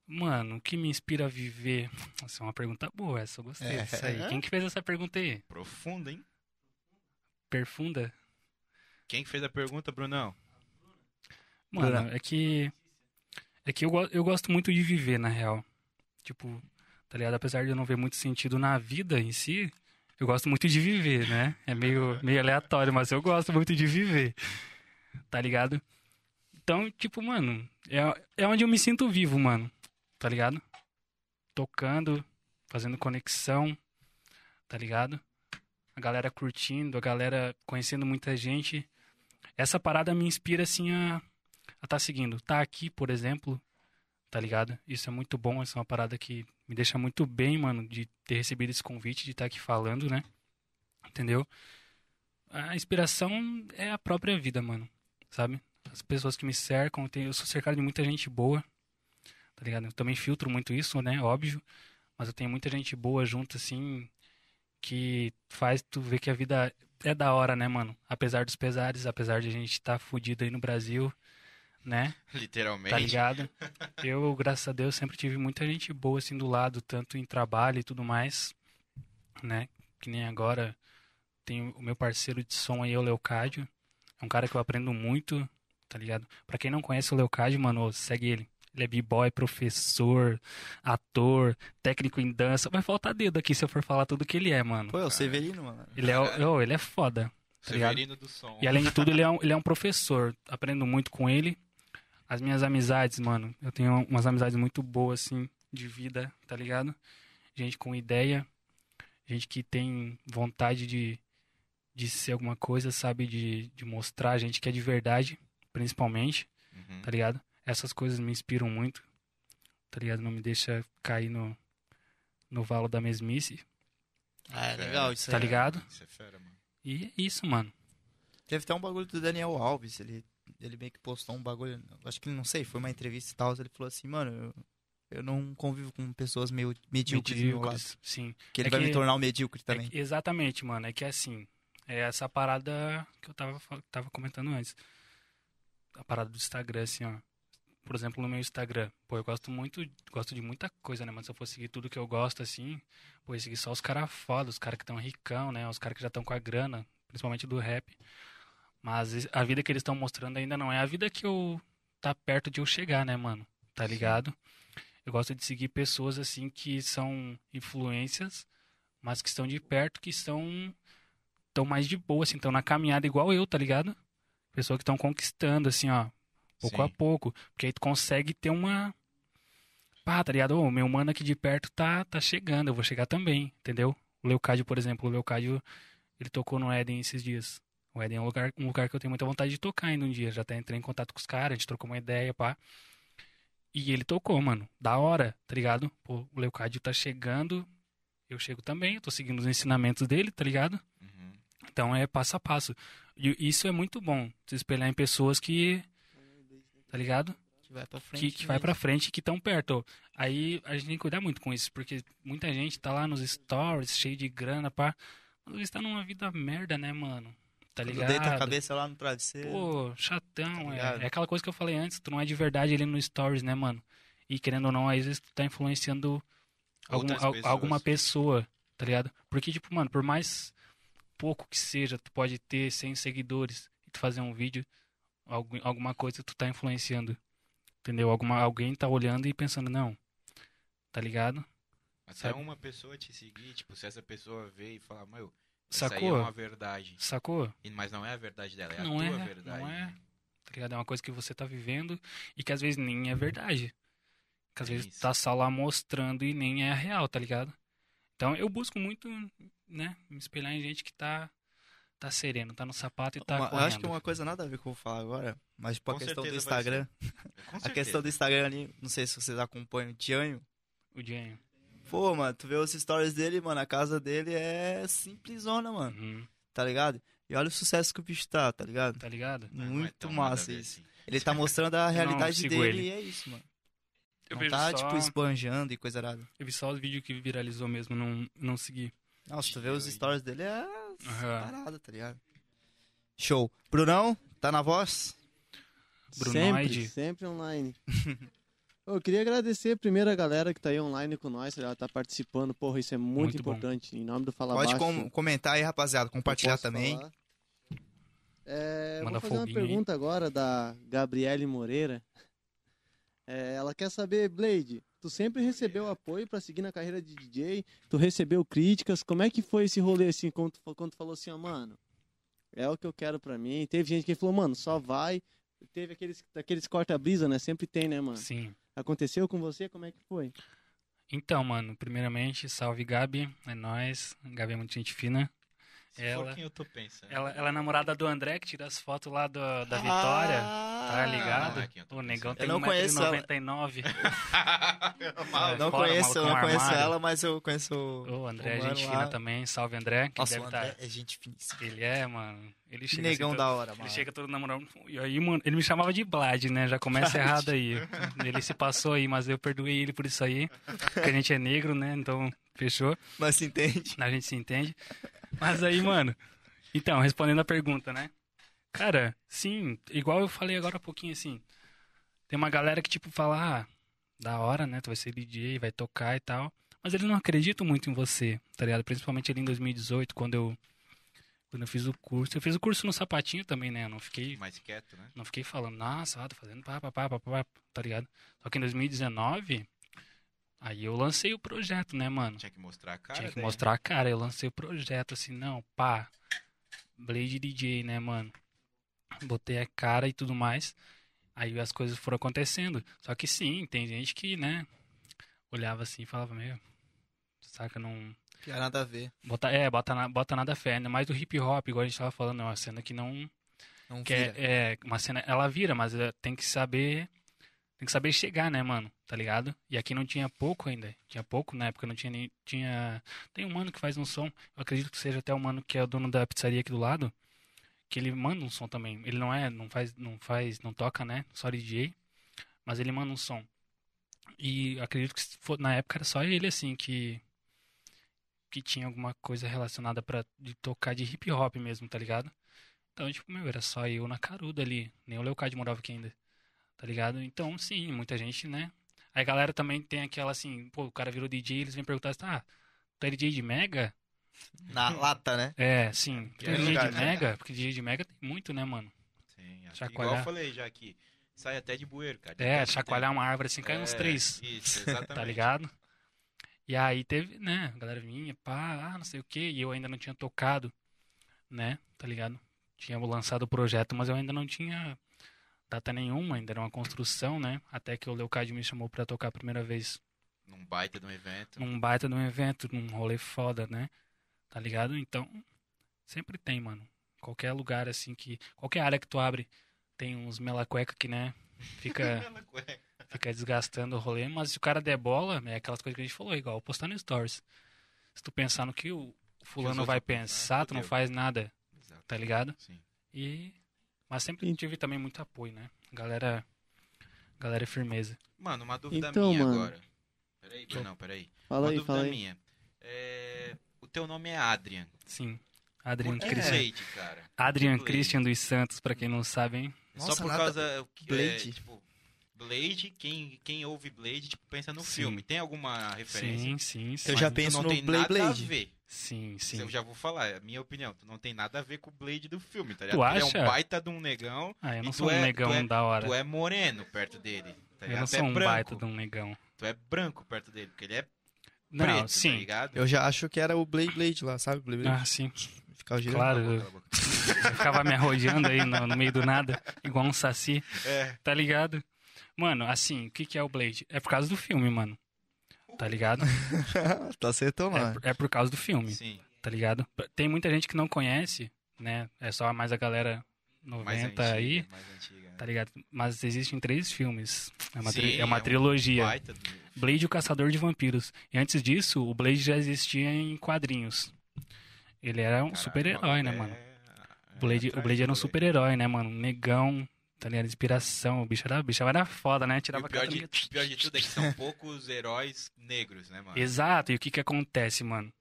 Mano, o que me inspira a viver? Essa é uma pergunta boa, essa eu gostei É. disso aí. Quem que fez essa pergunta aí? Profundo, hein? Perfunda? Quem que fez a pergunta, Brunão? Mano, Bruna. é que. É que eu, go- eu gosto muito de viver, na real. Tipo, tá ligado? Apesar de eu não ver muito sentido na vida em si, eu gosto muito de viver, né? É meio, meio aleatório, mas eu gosto muito de viver. Tá ligado? Então, tipo, mano, é, é onde eu me sinto vivo, mano. Tá ligado? Tocando, fazendo conexão, tá ligado? A galera curtindo, a galera conhecendo muita gente. Essa parada me inspira, assim, a, a tá seguindo. Tá aqui, por exemplo, tá ligado? Isso é muito bom, isso é uma parada que me deixa muito bem, mano, de ter recebido esse convite, de estar aqui falando, né? Entendeu? A inspiração é a própria vida, mano, sabe? As pessoas que me cercam, eu tenho- eu sou cercado de muita gente boa, tá ligado? Eu também filtro muito isso, né? Óbvio. Mas eu tenho muita gente boa junto, assim, que faz tu ver que a vida é da hora, né, mano? Apesar dos pesares, apesar de a gente estar tá fudido aí no Brasil, né? Literalmente. Tá ligado? Eu, graças a Deus, sempre tive muita gente boa assim do lado, tanto em trabalho e tudo mais, né? Que nem agora tem o meu parceiro de som aí, o Leocádio. É um cara que eu aprendo muito, tá ligado? Pra quem não conhece o Leocádio, mano, ô, segue ele. Ele é b-boy, professor, ator, técnico em dança. Vai faltar dedo aqui se eu for falar tudo que ele é, mano. Pô, é o Severino, mano. Ele é, o- ô, ele é foda. tá ligado? Severino do som. E além de tudo, ele é, um, ele é um professor. Aprendo muito com ele. As minhas amizades, mano. Eu tenho umas amizades muito boas, assim, de vida, tá ligado? Gente com ideia. Gente que tem vontade de, de ser alguma coisa, sabe? De, de mostrar. Gente que é de verdade, principalmente, Uhum. tá ligado? Essas coisas me inspiram muito, tá ligado? Não me deixa cair no, no valo da mesmice, Ah, é Fera. legal isso aí. tá ligado? Isso é fera, mano. E é isso, mano. Teve até um bagulho do Daniel Alves, ele, ele meio que postou um bagulho, acho que ele não sei, foi uma entrevista e tal, ele falou assim, mano, eu, eu não convivo com pessoas meio medíocres, do meu lado, Medíocres, sim. que ele É vai que- me tornar um medíocre É também. que- exatamente, mano. É que assim, é essa parada que eu tava, fal- tava comentando antes. A parada do Instagram, assim, ó. Por exemplo, no meu Instagram. Pô, eu gosto muito, gosto de muita coisa, né? Mas se eu for seguir tudo que eu gosto, assim, pô, eu ia seguir só os caras foda, os caras que tão ricão, né? Os caras que já estão com a grana, principalmente do rap. Mas es- a vida que eles estão mostrando ainda não é a vida que eu tá perto de eu chegar, né, mano? Tá ligado? Eu gosto de seguir pessoas assim que são influências, mas que estão de perto, que estão tão mais de boa, assim, estão na caminhada igual eu, tá ligado? Pessoas que estão conquistando, assim, ó, pouco a Sim. pouco. Porque aí tu consegue ter uma. Pá, tá ligado? Ô, meu mano aqui de perto tá, tá chegando, eu vou chegar também, entendeu? O Leocádio, por exemplo, o Leocádio, ele tocou no Éden esses dias. O Éden é um lugar, um lugar que eu tenho muita vontade de tocar ainda um dia. Já até entrei em contato com os caras, a gente trocou uma ideia, pá. E ele tocou, mano. Da hora, tá ligado? Pô, o Leocádio tá chegando, eu chego também, eu tô seguindo os ensinamentos dele, tá ligado? Uhum. Então é passo a passo. E isso é muito bom, se espelhar em pessoas que, tá ligado? Que vai pra frente. né? que, que vai mesmo. pra frente e que estão perto. ó. Aí a gente tem que cuidar muito com isso, porque muita gente tá lá nos stories, cheio de grana, pá. Mas eles tá numa vida merda, né, mano? Tá Quando ligado? deita a cabeça lá no travesseiro. Pô, chatão, Tá é. ligado? É aquela coisa que eu falei antes, tu não é de verdade ali no stories, né, mano? E querendo ou não, às vezes tu tá influenciando algum, Outras al- pessoas. alguma pessoa, tá ligado? Porque, tipo, mano, por mais pouco que seja, tu pode ter 100 seguidores e tu fazer um vídeo, algum, alguma coisa tu tá influenciando, entendeu? Alguma, alguém tá olhando e pensando, não, tá ligado? Até Sabe? uma pessoa te seguir, tipo, se essa pessoa ver e falar, meu, isso aí é Sacou? uma verdade. Sacou? E- Mas não é a verdade dela, é a Não tua é, verdade. não é. né? tá ligado? É uma coisa que você tá vivendo e que às vezes nem é verdade. Que às É vezes isso. tá só lá mostrando e nem é a real, tá ligado? Então eu busco muito, né, me espelhar em gente que tá tá sereno, tá no sapato e tá Uma- eu correndo. acho que uma coisa nada a ver com o que eu vou falar agora, mas tipo, a Com questão do certeza vai Instagram, Com a certeza. questão do Instagram ali, não sei se vocês acompanham o Tianho. O Jane. Pô, mano, tu vê os stories dele, mano, a casa dele é simplesona, mano, Uhum, tá ligado? E olha o sucesso que o bicho tá, tá ligado? tá ligado? Ah, não é Muito tão nada a massa ver isso. assim. Ele tá mostrando a realidade dele sigo ele. e é isso, mano. Eu não vejo tá, só, tipo, esbanjando e coisa errada. eu vi só os vídeos que viralizou mesmo, não, não segui. Nossa, tu vê os stories dele, é Aham. parada, tá ligado? Show. Brunão, tá na voz? Sempre, Brunoide. sempre online. Eu queria agradecer primeiro a galera que tá aí online com nós, ela tá participando, porra, isso é muito, Muito bom. importante. Em nome do Fala Pode Baixo, com- eu comentar aí, rapaziada. Compartilhar posso também. falar. É, eu Manda vou fazer uma foguinho aí. pergunta agora da Gabriele Moreira. É, ela quer saber, Blade, tu sempre recebeu apoio pra seguir na carreira de DJ, tu recebeu críticas, como é que foi esse rolê assim, quando tu, fa- quando tu falou assim, ó, mano, é o que eu quero pra mim. Teve gente que falou, mano, só vai. Teve aqueles, aqueles corta-brisa, né? Sempre tem, né, mano? Sim. Aconteceu com você? Como é que foi? Então, mano, primeiramente, salve Gabi, é nóis. Gabi é muito gente fina. Se for Ela- quem eu tô pensando. Ela, ela é namorada do André, que tira as fotos lá do, da Ah, Vitória. tá ligado? não é quem eu tô o negão pensando. tem um Eu não conheço ela. 99. Ah, É, não fora, conheço, maluco, não um conheço armário. ela, mas eu conheço o. O André é mano gente lá. fina também, salve André, que Nossa, o deve André estar... é gente finíssima. Ele é, mano. Ele Que chega assim, negão todo- da hora, Ele mano. chega todo namorado. E aí, mano, ele me chamava de Blade, né? Já começa errado aí. Ele se passou aí, mas eu perdoei ele por isso aí. Porque a gente é negro, né? Então, fechou. Mas se entende? A gente se entende. Mas aí, mano. Então, respondendo a pergunta, né? Cara, sim, igual eu falei agora há pouquinho, assim. Tem uma galera que, tipo, fala, ah, da hora, né? Tu vai ser DJ, vai tocar e tal. Mas eles não acreditam muito em você, tá ligado? Principalmente ali em 2018, quando eu. Quando eu fiz o curso. Eu fiz o curso no sapatinho também, né? Eu não fiquei Mais quieto, né? não fiquei falando, nossa, ah, tô fazendo pá, pá, pá, pá, pá, tá ligado? Só que em 2019, aí eu lancei o projeto, né, mano? Tinha que mostrar a cara. Tinha que daí. né? mostrar a cara, eu lancei o projeto, assim, não, pá, Blade DJ, né, mano? Botei a cara e tudo mais, aí as coisas foram acontecendo. Só que sim, tem gente que, né, olhava assim e falava, meu, saca, não... Não nada a ver. Bota, é, bota, na- bota nada fé, ainda mais do hip hop, igual a gente tava falando, é uma cena que não... Não Que é, vira. é uma cena, ela vira, mas é, tem que saber, tem que saber chegar, né, mano? Tá ligado? E aqui não tinha pouco ainda, tinha pouco na época, não tinha nem tinha. Tem um mano que faz um som, eu acredito que seja até o mano que é o dono da pizzaria aqui do lado, que ele manda um som também. Ele não é, não faz, não faz, não toca, né? Só DJ, mas ele manda um som. E acredito que se for- na época era só ele assim que que tinha alguma coisa relacionada para de tocar de hip hop mesmo, tá ligado? Então, tipo, meu, era só eu na caruda ali. Nem o Leocádio morava aqui ainda. Tá ligado? Então, sim, muita gente, né? Aí a galera também tem aquela assim, pô, o cara virou DJ, eles vêm perguntar assim, ah, tu é DJ de Mega? Na Hum. lata, né? É, sim. Tu é é DJ de verdade. Mega? Porque DJ de Mega tem muito, né, mano? Sim, aqui- igual Chacoalhar. eu falei já aqui. Sai até de bueiro, cara. É, chacoalhar uma árvore assim, cai É, uns três. Isso, exatamente. Tá ligado? E aí teve, né, a galera vinha, pá, ah, não sei o quê, e eu ainda não tinha tocado, né, tá ligado? Tinha lançado o projeto, mas eu ainda não tinha data nenhuma, ainda era uma construção, né? Até que o Leocádio me chamou pra tocar a primeira vez Num baita de um evento. num baita de um evento, num rolê foda, né? Tá ligado? Então, sempre tem, mano. Qualquer lugar assim que. Qualquer área que tu abre, tem uns melacueca que, né? Fica. é fica desgastando o rolê, mas se o cara der bola, é aquelas coisas que a gente falou, igual postar no Stories. Se tu pensar no que o os fulano outros vai vão pensar, pensar, tu não fudeu. faz nada, Exato. tá ligado? Sim. E. Mas sempre tive também muito apoio, né? Galera. Galera é firmeza. Mano, uma dúvida Então, minha mano. agora. Peraí, não, peraí. Fala uma aí, dúvida fala aí. minha. É, O teu nome é Adrian. Sim. Adrian Por que Christian. Blade, cara? Adrian Blade. Christian dos Santos, pra quem não sabe, hein? Nossa, Só por nada- causa que Blade. É, tipo, Blade, quem, quem ouve Blade, tipo, pensa no Sim. filme. Tem alguma referência? Sim, sim, sim. Eu já Tu penso não no tem Blade nada Blade. a ver. Sim, sim. Eu já vou falar, é a minha opinião. Tu não tem nada a ver com o Blade do filme, tá Tu ligado? Ele é acha? um baita de um negão, Ah, eu E não tu sou um é- tu negão é- da hora. tu é moreno perto dele. Tá eu ligado? não Tu é sou um branco. baita de um negão. Tu é branco perto dele, porque ele é Não, preto, tá sim. ligado? Eu já acho que era o Blade Blade lá, sabe? Blade Blade. ah, sim. Ficar girando. Claro, Cala a eu- boca, cala a boca. Eu ficava me arrodeando aí no, no meio do nada, igual um saci, É, tá ligado? Mano, assim, o que que é o Blade? É por causa do filme, mano. Tá ligado? tá acertou, É mano. por- É, por causa do filme, sim. tá ligado? Tem muita gente que não conhece, né? É só mais a galera Mais 90 antiga, aí, mais antiga. né? tá ligado? Mas existem três filmes. É uma, tri- Sim, é uma é um trilogia. Baita do... Blade o Caçador de Vampiros. E antes disso, o Blade já existia em quadrinhos. Ele era um Caralho, super-herói, né, é- mano? é O Blade, o atrás Blade era um do- super-herói, né, mano? Um Negão, tá ligado? Inspiração, o bicho era, o bicho era foda, né? E Tirava o pior de, catamento. pior de tudo é que são poucos heróis negros, né, mano? Exato, e o que que acontece, mano?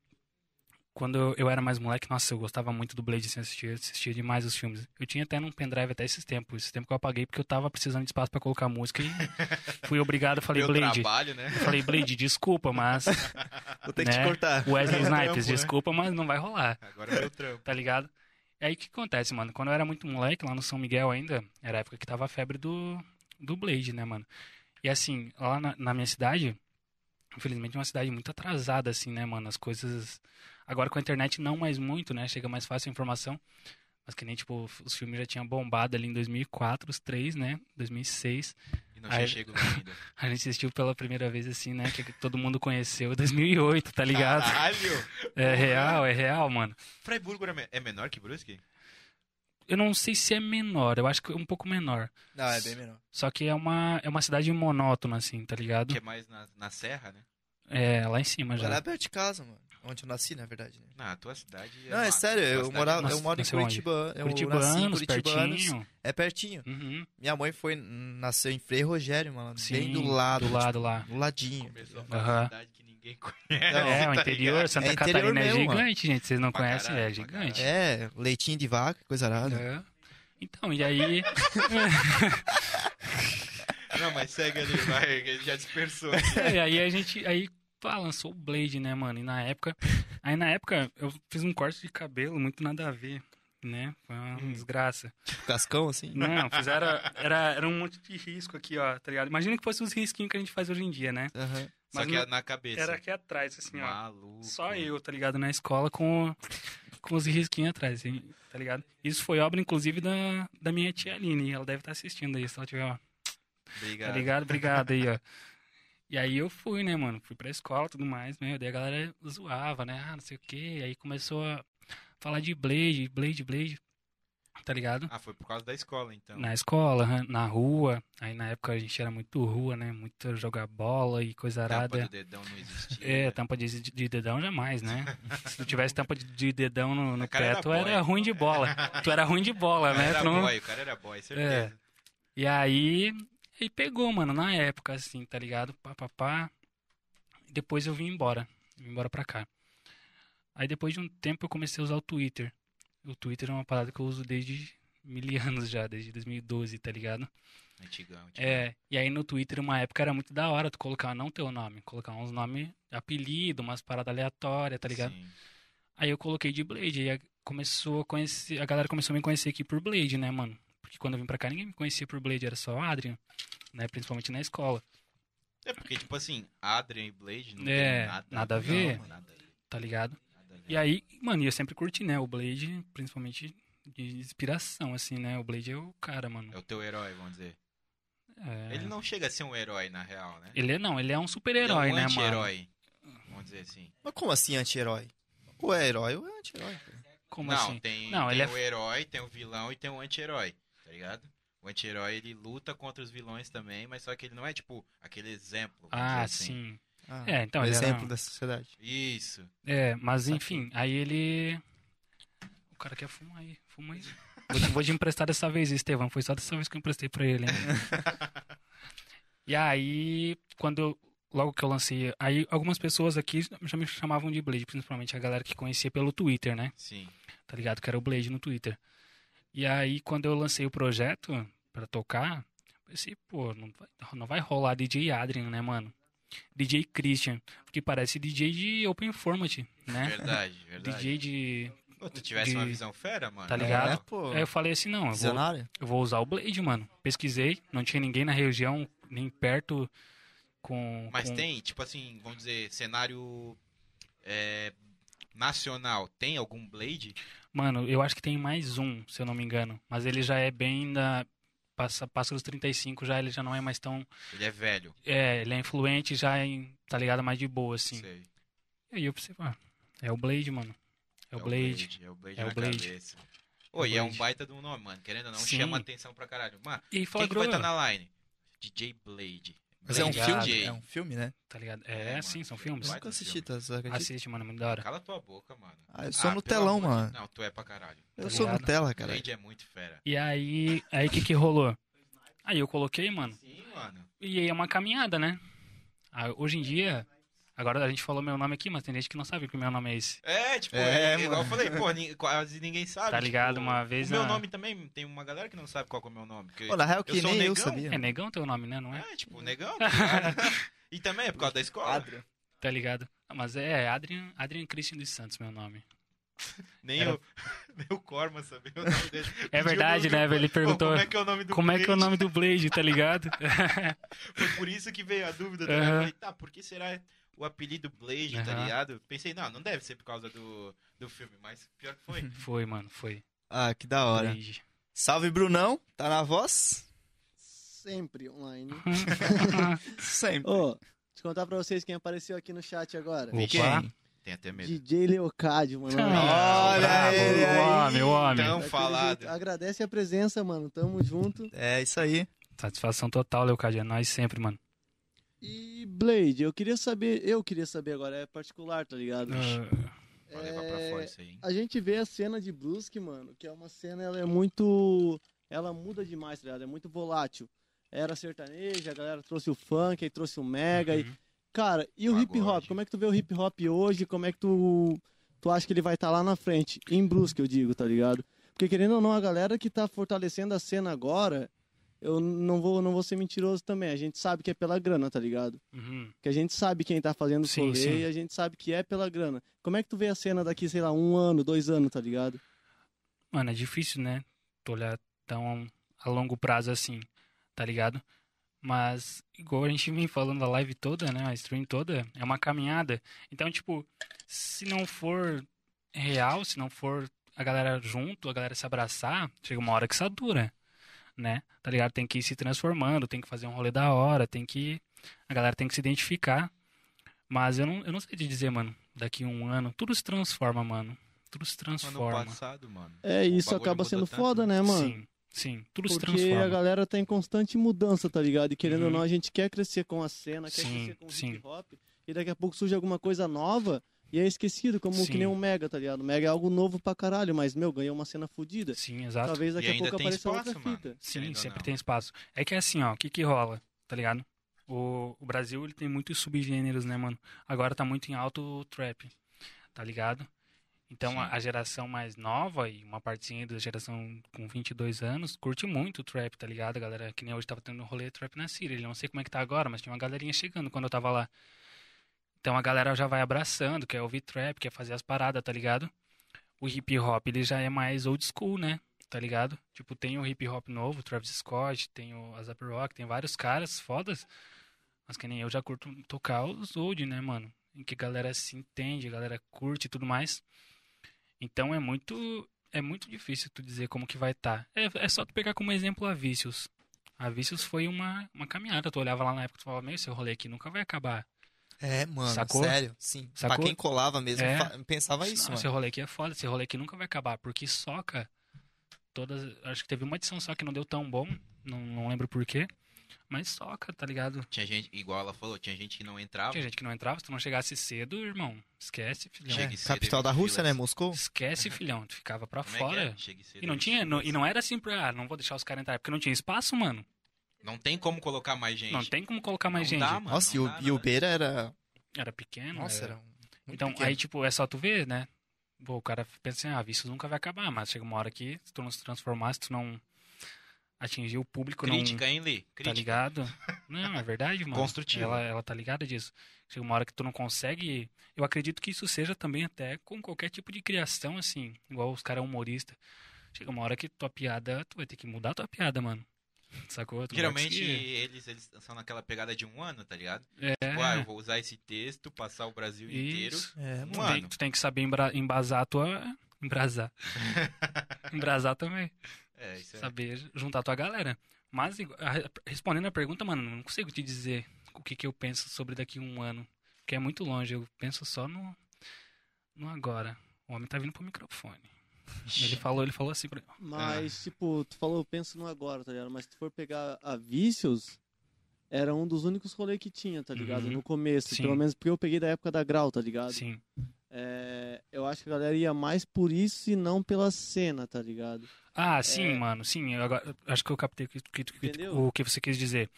Quando eu- eu era mais moleque, nossa, eu gostava muito do Blade, assim, eu assistia, assistia demais os filmes. Eu tinha até num pendrive até esses tempos, esse tempo que eu apaguei porque eu tava precisando de espaço pra colocar música e fui obrigado, falei, Meu Blade, trabalho, né? falei, Blade, desculpa, mas Vou ter que te Né? cortar. Wesley Meu Snipes, trampo, né? desculpa, mas não vai rolar Agora é meu trampo. tá ligado? E aí o que acontece, mano? Quando eu era muito moleque, lá no São Miguel ainda, era a época que tava a febre do, do Blade, né, mano? E assim, lá na, na minha cidade, infelizmente é uma cidade muito atrasada, assim, né, mano? As coisas. Agora com a internet não mais muito, né? Chega mais fácil a informação. Mas que nem, tipo, os filmes já tinham bombado ali em 2004, os três, né? 2006. E não Aí- chego lá ainda. A gente assistiu pela primeira vez, assim, né? Que todo mundo conheceu. 2008, tá ligado? Caralho! É real, é real, mano. Freiburgo era me- é menor que Brusque? Eu não sei se é menor, eu acho que é um pouco menor. Não, é bem menor. Só que é uma, é uma cidade monótona, assim, tá ligado? Que é mais na, na serra, né? É, lá em cima Mas era já. perto de casa, mano. Onde eu nasci, na verdade. né? Na tua cidade. Não, é mato. sério, Tua eu, cidade morava, é eu Nossa, moro em nasceu onde? Curitiba. Eu nasci em Curitibanos, um Curitibanos. pertinho. É pertinho. Uhum. Minha mãe foi, nasceu em Frei Rogério, mano. bem Sim, do lado. do lado lá. tipo, do ladinho. Começou a entendeu? falar Aham. uma cidade que ninguém conhece. Não, é, o tá interior, ligado? Santa É interior Catarina é mesmo, mano. gigante, gente. Vocês não Pra conhecem, caralho, é pra gigante. É, leitinho de vaca, coisa arada. É. Então, e aí. Não, mas segue ali, vai, que ele já dispersou. É, e aí a gente aí pá, lançou o Blade, né, mano? E na época, aí na época eu fiz um corte de cabelo muito nada a ver, né? Foi uma Hum. desgraça. Cascão, assim. Não, fizeram era, era um monte de risco aqui, ó, tá ligado? Imagina que fosse os risquinhos que a gente faz hoje em dia, né? Aham. Só Mas que não- é na cabeça. Era aqui atrás, assim, ó. Maluco. Só eu, tá ligado? Na escola com, o- com os risquinhos atrás, assim, tá ligado? Isso foi obra, inclusive, da, da minha tia Aline. Ela deve estar assistindo aí, se ela tiver, ó. Tá Obrigado. ligado? Obrigado aí, ó. E aí eu fui, né, mano? Fui pra escola e tudo mais, né? Daí a galera zoava, né? Ah, não sei o quê. Aí começou a falar de Blade, Blade, Blade. Tá ligado? Ah, foi por causa da escola, então. Na escola, aham, na rua. Aí na época a gente era muito rua, né? Muito jogar bola e coisa Tampa arada. do dedão não existia. É, né? tampa de, de dedão jamais, né? Se tu tivesse tampa de, de dedão no, no O cara pé, era tu era boy. ruim de bola. Tu era ruim de bola, O cara né? era Tu não- boy, o cara era boy, certeza. E aí, aí pegou, mano, na época, assim, tá ligado? Pá, pá, pá. E Depois eu vim embora. Vim embora pra cá. Aí depois de um tempo eu comecei a usar o Twitter. O Twitter é uma parada que eu uso desde mil anos já, desde 2012, tá ligado? Tipo. Antigão, antigão. É, e aí no Twitter, uma época, era muito da hora tu colocar não teu nome, colocar uns nomes, apelido, umas paradas aleatórias, tá ligado? Sim. Aí eu coloquei de Blade, aí a- começou a conhecer, a galera começou a me conhecer aqui por Blade, né, mano? Porque quando eu vim pra cá, ninguém me conhecia por Blade, era só Adrian, né? Principalmente na escola, É porque, tipo assim, Adrian e Blade não É, tem nada, nada a ver. Não, nada a ver. tá ligado? nada a ver. E aí, mano, e eu sempre curti, né? O Blade, principalmente de inspiração, assim, né? O Blade é o cara, mano. É o teu herói, vamos dizer. É. Ele não chega a ser um herói, na real, né? Ele é não, ele é um Ele é um super-herói, né, mano? anti-herói. Vamos dizer assim. Mas como assim anti-herói? Ou é herói ou é anti-herói. pô. Como não, assim? tem, Não, tem ele é- o herói, tem o vilão e tem o anti-herói, tá ligado? O anti-herói, ele luta contra os vilões também, mas só que ele não é, tipo, aquele exemplo. vamos dizer Ah, assim. sim. Ah, É, então, um ele era- exemplo da sociedade. Isso. É, mas Saquei. enfim, aí ele. O cara quer fumar aí, fuma aí. Vou te, vou te emprestar dessa vez, Estevão. Foi só dessa vez que eu emprestei pra ele, hein? E aí, quando eu. Logo que eu lancei. Aí algumas pessoas aqui já me chamavam de Blade, principalmente a galera que conhecia pelo Twitter, né? Sim. Tá ligado? Que era o Blade no Twitter. E aí, quando eu lancei o projeto pra tocar, pensei, pô, não vai, não vai rolar DJ Adrian, né, mano? DJ Christian. Porque parece DJ de Open Format, né? Verdade, verdade. DJ de. Pô, tu tivesse uma de- visão fera, mano. Tá na ligado? É, moral. pô. Aí eu falei assim: não, eu vou, Visionário? eu vou usar o Blade, mano. Pesquisei, não tinha ninguém na região, nem perto com. Mas com- tem, tipo assim, vamos dizer, cenário é, nacional, tem algum Blade? Mano, eu acho que tem mais um, se eu não me engano. Mas ele já é bem da. Passa, passa dos 35 já, ele já não é mais tão. Ele é velho, É, ele é influente já em. Tá ligado? Mais de boa, assim. sei. E aí eu pensei, ah, é o Blade, mano. É o Blade. É o Blade É o na Blade. cabeça. É o Oi, é um Blade. baita de um nome, mano. Querendo ou não, Sim. chama atenção pra caralho. Mano, E aí fala quem que vai grosso, estar na line? DJ Blade. Mas é um Blade, filme? DJ. É um filme, né? tá ligado? É, É, sim, mano, são é filmes. Eu Vai nunca no assisti, filme. tá? Você acredita? Assiste, mano, é muito da hora. Cala tua boca, mano. Ah, eu sou Ah, no pelo telão, amor de- mano. Não, tu é pra caralho. tipo, Eu sou tá ligado? Nutella, cara. Blade é muito fera. E aí, aí o que que rolou? Aí eu coloquei, mano. Sim, mano. E aí é uma caminhada, né? Ah, hoje em dia, agora a gente falou meu nome aqui, mas tem gente que não sabe que o meu nome é esse. É, tipo, É, é, igual mano. eu falei, pô, ni- quase ninguém sabe. Tá ligado? tipo, Uma vez O meu na- nome também, tem uma galera que não sabe qual que é o meu nome. porque- Pô, na real que Eu sou nem eu negão? sabia. É negão teu nome, né? Não é? É, tipo, negão. tá ligado? e também é por causa da escola. Adrian. Tá ligado? Ah, Mas é Adrian, Adrian Christian dos Santos, meu nome. Nem, Era- o, nem o Corma sabia o nome dele. Pediu É o verdade, nome né? do- Ele Pô, perguntou Como é que é o nome do como é que é o cliente? nome do Blade, tá ligado? Foi por isso que veio a dúvida. Tá? ligado? Aham. Eu falei, tá, por que será o apelido Blade, tá Aham. ligado? Pensei, não, não deve ser por causa do, do filme, mas pior que foi. Foi, mano, foi. Ah, que da hora. Blade. Salve, Brunão. Tá na voz? Sempre online. Sempre. Ô, te contar pra vocês quem apareceu aqui no chat agora. Opa. Quem? Tem até medo. DJ Leocádio, mano. Ah, Olha brabo, ele aí. o homem, o homem. Então- falado. Agradece a presença, mano. Tamo junto. É isso aí. Satisfação total, Leocádio. É nós sempre, mano. E Blade, eu queria saber, eu queria saber agora, é particular, tá ligado? Ah, Vou levar pra É, fora isso aí. hein? A gente vê a cena de Brusque, mano, que é uma cena, ela é muito. Ela muda demais, tá ligado? É muito volátil. Era sertaneja, a galera trouxe o funk, aí trouxe o mega. E... uhum. Cara, e o hip hop? Pagode. Como é que tu vê o hip hop hoje? Como é que tu. Tu acha que ele vai estar lá na frente? Em Brusque, eu digo, tá ligado? Porque querendo ou não, a galera que tá fortalecendo a cena agora, eu não vou, não vou ser mentiroso também. A gente sabe que é pela grana, tá ligado? Uhum. Que a gente sabe quem tá fazendo o Sim, rolê sim. e a gente sabe que é pela grana. Como é que tu vê a cena daqui, sei lá, um ano, dois anos, tá ligado? Mano, é difícil, né? Tu olhar tão a longo prazo assim, tá ligado? Mas, igual a gente vem falando a live toda, né? A stream toda, é uma caminhada. Então, tipo, se não for real, se não for a galera junto, a galera se abraçar, chega uma hora que satura, né? Tá ligado? Tem que ir se transformando, tem que fazer um rolê da hora, tem que. A galera tem que se identificar. Mas eu não, eu não sei te dizer, mano. Daqui um ano, tudo se transforma, mano. Tudo se Ano transforma. passado, mano. É, e isso bagulho acaba mudou sendo tanto, foda, né, mano? Sim, sim. Tudo se Porque transforma. a galera tá em constante mudança, tá ligado? E querendo ou Uhum. não, a gente quer crescer com a cena, quer Sim, crescer com o sim. hip hop, e daqui a pouco surge alguma coisa nova e é esquecido, como Sim. que nem um Mega, tá ligado? O Mega é algo novo pra caralho, mas, meu, ganhou uma cena fodida. Sim, exato. Talvez daqui E a ainda pouco tem apareça espaço, outra mano. fita. Sim, Querendo ou sempre né? não. tem espaço. É que é assim, ó, o que que rola, tá ligado? O, o Brasil, ele tem muitos subgêneros, né, mano? Agora tá muito em alto o trap, tá ligado? Então a, Sim. a geração mais nova e uma partezinha da geração com 22 anos curte muito o trap, tá ligado? A galera que nem hoje tava tendo um rolê trap na Síria. Ele não sei como é que tá agora, mas tinha uma galerinha chegando quando eu tava lá. Então a galera já vai abraçando, quer ouvir trap, quer fazer as paradas, tá ligado? O hip hop, ele já é mais old school, né? tá ligado? Tipo, tem o hip hop novo, Travis Scott, tem o Azap Rock, tem vários caras fodas, mas que nem eu já curto tocar os old, né, mano? Em que a galera se entende, a galera curte e tudo mais. Então é muito é muito difícil tu dizer como que vai estar. É, é só tu pegar como exemplo a Vícios. A Vícios foi uma, uma caminhada, tu olhava lá na época e tu falava, meu, esse rolê aqui nunca vai acabar. É, mano. Sacou? Sério. Sim. Pra Sacou? quem colava mesmo, É. fa- pensava Não, isso, esse mano. rolê aqui é foda, esse rolê aqui nunca vai acabar, porque soca todas. Acho que teve uma edição só que não deu tão bom, não, não lembro porquê. Mas soca, tá ligado? Tinha gente, igual ela falou, tinha gente que não Ah. entrava. Tinha gente que não entrava, se tu não chegasse cedo, irmão, esquece, filhão. Chega É, cedo, Capital da evite Rússia, né? filas. Moscou? Esquece, filhão, tu ficava pra Como é que fora. é? Chegue cedo, E não evite tinha, não- filas. e não era assim pra, ah, não vou deixar os caras entrar, porque não tinha espaço, mano. Não tem como colocar mais gente. Não tem como colocar mais Não gente. dá, mano, Nossa, e não o, dá, e o não. Beira era. Era pequeno. Nossa, era- era. um- muito Então, pequeno. aí, tipo, é só tu ver, né? Pô, o cara pensa assim, ah, isso nunca vai acabar, mas chega uma hora que se tu não se transformar, se tu não atingir o público, Crítica, hein, Lee? não. Crítica. Tá ligado? Não, é verdade, mano. Construtiva. Ela, ela tá ligada disso. Chega uma hora que tu não consegue. Eu acredito que isso seja também até com qualquer tipo de criação, assim, igual os caras humoristas. Chega uma hora que tua piada, tu vai ter que mudar tua piada, mano. Sacou? Tu não vai Geralmente tipo, conseguir. eles, eles são naquela pegada de um ano, tá ligado? É. Tipo, ah, eu vou usar esse texto, passar o Brasil inteiro. Isso. É, Tu mano. tem, Mano. tu tem que saber embra- embasar a tua. Embrasar. Embrasar também. É, isso é. Saber juntar a tua galera. Mas, igu- a- respondendo a pergunta, mano, não consigo te dizer o que, que eu penso sobre daqui a um ano. Porque é muito longe. Eu penso só no. No agora. O homem tá vindo pro microfone. Ele falou, ele falou assim pra mim. Mas, tipo, tu falou, eu penso no agora, tá ligado? Mas se tu for pegar a Vícios, era um dos únicos rolês que tinha, tá ligado? Uhum. No começo, Sim. pelo menos porque eu peguei da época da Grau, tá ligado? Sim. É, eu acho que a galera ia mais por isso e não pela cena, tá ligado? Ah, sim, mano, sim. eu agora- acho que eu captei o que, que- que- Entendeu? o que você quis dizer.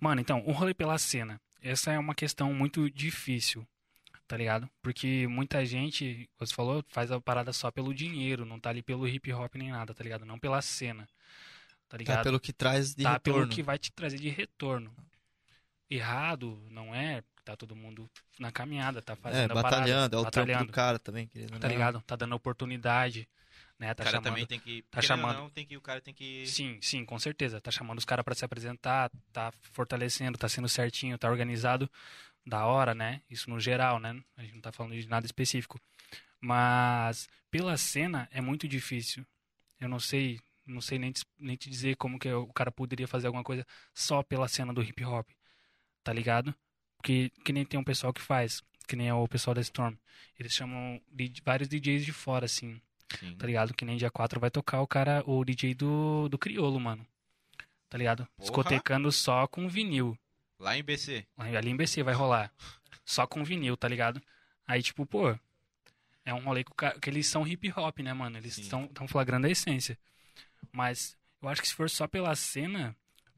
Mano, então, o rolê pela cena. Essa é uma questão muito difícil, tá ligado? Porque muita gente, você falou, faz a parada só pelo dinheiro, não tá ali pelo hip hop nem nada, tá ligado? Não pela cena, tá ligado? Tá pelo que traz de tá retorno. pelo que vai te trazer de retorno. Errado, não é? Tá todo mundo na caminhada, tá É, fazendo a parada, batalhando, é o trampo batalhando, do cara né? também, querendo. ou tá não. ligado? Tá dando oportunidade, né? Tá o cara chamando. também tem que. tá querendo ou chamando. Não, tem que, o cara tem que. Sim, sim, com certeza. Tá chamando os caras pra se apresentar, tá fortalecendo, tá sendo certinho, tá organizado. Da hora, né? Isso no geral, né? A gente não tá falando de nada específico. Mas pela cena é muito difícil. Eu não sei, não sei nem te, nem te dizer como que o cara poderia fazer alguma coisa só pela cena do hip hop. Tá ligado? Porque que nem tem um pessoal que faz, que nem é o pessoal da Storm. Eles chamam de vários DJs de fora, assim Sim. tá ligado? Que nem dia 4 vai tocar o cara, o DJ do, do Criolo, mano. Tá ligado? Porra. Discotecando só com vinil. Lá em BC. Lá em- Ali em BC vai rolar. Só com vinil, tá ligado? Aí, tipo, pô, é um rolê que, o ca- que eles são hip hop, né, mano? Eles Sim. estão tão flagrando a essência. Mas eu acho que se for só pela cena,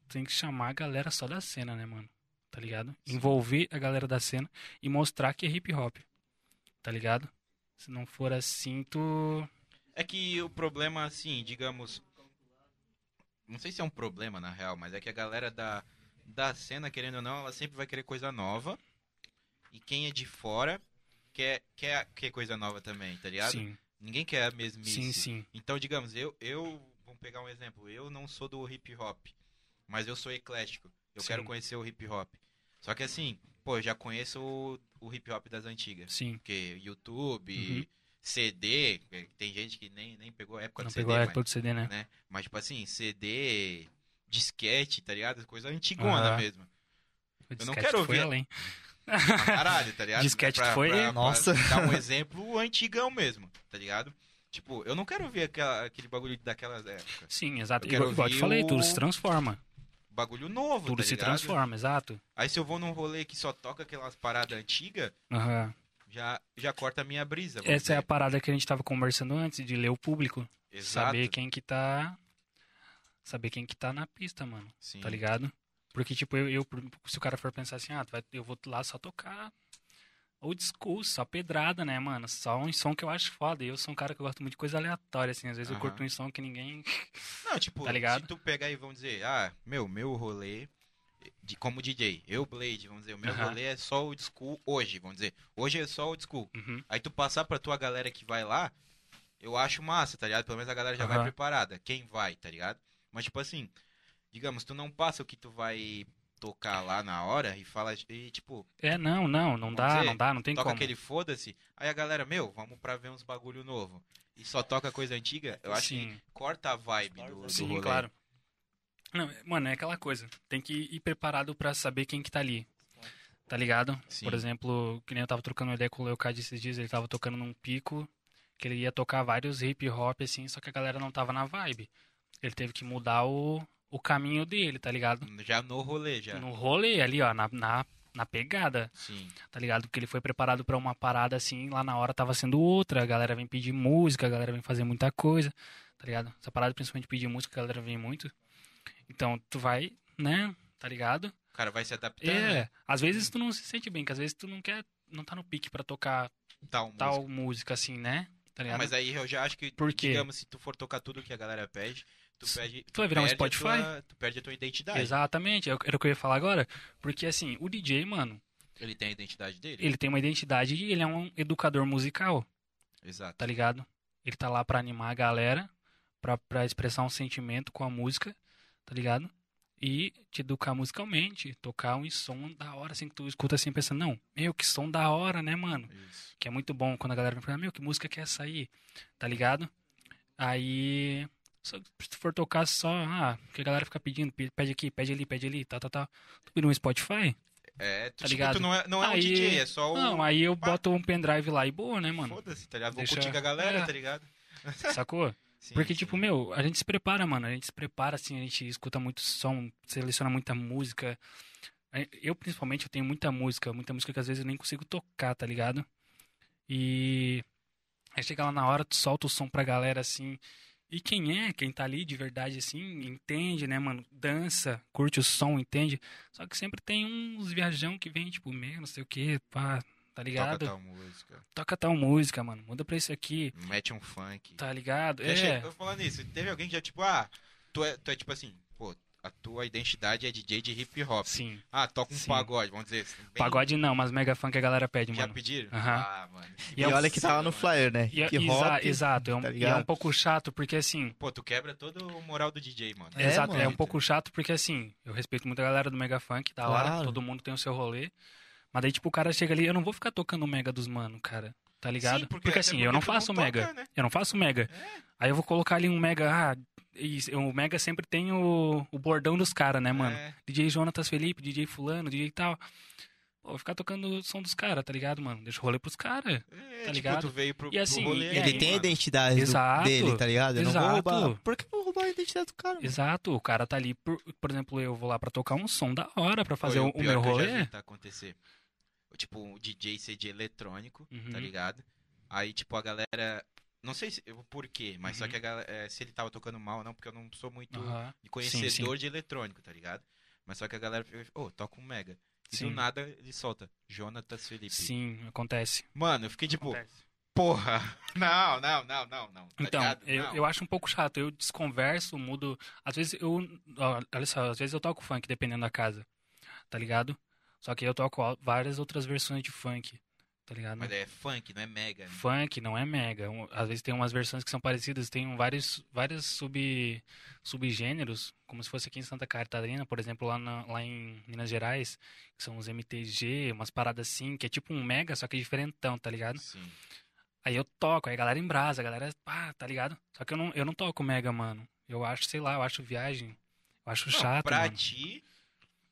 tem que chamar a galera só da cena, né, mano? Tá ligado? Envolver a galera da cena e mostrar que é hip hop. Tá ligado? Se não for assim, tu. É que o problema, assim, digamos. Não sei se é um problema, na real, mas é que a galera da, da cena, querendo ou não, ela sempre vai querer coisa nova. E quem é de fora quer, quer, quer coisa nova também, tá ligado? Sim, Ninguém quer a mesmice. sim, sim. Então, digamos, eu, eu. Vamos pegar um exemplo. Eu não sou do hip hop, mas eu sou eclético. Eu Sim. quero conhecer o hip hop. Só que assim, pô, eu já conheço o, o hip hop das antigas. Sim. Porque YouTube, Uhum. CD, eh, tem gente que nem, nem pegou a época Não do CD, pegou a mas, época do CD, né? né? Mas tipo assim, CD, disquete, tá ligado? Coisa antigona Aham. mesmo. O Eu não disquete quero tu foi ouvir. além. Pra caralho, tá ligado? Disquete pra, foi- pra- pra Nossa. dar um exemplo antigão mesmo, tá ligado? Tipo, eu não quero ver aquela- aquele bagulho daquelas épocas. Sim, exato. Eu quero Igual, igual eu te ouvir falei, tudo o- se transforma. Bagulho novo, Tudo tá se ligado? transforma, exato. Aí se eu vou num rolê que só toca aquelas paradas antigas, Aham. já, já corta a minha brisa. vamos Essa é a dizer. parada que a gente tava conversando antes, de ler o público. Exato. Saber quem que tá. Saber quem que tá na pista, mano. Sim. Tá ligado? Porque, tipo, eu, eu- se o cara for pensar assim, ah, tu vai- eu vou lá só tocar old school, só pedrada, né, mano? Só um som que eu acho foda. E eu sou um cara que eu gosto muito de coisa aleatória, assim. Às vezes eu Aham. curto um som que ninguém. Não, tipo, Tá ligado? se tu pegar e vão dizer, ah, meu, meu rolê de como DJ, eu Blade, vamos dizer, o meu Aham. rolê é só old school hoje, vamos dizer. Hoje é só old school. Uhum. Aí tu passar pra tua galera que vai lá, eu acho massa, tá ligado? Pelo menos a galera já vai Aham. preparada. Quem vai, tá ligado? Mas tipo assim, digamos, tu não passa o que tu vai tocar lá na hora e fala e tipo, É, não, não, não Vamos dá, dizer, não dá, não tem toca como. aquele foda-se. Aí a galera, meu, vamos pra ver uns bagulho novo. E só toca coisa antiga, eu acho que Sim. corta a vibe do, do Sim, rolê. claro. Não, é- mano, é aquela coisa. Tem que ir preparado pra saber quem que tá ali. Tá ligado? Sim. Por exemplo, que nem eu tava trocando uma ideia com o Leocad esses dias, ele tava tocando num pico que ele ia tocar vários hip hop assim, só que a galera não tava na vibe. Ele teve que mudar o, o caminho dele, tá ligado? Já no rolê, já. No rolê ali, ó, na, na, na pegada, Sim. tá ligado? Porque ele foi preparado pra uma parada assim, lá na hora tava sendo outra, a galera vem pedir música, a galera vem fazer muita coisa, tá ligado? Essa parada principalmente pedir música, a galera vem muito. Então, tu vai, né? Tá ligado? O cara vai se adaptando né? É, a às vezes tu não se sente bem, que às vezes tu não quer, não tá no pique pra tocar tal música. tal música assim, né? Tá ligado? Mas aí eu já acho que, Por quê? digamos, se tu for tocar tudo que a galera pede, tu S- perde. tu vai virar um perde a Spotify? tua- tu perde a tua identidade. Exatamente, eu- era o que eu ia falar agora, porque assim, o DJ, mano, Ele tem a identidade dele? ele tem uma identidade e ele é um educador musical. Exato. tá ligado? Ele tá lá pra animar a galera, pra, pra expressar um sentimento com a música, tá ligado? E te educar musicalmente, tocar um som da hora, assim, que tu escuta assim, pensando, não, meu, que som da hora, né, mano? Isso. Que é muito bom quando a galera me fala, meu, que música que é essa aí? Tá ligado? Aí, só, que se tu for tocar só, ah, que a galera fica pedindo, pe- pede aqui, pede ali, pede ali, tá, tá, tá. Tu vira um Spotify? É, tu, Tá tipo, ligado? tu não é, não é um Aí- DJ, é só o. Não, aí eu pá. boto um pendrive lá e boa, né, mano? Foda-se, tá ligado? Vou Deixa- curtir com a galera, É. tá ligado? Sacou? Sim, Porque, sim. tipo, meu, a gente se prepara, mano. A gente se prepara, assim, a gente escuta muito som, seleciona muita música. Eh, Eu, principalmente, eu tenho muita música, muita música que às vezes eu nem consigo tocar, tá ligado? E aí chega lá na hora, tu solta o som pra galera, assim, E quem é, quem tá ali de verdade, assim, entende, né, mano? Dança, curte o som, entende. Só que sempre tem uns viajão que vem, tipo, meu, não sei o quê, pá, tá Toca ligado? tal música. Toca tal música, mano, muda pra isso aqui, Mete um funk. tá ligado? Eu achei- É, eu falando isso, teve alguém que já, tipo, ah, tu é, tu é tipo assim, pô, a tua identidade é DJ de hip hop. sim. Ah, toca um Sim. pagode, vamos dizer. bem- Pagode não, mas mega funk a galera pede, Já mano. pediram? Aham. Ah, mano. E, é um olha que tava no mano. flyer, né? E é- Hip exa- hop. exato, é um, tá e é um ligado? pouco chato, porque assim, Pô, tu quebra todo o moral do DJ, mano. É, Exato, é mano. um pouco chato porque assim, eu respeito muito a galera do Mega Funk, da hora, Claro. todo mundo tem o seu rolê. Mas daí, tipo, o cara chega ali, eu não vou ficar tocando o Mega dos mano, cara. Tá ligado? Sim, porque até assim, eu não tu faço o toca, É. Mega. né? Eu não faço o Mega. Aí eu vou colocar ali um Mega. Ah, isso, o Mega sempre tem o, o bordão dos caras, né, mano? É. DJ Jonatas Felipe, DJ Fulano, DJ tal. Pô, vou ficar tocando o som dos caras, tá ligado, mano? Deixa o rolê pros caras. É, Tá tipo, ligado? tu veio pro, E assim, pro rolê, e Ele aí, tem a mano. identidade do- Exato. dele, tá ligado? Eu não Exato. vou roubar. Por que eu vou roubar a identidade do cara? mano? Exato, o cara tá ali, por, por exemplo, eu vou lá pra tocar um som da hora, pra fazer Pô, o, e o pior meu que eu já rolê. vi, tá acontecer. Tipo, um DJ ser de eletrônico, tá Uhum. ligado? Aí, tipo, a galera. Não sei se, por quê, mas só Uhum. que a galera, é, se ele tava tocando mal ou não, porque eu não sou muito Aham. conhecedor Sim, sim. de eletrônico, tá ligado? Mas só que a galera fica, ô, toca um mega. E Sim. do nada ele solta, Jonatas Felipe. Sim, acontece. Mano, eu fiquei tipo, porra, não, não, não, não, não. tá Então, ligado? eu, Não. eu acho um pouco chato. Eu desconverso, mudo. Às vezes eu. ó, Olha só, às vezes eu toco funk, dependendo da casa. Tá ligado? Só que eu toco ó, várias outras versões de funk. Tá ligado? Mas é funk, não é mega. né? Funk não é mega. Um- Às vezes tem umas versões que são parecidas, tem um vários, vários sub, subgêneros, como se fosse aqui em Santa Catarina, por exemplo, lá, na- lá em Minas Gerais, que são os MTG, umas paradas assim, que é tipo um mega, só que é diferentão, tá ligado? Sim. Aí eu toco, aí a galera embrasa, a galera, pá, tá ligado? Só que eu não, eu não toco mega, mano. Eu acho, sei lá, eu acho viagem. Eu acho Não, chato, pra mano. ti,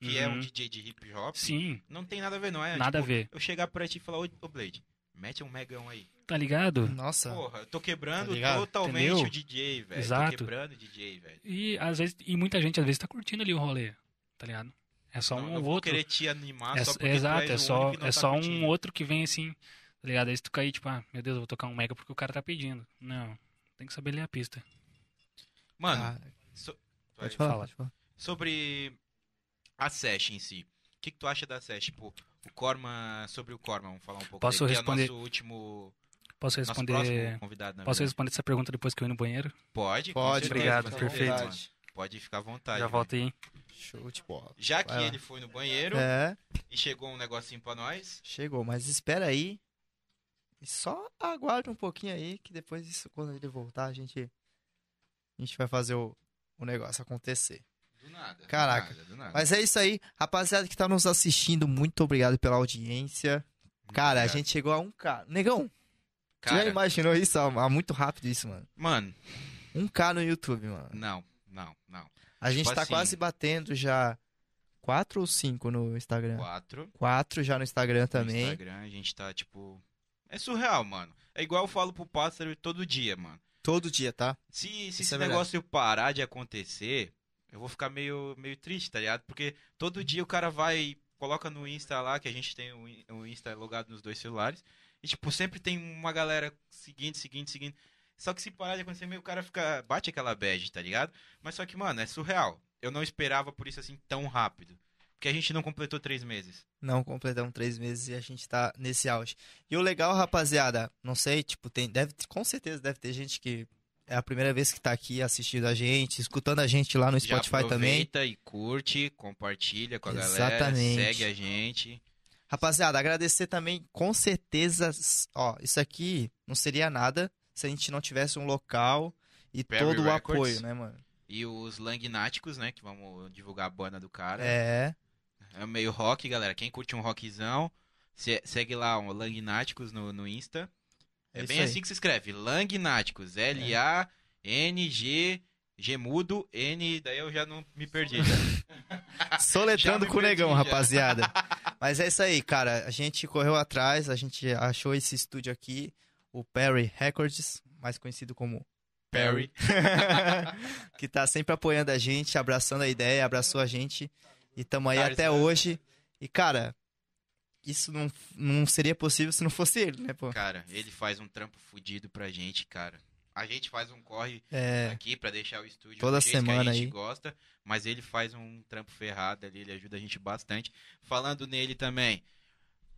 que é um Uhum. DJ de hip hop, Sim, não tem nada a ver, não é? nada a Tipo, ver, Eu chegar pra ti e falar, ô, ô Blade, mete um megão aí. tá ligado? Nossa. Porra, eu tô quebrando Tá ligado? totalmente Entendeu? o DJ, velho. Exato. Tô quebrando o DJ, velho. E às vezes, e muita gente às vezes tá curtindo ali o rolê, tá ligado? É só não, um não ou vou outro. querer te animar É, Ah, só só- porque tu exato, és é o só, único que não é tá só um curtindo. outro que vem assim, tá ligado? Aí se tu cair, tipo, ah, meu Deus, eu vou tocar um mega porque o cara tá pedindo. Não, tem que saber ler a pista. Mano, Ah, so- pode vai- falar, fala. pode falar. sobre a Sesh em si. O que, que tu acha da Sesh? Tipo, o Corma, sobre o Corma, vamos falar um pouco Posso dele, responder- que é o nosso último, Posso nosso responder. próximo convidado, na Posso verdade. responder essa pergunta depois que eu ir no banheiro? Pode, com Pode, certeza, Obrigado, fica à perfeito. vontade. Pode ficar à vontade. Já velho. volto aí. hein? Show de bola. Já que Vai lá. ele foi no banheiro É, e chegou um negocinho pra nós, chegou, mas espera aí. E só aguarde um pouquinho aí, que depois isso, quando ele voltar, a gente. A gente vai fazer o, o negócio acontecer. do nada. Caraca. Do nada, do nada. Mas é isso aí. Rapaziada que tá nos assistindo, muito obrigado pela audiência. Cara, a Obrigado. gente chegou a um k Negão, você já Cara, imaginou isso? Ah, muito rápido isso, mano. Mano, Um k no YouTube, mano. não, não, não. A gente Tipo tá assim. quase batendo já quatro ou cinco no Instagram. Quatro. Quatro já no Instagram No É. também. Instagram, a gente tá, tipo... É surreal, mano. É igual eu falo pro pássaro todo dia, mano. Todo dia, tá? Se, se Isso esse é verdade. negócio parar de acontecer, eu vou ficar meio, meio triste, tá ligado? Porque todo dia o cara vai, coloca no Insta lá, que a gente tem o In- o Insta logado nos dois celulares, e tipo, sempre tem uma galera seguindo, seguindo, seguindo. Só que se parar de acontecer, meio o cara fica. bate aquela bad, tá ligado? Mas só que, mano, é surreal. Eu não esperava por isso assim tão rápido. Porque a gente não completou três meses. Não completamos três meses e a gente tá nesse auge. E o legal, rapaziada, não sei, tipo, tem, deve, com certeza deve ter gente que é a primeira vez que tá aqui assistindo a gente, escutando a gente lá no Já Spotify também. aproveita e curte, compartilha com a Exatamente. galera, segue a gente. Rapaziada, agradecer também, com certeza, s- ó, isso aqui não seria nada se a gente não tivesse um local e Perry todo o Records. apoio, né, mano? E os Langnáticos, né? Que vamos divulgar a banda do cara. É, É meio rock, galera. Quem curte um rockzão, se- segue lá o Langnáticos no, no Insta. É, é bem isso assim aí. que se escreve. Langnáticos. L-A-N-G... Gemudo, N, daí eu já não me perdi. já. Soletrando Já me com o negão, perdi, já. rapaziada. Mas é isso aí, cara. A gente correu atrás, a gente achou esse estúdio aqui, o Perry Records, mais conhecido como Perry. que tá sempre apoiando a gente, abraçando a ideia, abraçou a gente. E tamo aí Cara, até isso é- hoje. E, cara, isso não, não seria possível se não fosse ele, né, pô? Cara, ele faz um trampo fudido pra gente, cara. A gente faz um corre É. aqui pra deixar o estúdio Toda do jeito que semana a gente aí. gosta, mas ele faz um trampo ferrado ali, ele ajuda a gente bastante. Falando nele também,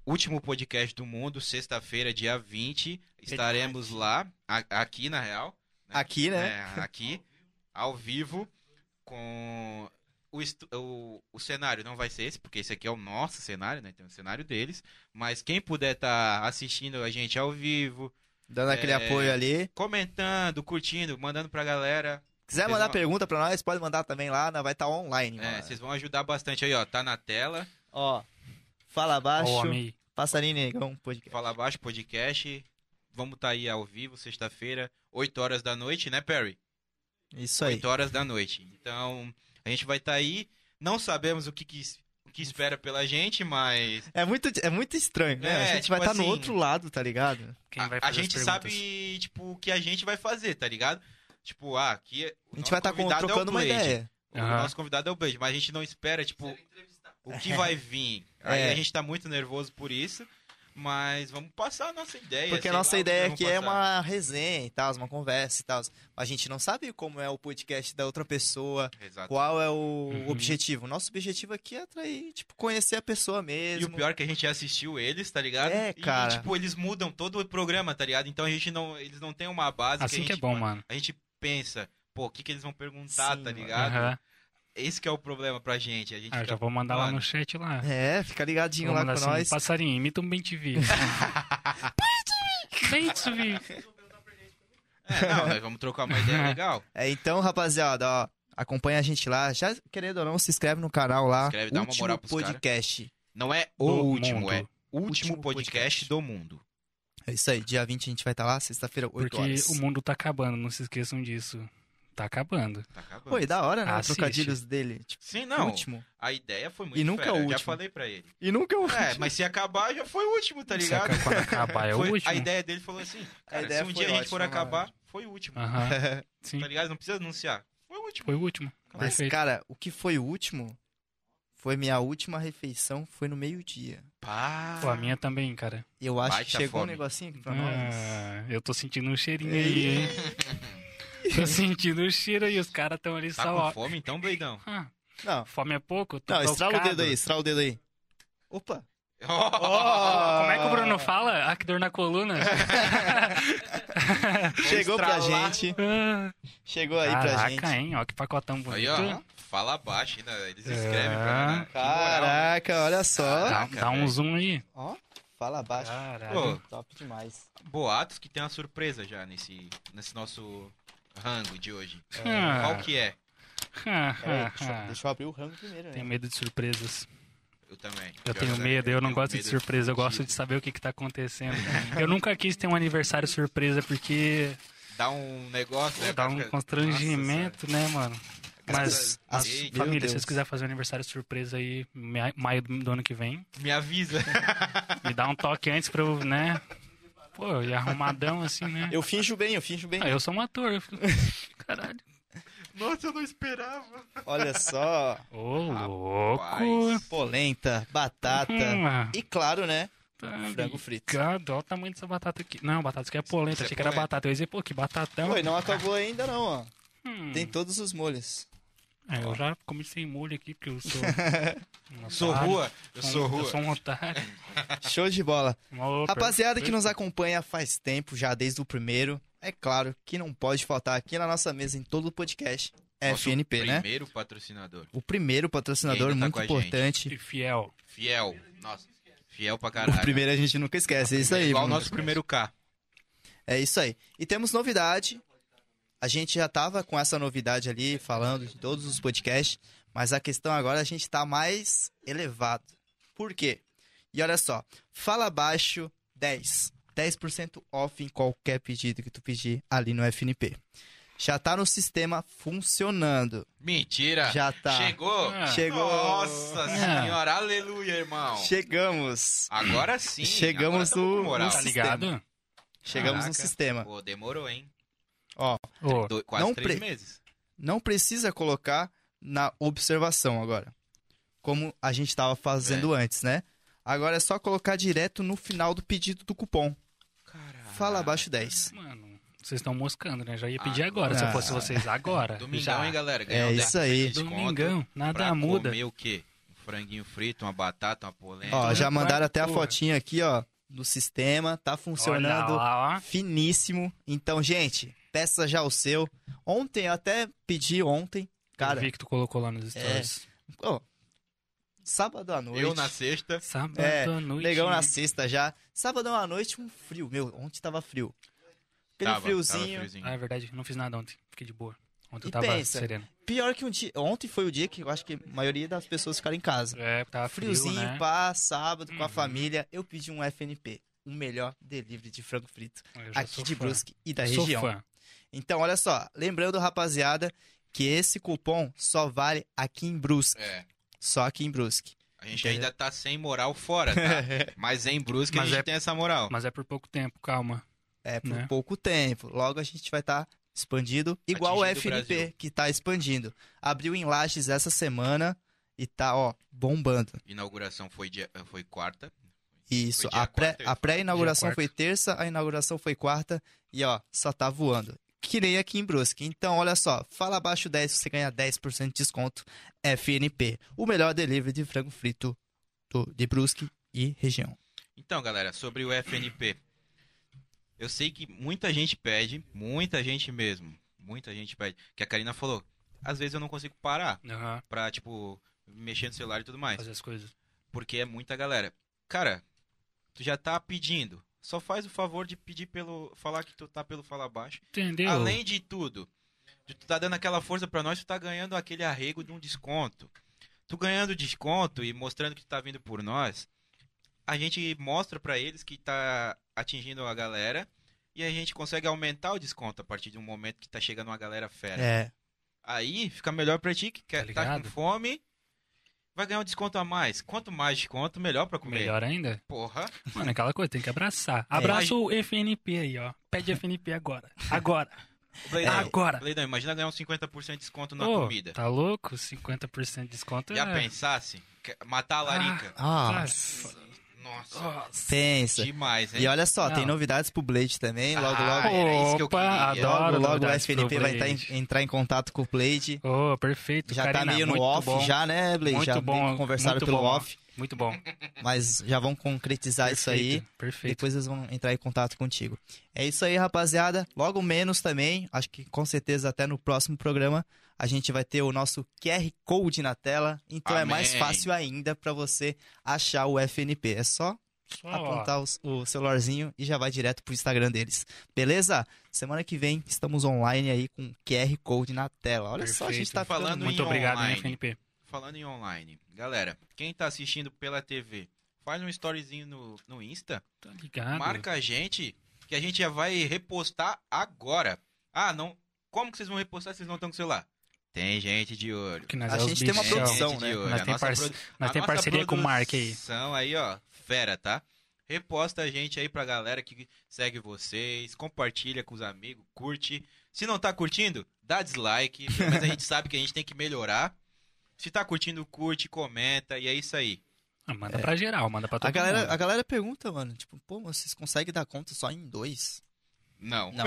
último podcast do mundo, sexta-feira, dia 20, estaremos lá, a- aqui na real, Aqui, né? é, aqui, ao vivo, com o, estu- o, o cenário não vai ser esse, porque esse aqui é o nosso cenário, né? Tem o cenário deles. Mas quem puder estar assistindo a gente ao vivo, Dando aquele É. apoio ali. comentando, curtindo, mandando pra galera, Quiser Vocês mandar vão- pergunta pra nós, pode mandar também lá, nós vai estar online. é, mano. vocês vão ajudar bastante aí, ó. Tá na tela. Ó, fala Ó, abaixo, o homem aí. passarinho negão, podcast. Fala abaixo, podcast. Vamos tá aí ao vivo, sexta-feira, 8 horas da noite, né, Perry? Isso Tá aí. 8 horas da noite. Então, a gente vai estar aí. Não sabemos o que, que, es- o que espera pela gente, mas. É muito, é muito estranho, né? É, a gente vai tipo estar no assim- outro lado, tá ligado? Quem a, vai a fazer as gente perguntas? sabe, tipo, o que a gente vai fazer, tá ligado? Tipo, ah, aqui. A gente vai estar é trocando uma ideia. O Aham. nosso convidado é o Blade, mas a gente não espera, tipo, o que vai vir. Aí É. a gente tá muito nervoso por isso, mas vamos passar a nossa ideia. Porque sei a lá, nossa o que ideia nós aqui vamos é passar. uma resenha e tal, uma conversa e tal. A gente não sabe como é o podcast da outra pessoa, Exato. qual é o Uhum. objetivo. Nosso objetivo aqui é atrair, tipo, conhecer a pessoa mesmo. E o pior é que a gente já assistiu eles, tá ligado? É, E, cara. tipo, eles mudam todo o programa, tá ligado? Então a gente não. Eles não têm uma base. Assim a que é gente, bom, mano. A gente pensa, pô, o que, que eles vão perguntar, Sim, tá mano. ligado? Aham. Esse que é o problema pra gente. A gente Ah, eu fica já vou mandar lá mano. no chat lá. É, fica ligadinho Vou lá com mandar assim, nós. Passarinho, imita um bem TV. bem TV. É, não, nós vamos trocar uma ideia legal. É, então, rapaziada, ó, acompanha a gente lá. Já, querendo ou não, se inscreve no canal lá. Inscreve, dá uma Último moral pros cara. podcast. Não é o Do último, mundo. é o último, Último podcast, podcast. do mundo. É isso aí, dia 20 a gente vai estar lá, sexta-feira, 8 Porque horas. o mundo tá acabando, não se esqueçam disso. Tá acabando. Tá acabando. Pô, e da hora, né? Os Assiste. Trocadilhos dele. Tipo, Sim, não. último. A ideia foi muito E nunca é fera, o eu Já último. falei pra ele. E nunca o É, mas se acabar, já foi o último, tá Se ligado? aca- quando acabar é o Foi- último. A ideia dele falou assim, cara, ideia se um foi dia a gente for ótima, acabar, mano. foi o último. Aham, Ah, sim. Tá ligado? Não precisa anunciar. Foi o último. Foi o último. Mas, Perfeito. cara, o que foi o último foi minha última refeição, foi no meio-dia. Pá. Pô, a minha também, cara. Eu acho Baita que chegou fome. um negocinho aqui "Ah, pra nós. Ah, eu tô sentindo um cheirinho aí, hein? Tô sentindo o cheiro aí, os caras tão ali Tá só, com ó. fome então, doidão? Ah, Não, fome é pouco, tô não estrala o tocado. dedo aí, estrala o dedo aí. Opa! Como é que o Bruno fala? Ah, que dor na coluna. Chegou pra estralar. gente, Ah, chegou aí pra Caraca, gente. hein? Ó que pacotão bonito. Aí, ó, fala baixo ainda, eles escrevem É. pra mim, né? Que moral. Caraca, olha só. Dá, Caraca, dá um velho. zoom aí. Ó, fala abaixo. Caralho. Pô. Top demais. Boatos que tem uma surpresa já nesse, nesse nosso rango de hoje. Ah. Qual que é? Ah, Peraí, ah, deixa, eu- ah. deixa eu abrir o rango primeiro, Tenho né? medo de surpresas. Eu também. Eu tenho já- medo, eu não tenho gosto de medo surpresa, eu gosto de saber o que, que tá acontecendo. Eu nunca quis ter um aniversário surpresa, porque Dá um negócio, né? dá um Fica- constrangimento, né, mano? Mas, As- Eita. Meu família, se Deus. vocês quiserem fazer um aniversário surpresa aí, mea- maio do ano que vem, Me avisa. me dá um toque antes pra eu, né? Pô, eu ia arrumadão assim, né? Eu finjo bem, eu finjo bem. Ah, eu sou um ator. eu fico- Caralho. Nossa, eu não esperava. Olha só. Ô, louco. Polenta, batata. Hum, E claro, né? tá Frango frito. ligado, Olha o tamanho dessa batata aqui. Não, batata isso aqui é polenta. Isso é Achei que era polenta. batata. Eu ia dizer, pô, que batatão. Pô, e não acabou ainda não, ó. Hum. Tem todos os molhos. É, eu já comi sem molho aqui, porque eu sou. um Sou otário. rua, eu Sou um- sou Eu rua. sou um otário. Show de bola. Uma Rapaziada que nos acompanha faz tempo, já desde o primeiro, é claro que não pode faltar aqui na nossa mesa em todo o podcast é Nosso FNP, né? Primeiro patrocinador. O primeiro patrocinador Ainda tá muito com a importante. E fiel. um Fiel. Nossa, fiel pra O caralho. primeiro a gente nunca esquece, é isso aí. Igual o mano. nosso primeiro K. É isso aí. E temos novidade. A gente já tava com essa novidade ali, falando de todos os podcasts, mas a questão agora a gente tá mais elevado. Por quê? E olha só, fala baixo 10. 10% off em qualquer pedido que tu pedir ali no FNP. Já tá no sistema funcionando. Mentira. Já tá. É, Chegou. Ah. Chegou. Nossa Ah. senhora, aleluia, irmão. Chegamos. Agora sim. Chegamos agora tamo no- com moral. Tá Sistema. ligado? Chegamos no Caraca. sistema. Pô, demorou, hein? Ó, Ô, Do- quase Não três pre- meses. não precisa colocar na observação agora. Como a gente estava fazendo antes, né? Agora é só colocar direto no final do pedido do cupom. Caralho. Fala abaixo 10. mano. Vocês estão moscando, né? Já ia pedir agora, se eu fosse Ah. vocês agora. Domingão, já. hein, galera? É isso aí. Domingão, nada Pra muda. comer o quê? Um franguinho frito, uma batata, uma polenta. Ó, já Vai, mandaram até a porra. fotinha aqui, ó, no sistema. Tá Olha funcionando lá, ó. finíssimo. Então, gente, peça já o seu. Ontem, eu até pedi ontem, Cara, cara. É. eu vi que tu colocou lá nos stories. ó, sábado à noite. Eu na sexta. Sábado É, à noite. Negão na sexta já. Sábado à noite, um frio. Meu, ontem tava frio. Aquele tava- tava friozinho. friozinho. Ah, é verdade, eu não fiz nada ontem. Fiquei de boa. Ontem eu E tava pensa. sereno. Pior que um dia. Ontem foi o dia que eu acho que a maioria das pessoas ficaram em casa. É, tava frio, Friozinho, né? pá, sábado com a Uhum. família. Eu pedi um FNP. O melhor delivery de frango frito Eu já aqui sou de fã. Brusque e da Sou região. fã. Então, olha só. Lembrando, rapaziada, que esse cupom só vale aqui em Brusque. É. Só aqui em Brusque. A gente Entendeu? ainda tá sem moral fora, tá? Mas em Brusque é- Mas a gente é- tem essa moral. Mas é por pouco tempo, calma. É, por né? pouco tempo. Logo a gente vai estar expandido, igual Atingindo o o FNP, Brasil. que tá expandindo. Abriu em Lages essa semana e tá, ó, bombando. Inauguração foi, dia... foi quarta. Isso, Foi dia a pré- quarta, a pré-inauguração Dia foi terça, a inauguração foi quarta e, ó, só tá voando. Que nem aqui em Brusque. Então, olha só, fala abaixo 10 você ganha 10% de desconto. FNP, o melhor delivery de frango frito do- de Brusque e região. Então, galera, sobre o FNP. Eu sei que muita gente pede, muita gente mesmo, muita gente pede. Que a Karina falou, às vezes eu não consigo parar Aham, pra, tipo, mexer no celular e tudo mais. fazer as coisas. Porque é muita galera. Cara, tu já tá pedindo. Só faz o favor de pedir pelo. Falar que tu tá pelo falar baixo. Entendeu? Além de tudo, de tu tá dando aquela força pra nós, tu tá ganhando aquele arrego de um desconto. Tu ganhando desconto e mostrando que tu tá vindo por nós, a gente mostra pra eles que tá atingindo a galera e a gente consegue aumentar o desconto a partir de um momento que tá chegando uma galera fera. É, Aí fica melhor pra ti que quer, tá ligado? com fome, vai ganhar um desconto a mais. Quanto mais desconto, melhor pra comer. Melhor ainda? Porra. Mano, é aquela coisa, tem que abraçar. Abraça Mas- o FNP aí, ó. Pede FNP agora. Agora. Bleidão, Agora. Bleidão, imagina ganhar uns 50% de desconto É, na Ô, comida. Tá louco? 50% de desconto Já é... pensasse? Que- Matar a larica. ah, Nossa. Nossa. Nossa. pensa. Demais, hein? E olha só, tem Não. novidades pro Blade também, logo Ah, logo. era isso que eu Opa, queria. adoro. logo, logo o novidades pro SPNP vai entrar Blade. em, entrar em contato com o Blade. Ô, perfeito. Já tá Karina, meio no muito off, bom. já, né, Blade? Muito já bom, meio que conversaram muito pelo bom, ó. off, Muito bom. mas já vão concretizar isso aí. Perfeito, Perfeito. Depois eles vão entrar em contato contigo. É isso aí, rapaziada. Logo menos também, acho que com certeza até no próximo programa, a gente vai ter o nosso QR Code na tela. Então é mais Amém. fácil ainda pra você achar o FNP. É só Só, ó, apontar os- o celularzinho e já vai direto pro Instagram deles. Beleza? Semana que vem estamos online aí com QR Code na tela. Olha só, a gente Perfeito. tá ficando Falando muito. Muito obrigado, hein, online. FNP. Falando em online, galera, quem tá assistindo pela TV, faz um storyzinho no, no Insta, Tá ligado? marca a gente, que a gente já vai repostar agora. Ah, não. Como que vocês vão repostar se vocês não estão com o celular? Tem gente de olho. Que nós A é os gente tem uma bichão. produção, gente de né? olho. Nós A tem nossa parce- produ- Nós a tem nossa parceria com o Mark aí. produção aí, ó, fera, tá? Reposta a gente aí pra galera que segue vocês, compartilha com os amigos, curte. Se não tá curtindo, dá dislike, mas a gente sabe que a gente tem que melhorar. Se tá curtindo, curte, comenta, e é isso aí. Ah, manda pra geral, manda pra todo É. A galera, a mundo. galera pergunta, mano, tipo, pô, mas vocês conseguem dar conta só em dois? Não. Não,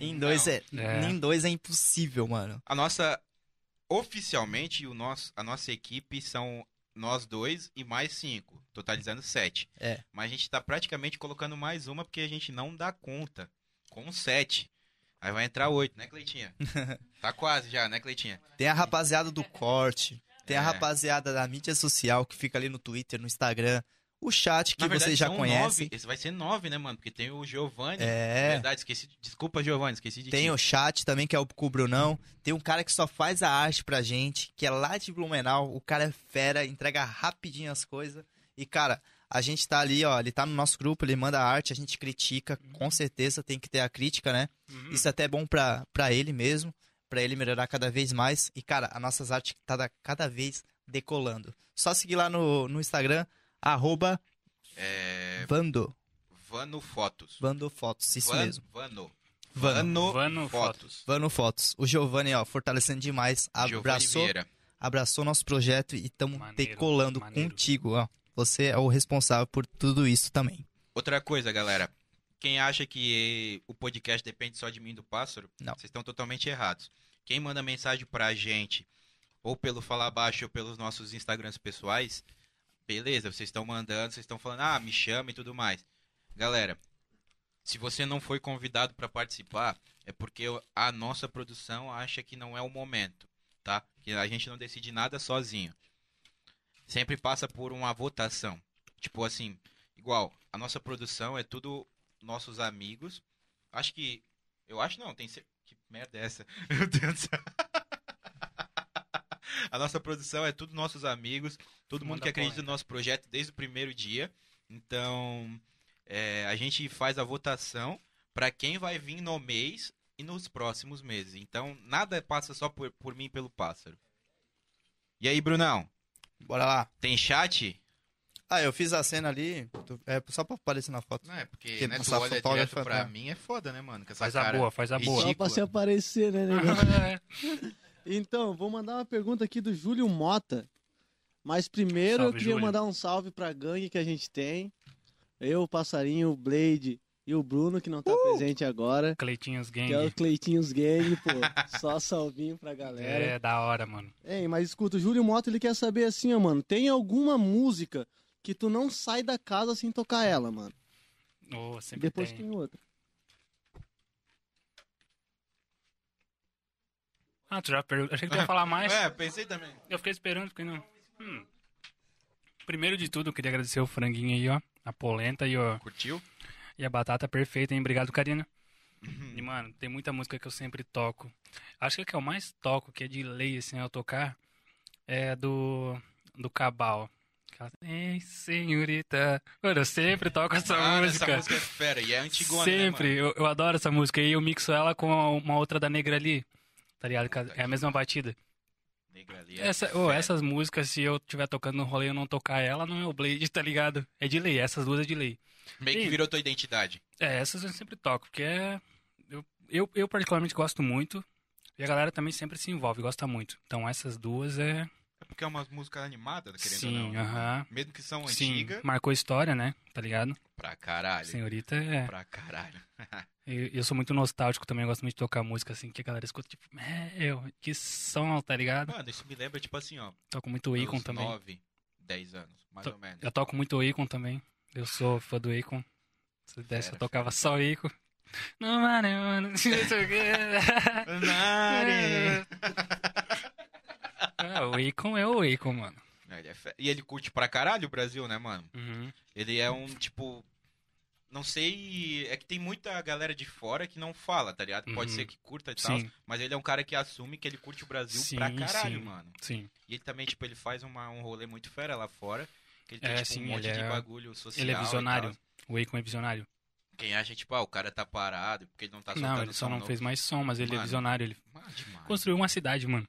em dois é, É. em dois é impossível, mano. A nossa. Oficialmente, o nosso, a nossa equipe são nós dois e mais cinco, totalizando sete. É. Mas a gente tá praticamente colocando mais uma porque a gente não dá conta. Com sete. Aí vai entrar oito, né, Cleitinha? tá quase já, né, Cleitinha? Tem a rapaziada do corte, tem a É. rapaziada da mídia social que fica ali no Twitter, no Instagram, o chat que Na verdade, vocês já são conhecem. Nove. Esse vai ser nove, né, mano? Porque tem o Giovanni. É. Verdade, esqueci. Desculpa, Giovanni, esqueci de Tem ti. o chat também, que é o com o Brunão. Tem um cara que só faz a arte pra gente, que é lá de Blumenau. O cara é fera, entrega rapidinho as coisas. E, cara, a gente tá ali, ó. Ele tá no nosso grupo, ele manda arte, a gente critica. Com certeza tem que ter a crítica, né? Uhum. Isso é até bom pra, pra ele mesmo, pra ele melhorar cada vez mais. E, cara, as nossas artes tá da- cada vez decolando. Só seguir lá no, no Instagram, arroba É, Vando. Vano Fotos. Vando Fotos, isso Van- mesmo. Vano. Vando. Vano, Vano Fotos. Vano Fotos. O Giovanni, ó, fortalecendo demais. Giovanni Abraçou, Vieira. abraçou nosso projeto e estamos Maneiro, decolando maneiro. contigo, ó. Você é o responsável por tudo isso também. Outra coisa, galera. Quem acha que o podcast depende só de mim e do pássaro, Não. vocês estão totalmente errados. Quem manda mensagem pra gente, ou pelo Falar Baixo, ou pelos nossos Instagrams pessoais, beleza, vocês estão mandando, vocês estão falando, ah, me chama e tudo mais. Galera, se você não foi convidado pra participar, é porque a nossa produção acha que não é o momento, tá? Que a gente não decide nada sozinho. Sempre passa por uma votação. Tipo assim, igual, a nossa produção é tudo nossos amigos. Acho que. Eu acho não, tem. cer- Que merda é essa? Meu Deus do céu. A nossa produção é tudo nossos amigos, todo mundo Manda que acredita porra. no nosso projeto desde o primeiro dia. Então, é, a gente faz a votação para quem vai vir no mês e nos próximos meses. Então, nada passa só por, por mim e pelo pássaro. E aí, Brunão? Bora lá. Tem chat? Ah, eu fiz a cena ali, tu- é só pra aparecer na foto. Não, é porque Tem né, que tu passar olha direto fotógrafo, pra né? mim, é foda, né, mano? Faz a boa, faz a boa. Só pra se aparecer, né, negão? Então, vou mandar uma pergunta aqui do Júlio Mota. Mas primeiro Salve, eu queria Júlio. mandar um salve pra gangue que a gente tem. Eu, o Passarinho, o Blade e o Bruno, que não Uh! tá presente agora. Cleitinhos Que é o Gang. Cleitinhos Gang, pô. Só salvinho pra galera. É, da hora, mano. Ei, mas escuta, o Júlio Mota, ele quer saber assim, ó, mano. Tem alguma música que tu não sai da casa sem tocar ela, mano? Ô, E sempre depois tem. tem outra. Ah, tu já perguntou. Achei que tu ia falar mais. É, pensei também. Eu fiquei esperando, porque não. Hum. Primeiro de tudo, eu queria agradecer o franguinho aí, ó. A polenta e, ó, Curtiu? e a batata perfeita, hein? Obrigado, Karina. Uhum. E, mano, tem muita música que eu sempre toco. Acho que a que eu mais toco, que é de lei, assim, eu tocar, é do. do Cabal. Aquela, Ei, senhorita. Mano, eu sempre toco essa Mano, música. Essa música é fera e é antigona, Sempre, né, eu, eu adoro essa música. E eu mixo ela com uma outra da Negra ali. Tá ligado? É a mesma batida. mano? Negra ali é Essa, ô, fera. essas músicas, se eu tiver tocando no rolê e eu não tocar ela, não é o Blade, tá ligado? É de lei, essas duas é de lei. Meio que virou tua identidade. É, essas eu sempre toco, porque é. Eu, eu, eu particularmente gosto muito. E a galera também sempre se envolve, gosta muito. Então essas duas é. É porque é uma música animada, querendo ou Sim, não. né? aham. Mesmo que são Sim, antigas, marcou história, né? Tá ligado? pra caralho. Senhorita é. Pra caralho. Eu, eu sou muito nostálgico também, eu gosto muito de tocar música assim, que a galera escuta, tipo, é, eu, que som, tá ligado? Mano, isso me lembra, tipo assim, ó. Toco muito Akon uns também. 9, 10 anos, mais Tô- ou menos. Eu toco muito Akon também. Eu sou fã do Akon. Se desse, eu tocava só Akon. Não, mano, mano, não sei o quê. Nari. Ah, o Akon é o Akon, mano. Ele é fe- E ele curte pra caralho o Brasil, né, mano? Uhum. Ele é um, tipo. Não sei. É que tem muita galera de fora que não fala, tá ligado? Pode Uhum. ser que curta e tal. Sim, Mas ele é um cara que assume que ele curte o Brasil Sim, pra caralho, sim. mano. sim. E ele também, tipo, ele faz uma- um rolê muito fera lá fora. Que ele tem, É, tipo, sim, um monte ele de é- bagulho social. Ele é e visionário. tal. O Akon é visionário. Quem acha, tipo, ah, o cara tá parado, porque ele não tá soltando não, ele só som não novo. fez mais som, mas ele é Mano. visionário. Ele Mas demais. construiu uma cidade, mano.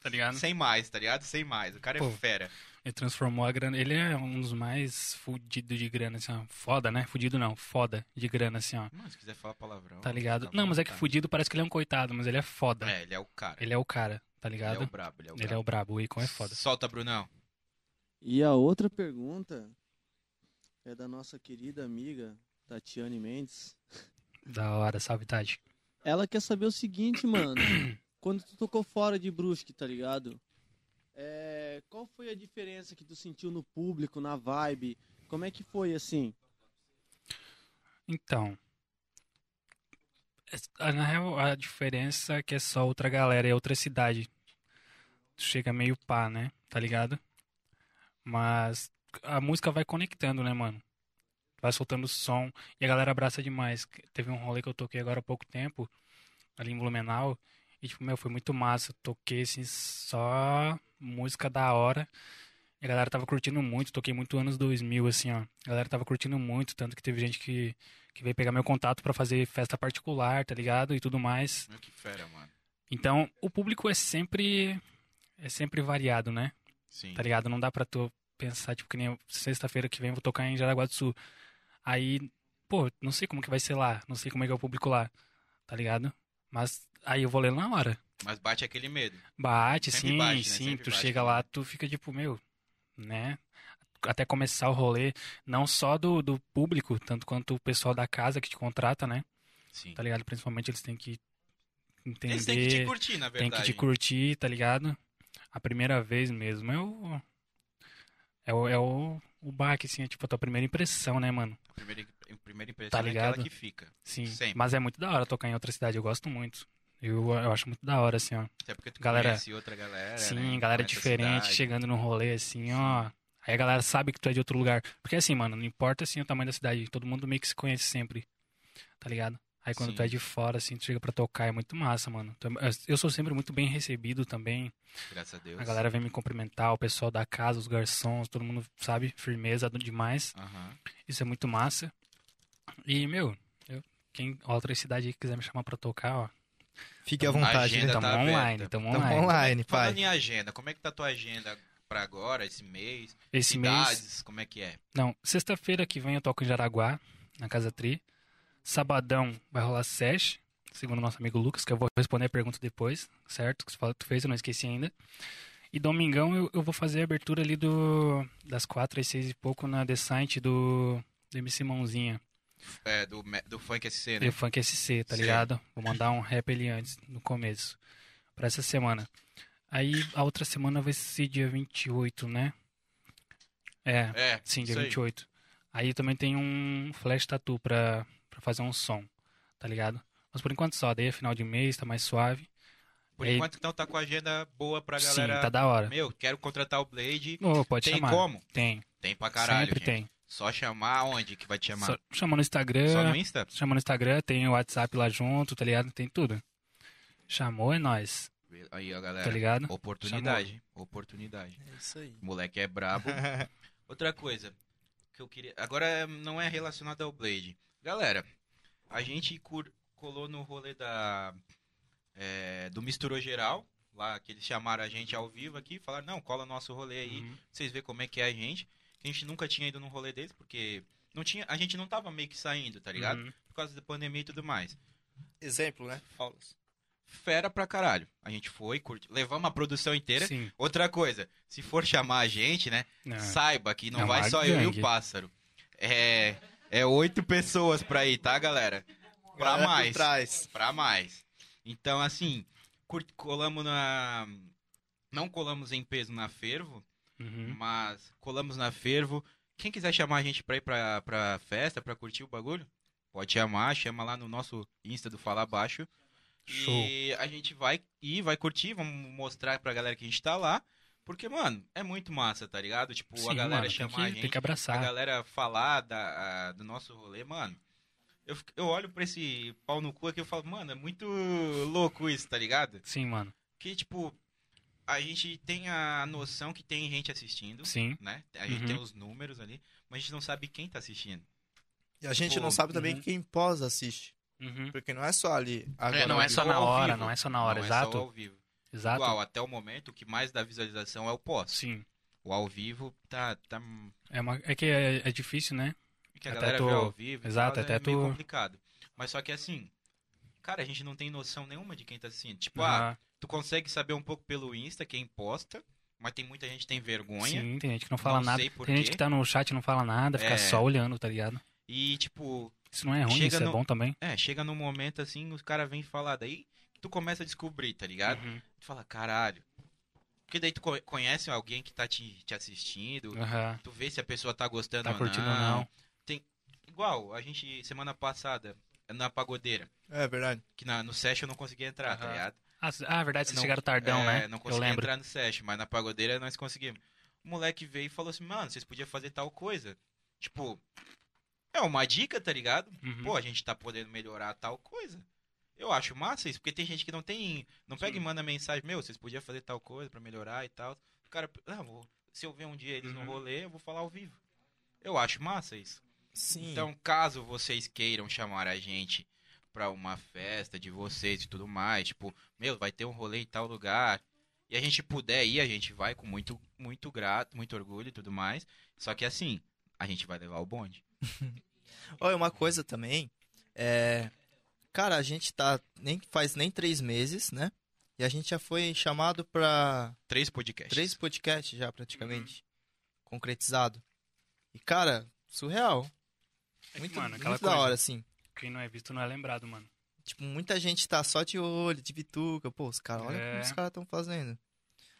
Tá ligado? Sem mais, tá ligado? Sem mais. O cara Pô. é fera. Ele transformou a grana. Ele é um dos mais fudido de grana, assim, ó. Foda, né? Fudido não, foda de grana, assim, ó. Mano, se quiser falar palavrão. Tá ligado? fica à Não, mas é que vontade. fudido parece que ele é um coitado, mas ele é foda. É, ele é o cara. Ele é o cara, tá Ele é o ligado? brabo, ele é o Ele é o brabo, o Akon é foda. Solta, Brunão. E a outra pergunta é da nossa querida amiga Tatiane Mendes. Da hora, salve, Tati. Ela quer saber o seguinte, mano. quando tu tocou fora de Brusque, tá ligado? É, qual foi a diferença que tu sentiu no público, na vibe? Como é que foi, assim? Então. es- a- Na real, a diferença é que é só outra galera, é outra cidade. Tu chega meio pá, né? Tá ligado? Mas a música vai conectando, né, mano? Vai soltando som e a galera abraça demais. Que- Teve um rolê que eu toquei agora há pouco tempo, ali em Blumenau, e tipo, meu, foi muito massa. Eu toquei assim, só música da hora. E a galera tava curtindo muito, toquei muito anos 2000, assim, ó. A galera tava curtindo muito, tanto que teve gente que, que veio pegar meu contato pra fazer festa particular, tá ligado? E tudo mais. Meu, Que fera, mano. Então, o público é sempre é sempre variado, né? Sim. Tá ligado? Não dá pra tu pensar, tipo, que nem eu- sexta-feira que vem eu vou tocar em Jaraguá do Sul. Aí, pô, não sei como que vai ser lá, não sei como é que é o público lá, tá ligado? Mas aí eu vou ler na hora. Mas bate aquele medo. Bate, Sempre sim, bate, né? sim. Sempre tu bate, chega né? lá, tu fica tipo, meu, né? até começar o rolê, não só do, do público, tanto quanto o pessoal da casa que te contrata, né? Sim. Tá ligado? Principalmente eles têm que entender, Eles têm que te curtir, na têm verdade. que te curtir, tá ligado? A primeira vez mesmo é o. É o, é o, o baque, assim, é tipo a tua primeira impressão, né, mano? A primeira, a primeira impressão Tá é aquela ligado? que fica. Sim. Sempre. Mas é muito da hora tocar em outra cidade, eu gosto muito. Eu, eu acho muito da hora, assim, ó. Até porque tu Galera- conhece outra galera. Sim, né? galera Conhece a diferente cidade. chegando no rolê assim, ó. Aí a galera sabe que tu é de outro lugar. Porque assim, mano, não importa assim o tamanho da cidade, todo mundo meio que se conhece sempre. Tá ligado? Aí quando tu Sim. é de fora, assim, tu chega pra tocar, é muito massa, mano. Tu é- Eu sou sempre muito bem recebido também. Graças a Deus. A galera vem me cumprimentar, o pessoal da casa, os garçons, todo mundo, sabe? Firmeza demais. Aham. Isso é muito massa. E, meu, eu, quem outra cidade aí quiser me chamar pra tocar, ó. Fique à vontade, Agenda né? tá Tamo online, aberta. tamo Tamo online. online, Falando pai. em agenda, como é que tá a tua agenda pra agora, esse mês? Esse mês. Cidades, como é que é? Não, sexta-feira que vem eu toco em Jaraguá, na Casa Tri. Sabadão vai rolar SESH, segundo nosso amigo Lucas, que eu vou responder a pergunta depois, certo? Que você falou que tu fez, eu não esqueci ainda. E domingão eu, eu vou fazer a abertura ali do das quatro às seis e pouco na The Site do, do MC Mãozinha, É, do, me- do funk SC, né? do Funk SC, tá Sim. ligado? Vou mandar um rap ali antes, no começo, pra essa semana. Aí a outra semana vai ser dia 28, né? É, É, Sim, dia isso aí. 28. Aí também tem um flash tattoo pra, pra fazer um som, tá ligado? Mas por enquanto só, daí é final de mês, tá mais suave. Por E aí- enquanto, então, tá com a agenda boa pra Sim, galera. tá da hora. Meu, quero contratar o Blade. Ô, pode Tem chamar. como? Tem, Tem pra caralho, sempre gente. tem. Só chamar onde que vai te chamar? Só, É. chama no Instagram, Só no Insta? chama no Instagram, tem o WhatsApp lá junto, tá ligado? Tem tudo. Chamou é nós, Aí, ó, tá galera. ligado? Oportunidade. Oportunidade. É isso aí. O moleque é brabo. Outra coisa que eu queria. Agora não é relacionado ao Blade. Galera, a gente cur- colou no rolê da. é, do Misturou Geral. Lá que eles chamaram a gente ao vivo aqui. Falaram: não, cola nosso rolê aí. Uhum. pra vocês verem como é que é a gente. Que a gente nunca tinha ido num rolê deles, porque. Não tinha, a gente não tava meio que saindo, tá ligado? Uhum. Por causa da pandemia e tudo mais. Exemplo, né? Aulas. Fera pra caralho. A gente foi, curti, levamos a produção inteira. Sim. Outra coisa, se for chamar a gente, né? Não. Saiba que não É vai uma só eu e gangue. o pássaro. É, é oito pessoas pra ir, tá, galera? Pra mais. É, Trás. Pra mais. Então, assim, cur- colamos na. Não colamos em peso na fervo, Uhum. mas colamos na fervo. Quem quiser chamar a gente pra ir pra, pra festa, pra curtir o bagulho, pode chamar, chama lá no nosso Insta do Fala Baixo. Show. E a gente vai ir, vai curtir, vamos mostrar pra galera que a gente tá lá. Porque, mano, é muito massa, tá ligado? Tipo, Sim, a galera mano, tem chamar que, a tem gente, que a abraçar. galera falar da, a- do nosso rolê, mano. Eu, fico- eu olho pra esse pau no cu aqui e eu falo, mano, é muito louco isso, tá ligado? Sim, mano. Que, tipo, a gente tem a noção que tem gente assistindo, Sim. né? A gente Uhum. tem os números ali, mas a gente não sabe quem tá assistindo. E a gente Tipo, não sabe também uhum. quem pós assiste. Uhum. Porque não é só ali. Agora É, não Não é ali. só na ao hora, vivo. não é só na hora, não é exato. só ao vivo. Exato. Igual, até o momento, o que mais dá visualização é o pós. Sim. O ao vivo tá. tá... É, uma- é que é, é difícil, né? é Que a Até galera tu- vê ao vivo. e Exato, tal, até é meio tu- complicado. Mas só que assim. Cara, a gente não tem noção nenhuma de quem tá assistindo. Tipo, ah, Ah, tu consegue saber um pouco pelo Insta quem posta, mas tem muita gente que tem vergonha. Sim, tem gente que não fala Não nada. sei por Tem gente quê. que tá no chat e não fala nada, fica É. só olhando, tá ligado? E, tipo, Isso não é ruim, Chega isso no- é bom também. é, chega num momento assim, os caras vêm falar. Daí tu começa a descobrir, tá ligado? Uhum. Tu fala, caralho. Porque daí tu co- conhece alguém que tá te, te assistindo, Aham. tu vê se a pessoa tá gostando É. Tá ou curtindo ou não? Igual, a gente, semana passada, na pagodeira, É verdade. que na- no session eu não consegui entrar, tá Aham. ligado? Ah, c- ah, verdade, vocês Não- chegaram tardão, é, né? Não Eu consegui lembro. entrar no session, mas na pagodeira nós conseguimos. O moleque veio e falou assim, mano, vocês podiam fazer tal coisa. Tipo, é uma dica, tá ligado? Uhum. Pô, a gente tá podendo melhorar tal coisa. Eu acho massa isso, porque tem gente que não tem. Não pega e manda mensagem, meu, vocês podiam fazer tal coisa pra melhorar e tal. O cara, não, vou, se eu ver um dia eles no Uhum. rolê, eu vou falar ao vivo. Eu acho massa isso. Sim. Então, caso vocês queiram chamar a gente pra uma festa de vocês e tudo mais, tipo, meu, vai ter um rolê em tal lugar, e a gente puder ir, a gente vai com muito, muito grato, muito orgulho e tudo mais. Só que assim, a gente vai levar o bonde. Olha, uma coisa também. É... Cara, a gente tá. Nem, faz nem três meses, né? E a gente já foi chamado pra Três podcasts. Uhum. três podcasts já, praticamente. Concretizado. E, cara, surreal. É que, Muito, mano, muito aquela da coisa. hora, assim. Quem não é visto não é lembrado, mano. Tipo, muita gente tá só de olho, de bituca. Pô, os caras, olha É. como os caras estão fazendo.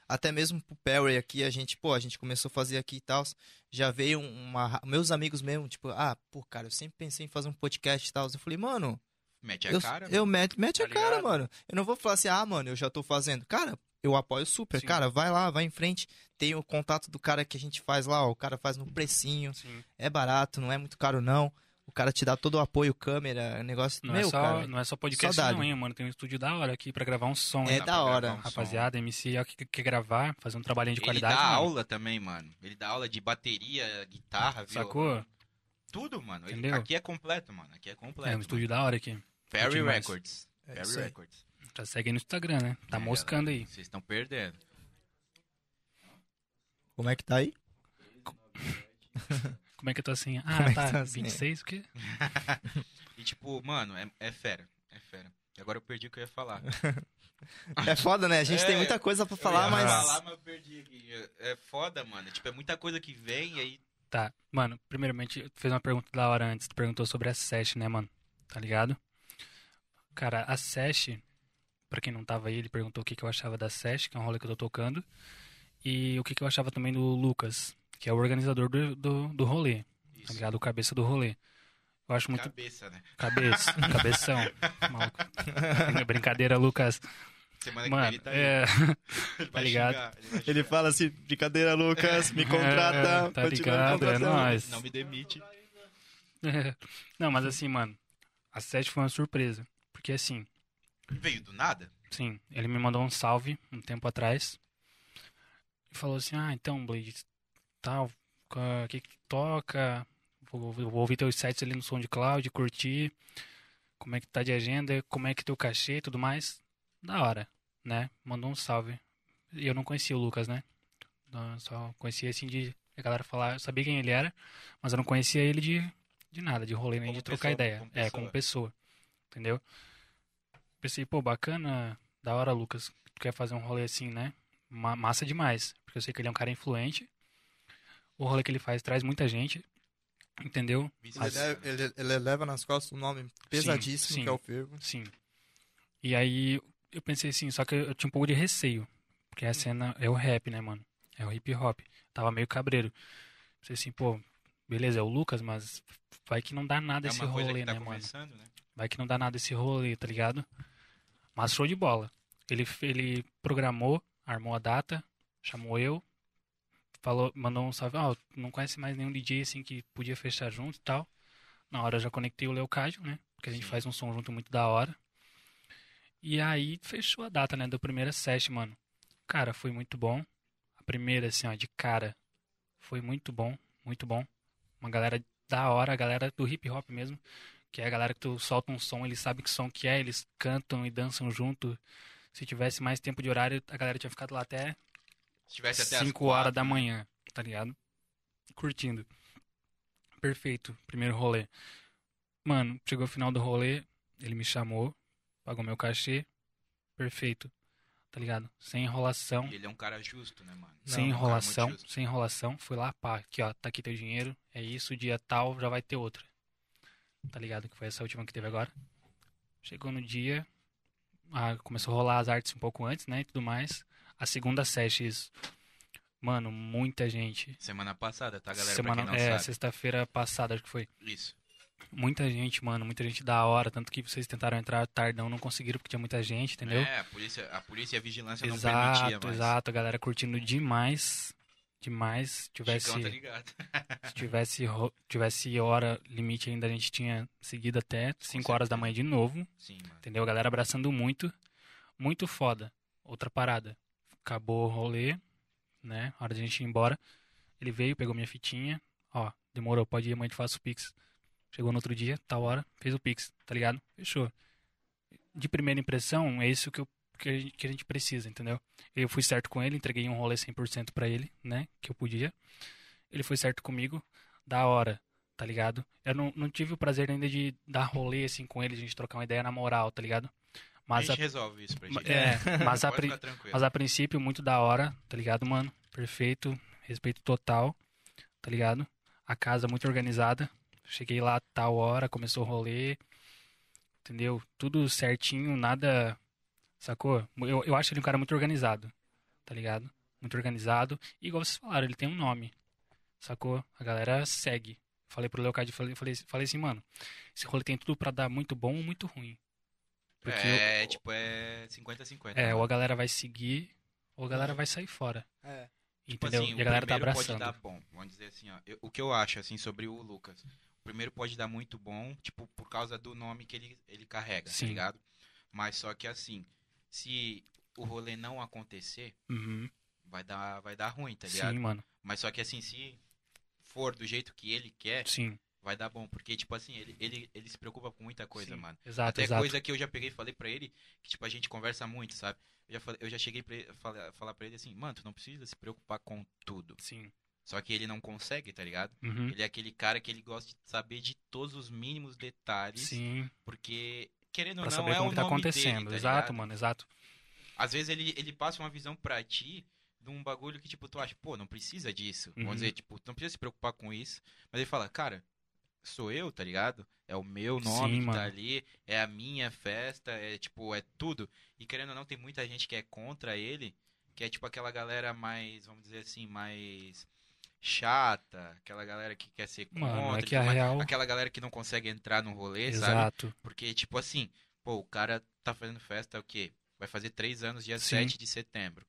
Até mesmo pro Perry aqui, a gente, pô, a gente começou a fazer aqui e tal. Já veio um, uma. ra- Meus amigos mesmo, tipo, ah, pô, cara, eu sempre pensei em fazer um podcast e tal. Eu falei, mano, Mete a eu, cara. eu mete, mete Tá a cara, ligado? mano. Eu não vou falar assim, ah, mano, eu já tô fazendo. Cara, eu apoio super. Sim. Cara, vai lá, vai em frente. Tem o contato do cara que a gente faz lá, ó, o cara faz no precinho. Sim. É barato, não é muito caro, não. O cara te dá todo o apoio, câmera, negócio. Não, meu, é, só, cara. não é só podcast saudade. não, hein, mano. Tem um estúdio da hora aqui pra gravar um som. É hein, da pra gravar hora. um som. Rapaziada, MC ó, que que quer gravar, fazer um trabalhinho de ele qualidade. dá mano. aula também, mano. Ele dá aula de bateria, guitarra, violão, Sacou? tudo, mano. Ele- Entendeu? aqui é completo, mano. Aqui é É, completo. um mano. estúdio da hora aqui. Perry demais. Records. É Perry isso aí. Records. Já segue aí no Instagram, né? Tá É, moscando galera, aí. Vocês estão perdendo. Como é que tá aí? Como é que eu tô assim? Ah, Como é que tá. tá assim? 26, o quê? E tipo, mano, é, é fera. É fera. E agora eu perdi o que eu ia falar. É foda, né? A gente É, tem muita coisa pra Eu falar, ia mas. falar, mas eu perdi aqui. É é foda, mano. Tipo, é muita coisa que vem e aí. Tá. Mano, primeiramente, tu fez uma pergunta da hora antes. Tu perguntou sobre a Sesh, né, mano? Tá ligado? Cara, a Sesh, pra quem não tava aí, ele perguntou o que, que eu achava da Sesh, que é um rolê que eu tô tocando. E o que, que eu achava também do Lucas, que é o organizador do, do, do rolê, tá Isso, ligado? O cabeça do rolê. Eu acho muito cabeça, né? Cabeça, cabeção. Maluco. Brincadeira, Lucas. Semana que vem Mano, ele tá aí. é, Ele tá vai ligado? xingar, ele vai Ele xingar. fala assim: brincadeira, Lucas, me contrata. É, tá continua me ligado, é contratando." nóis. Não me demite. Não, mas assim, mano, a sete foi uma surpresa. Porque assim, Veio do nada? sim, ele me mandou um salve um tempo atrás. E falou assim, ah, então, Blade, tal, o que que tu toca? Vou, vou ouvir teus sets ali no SoundCloud, curtir. Como é que tá de agenda, como é que teu cachê e tudo mais. Da hora, né? Mandou um salve. E eu não conhecia o Lucas, né? Não, Só conhecia assim de a galera falar, eu sabia quem ele era, mas eu não conhecia ele de, de nada, de rolê, nem Como de trocar pessoa, ideia. como é, pessoa. como pessoa. Entendeu? Pensei, pô, bacana, da hora, Lucas. Tu quer fazer um rolê assim, né? Ma- massa demais. Porque eu sei que ele é um cara influente. O rolê que ele faz traz muita gente. Entendeu? Vice- Ele, leva- ele- ele leva nas costas um nome pesadíssimo sim. que é o Fervo. Sim. E aí eu pensei assim, só que eu, eu tinha um pouco de receio. Porque a cena é o rap, né, mano? É o hip hop. Tava meio cabreiro. Pensei assim, pô, beleza, é o Lucas, mas vai que não dá nada É esse uma coisa rolê, que tá né, mano? começando, né? Vai que não dá nada esse rolê, tá ligado? Mas show de bola. Ele, ele programou, armou a data, chamou eu, falou, mandou um salve, ó, não conhece mais nenhum DJ assim que podia fechar junto e tal. Na hora eu já conectei o Leocádio, né? Porque a gente Sim. faz um som junto muito da hora. E aí fechou a data, né, da primeira session, mano. Cara, foi muito bom. A primeira, assim, ó, de cara, foi muito bom, muito bom. Uma galera da hora, a galera do hip hop mesmo que é a galera que tu solta um som, eles sabem que som que é, eles cantam e dançam junto. Se tivesse mais tempo de horário, a galera tinha ficado lá até Se tivesse até né? 5 horas da manhã, tá ligado? Curtindo. Perfeito, primeiro rolê. Mano, chegou o final do rolê, ele me chamou, pagou meu cachê. Perfeito, tá ligado? Sem enrolação. Ele é um cara justo, né, mano? Não, Sem cara, enrolação, muito justo. sem enrolação, fui lá, pá, aqui ó, tá aqui teu dinheiro, é isso, dia tal, já vai ter outra. Tá ligado? Que foi essa última que teve agora. Chegou no dia, ah, começou a rolar as artes um pouco antes, né, e tudo mais. A segunda session, isso. Mano, muita gente. Semana passada, tá, galera? Semana, pra quem não é, sabe. sexta-feira passada, acho que foi. Isso. Muita gente, mano, muita gente da hora, tanto que vocês tentaram entrar tardão, não conseguiram porque tinha muita gente, entendeu? É, a polícia, a polícia e a vigilância não exato, permitia mais. exato, a galera curtindo demais. Demais, tivesse Chicão, tá ligado? se tivesse, ro- tivesse hora limite ainda, a gente tinha seguido até 5 horas da manhã de novo. Sim, mano. Entendeu? A galera abraçando muito. Muito foda. Outra parada. Acabou o rolê, né? Hora de a gente ir embora. Ele veio, pegou minha fitinha. Ó, demorou, pode ir, amanhã eu te faço o Pix. Chegou no outro dia, tal hora, fez o Pix, tá ligado? Fechou. De primeira impressão, é isso que, eu, que, a gente, que a gente precisa, entendeu? Eu fui certo com ele, entreguei um rolê 100% pra ele, né? Que eu podia. Ele foi certo comigo, da hora tá ligado? Eu não, não tive o prazer ainda de dar rolê assim com ele, a gente trocar uma ideia na moral, tá ligado? A Mas a, gente resolve isso pra gente. é, mas, a, Pode pri- ficar tranquilo. mas a princípio, muito da hora, tá ligado, mano? Perfeito, respeito total, tá ligado? a casa muito organizada. Cheguei lá a tal hora, começou o rolê, entendeu? Tudo certinho, nada. Sacou? Eu, eu acho ele um cara muito organizado, tá ligado? Muito organizado. E igual vocês falaram, ele tem um nome, sacou? A galera segue. Falei pro Leocádio, falei, falei, falei assim, mano, esse rolê tem tudo pra dar muito bom ou muito ruim. Porque É, tipo, é 50-50. é, né? ou a galera vai seguir, ou a galera vai sair fora. É. Tipo Entendeu? assim, e a o galera tá primeiro abraçando. Pode dar bom. Vamos dizer assim, ó. eu- o que eu acho, assim, sobre o Lucas. O primeiro pode dar muito bom, tipo, por causa do nome que ele, ele carrega, Sim. tá ligado? Mas só que assim, se o rolê não acontecer, Uhum. vai dar, vai dar ruim, tá ligado? Sim, mano. Mas só que assim, se for do jeito que ele quer, Sim. vai dar bom. Porque, tipo assim, ele, ele, ele se preocupa com muita coisa, Sim. mano. Exato, Até exato. coisa que eu já peguei e falei pra ele, que tipo, a gente conversa muito, sabe? Eu já, falei- eu já cheguei pra ele, falar, falar pra ele assim, mano, tu não precisa se preocupar com tudo. Sim. Só que ele não consegue, tá ligado? Uhum. Ele é aquele cara que ele gosta de saber de todos os mínimos detalhes, Sim. porque querendo ou Pra não saber é como o que tá nome dele, acontecendo. tá exato, ligado? mano, exato. Às vezes ele, ele passa uma visão pra ti de um bagulho que tipo tu acha, pô, não precisa disso. Uhum. Vamos dizer, tipo, tu não precisa se preocupar com isso, mas ele fala, cara, sou eu, tá ligado? É o meu nome Sim, que mano. tá ali, é a minha festa, é tipo, é tudo. E querendo ou não, tem muita gente que é contra ele, que é tipo aquela galera mais, vamos dizer assim, mais chata, aquela galera que quer ser contra, Mano, é e que tudo a mais. real. aquela galera que não consegue entrar no rolê, sabe? Exato. Porque, tipo assim, pô, o cara tá fazendo festa o quê? Vai fazer três anos, dia Sim. 7 de setembro.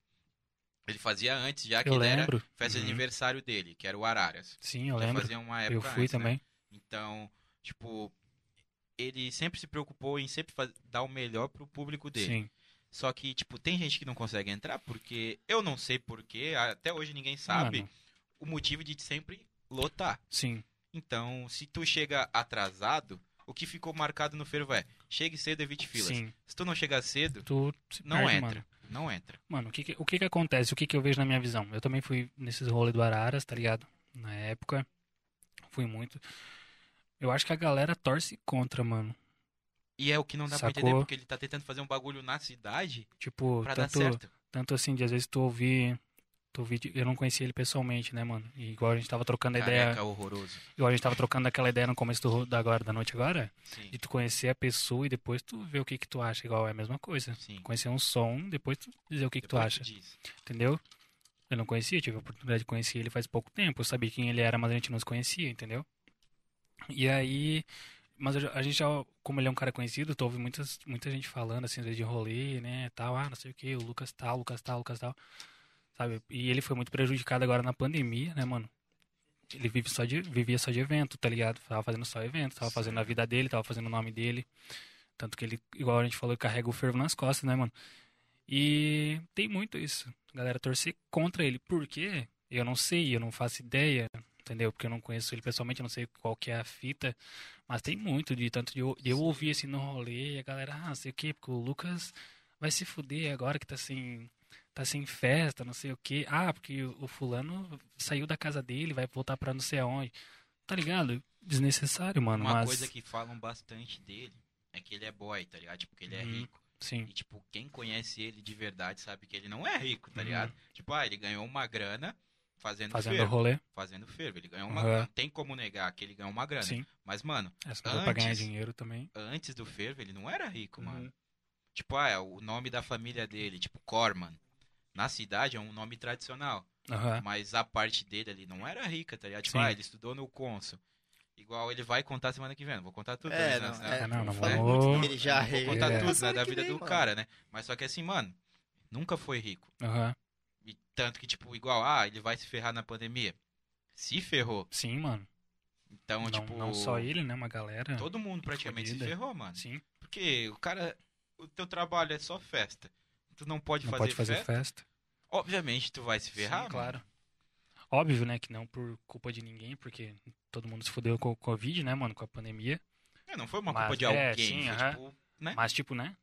Ele fazia antes, já que Eu ele era lembro. festa Uhum. de aniversário dele, que era o Araras. Sim, eu já lembro. fazia uma época Eu fui antes, né? também. Então, tipo, ele sempre se preocupou em sempre faz- dar o melhor pro público dele. Sim. Só que, tipo, tem gente que não consegue entrar porque eu não sei porquê, até hoje ninguém sabe Mano, o motivo de sempre lotar. sim. Então, se tu chega atrasado, o que ficou marcado no fervo é: chegue cedo, evite filas. Sim. Se tu não chegar cedo, Tu se Não perde, entra. mano. não entra. Mano, o que que, o que que acontece? O que que eu vejo na minha visão? Eu também fui nesses rolê do Araras, tá ligado? Na época. Fui muito. Eu acho que a galera torce contra, mano. E é o que não dá Sacou? pra entender, porque ele tá tentando fazer um bagulho na cidade Tipo, pra dar tanto, certo. tanto assim, de às vezes tu ouvir. Tu ouvir de- eu não conhecia ele pessoalmente, né, mano? E igual a gente tava trocando a ideia. Careca é horroroso. Igual a gente tava trocando aquela ideia no começo do, ro- da agora da noite agora. Sim, De tu conhecer a pessoa e depois tu ver o que que tu acha. Igual é a mesma coisa. sim. Conhecer um som, depois tu dizer o que que tu Depois acha. diz. entendeu? Eu não conhecia, tive a oportunidade de conhecer ele faz pouco tempo. Eu sabia quem ele era, mas a gente não se conhecia, entendeu? E aí, mas eu já- a gente já, como ele é um cara conhecido, tu ouve muitas, muita gente falando assim, às vezes de rolê, né, tal, ah, não sei o que, o Lucas tal, Lucas tal, Lucas tal, sabe? E ele foi muito prejudicado agora na pandemia, né, mano? Ele vive só de, vivia só de evento, tá ligado? Tava fazendo só evento, tava fazendo a vida dele, tava fazendo o nome dele. Tanto que ele, igual a gente falou, ele carrega o fervo nas costas, né, mano? E tem muito isso. A galera torcer contra ele. Por quê? Eu não sei, eu não faço ideia, entendeu? Porque eu não conheço ele pessoalmente, eu não sei qual que é a fita. Mas tem muito de tanto de eu, de eu ouvir assim no rolê e a galera, ah, não sei o quê, porque o Lucas vai se fuder agora que tá sem. Tá sem festa, não sei o quê. Ah, porque o o fulano saiu da casa dele, vai voltar pra não sei aonde. Tá ligado? Desnecessário, mano. Uma mas... coisa que falam bastante dele é que ele é boy, tá ligado? Tipo, que ele é Uhum. rico. Sim. E, tipo, quem conhece ele de verdade sabe que ele não é rico, tá Uhum. ligado? Tipo, ah, ele ganhou uma grana fazendo, Fazendo o fervo. rolê. Fazendo fervo. Ele ganhou uma Uhum. grana. Não tem como negar que ele ganhou uma grana. Sim. Mas, mano, Essa coisa É pra ganhar Antes- dinheiro também. antes do fervo, ele não era rico, mano. Uhum. Tipo, ah, é o nome da família dele, tipo, Corman. Na cidade é um nome tradicional. Aham. Mas a parte dele ali não era rica, tá ligado? Tipo, Ah. Sim. ah, ele estudou no Consul. Igual ele vai contar semana que vem. Não vou contar tudo. É, né? não, Senão- é, Ah, não, não fala vamos- muito Vou dele já. Vou contar É. tudo, né, Semana da que vida vem, do mano. cara, né? Mas só que assim, mano, nunca foi rico. Aham. E tanto que, tipo, igual, ah, ele vai se ferrar na pandemia. Se ferrou. Sim, mano. Então, não, tipo. não só ele, né? Uma galera. Todo mundo praticamente se Fodida. ferrou, mano. Sim. Porque o cara. O teu trabalho é só festa. Tu não pode Não fazer pode fazer festa. festa. Obviamente tu vai se Sim, ferrar, mano. claro. Óbvio, né? Que não por culpa de ninguém, porque todo mundo se fudeu com o Covid, né, mano? Com a pandemia. É, não foi uma Mas, culpa de é, alguém. sim, foi, aham. tipo, né? Mas, tipo, né?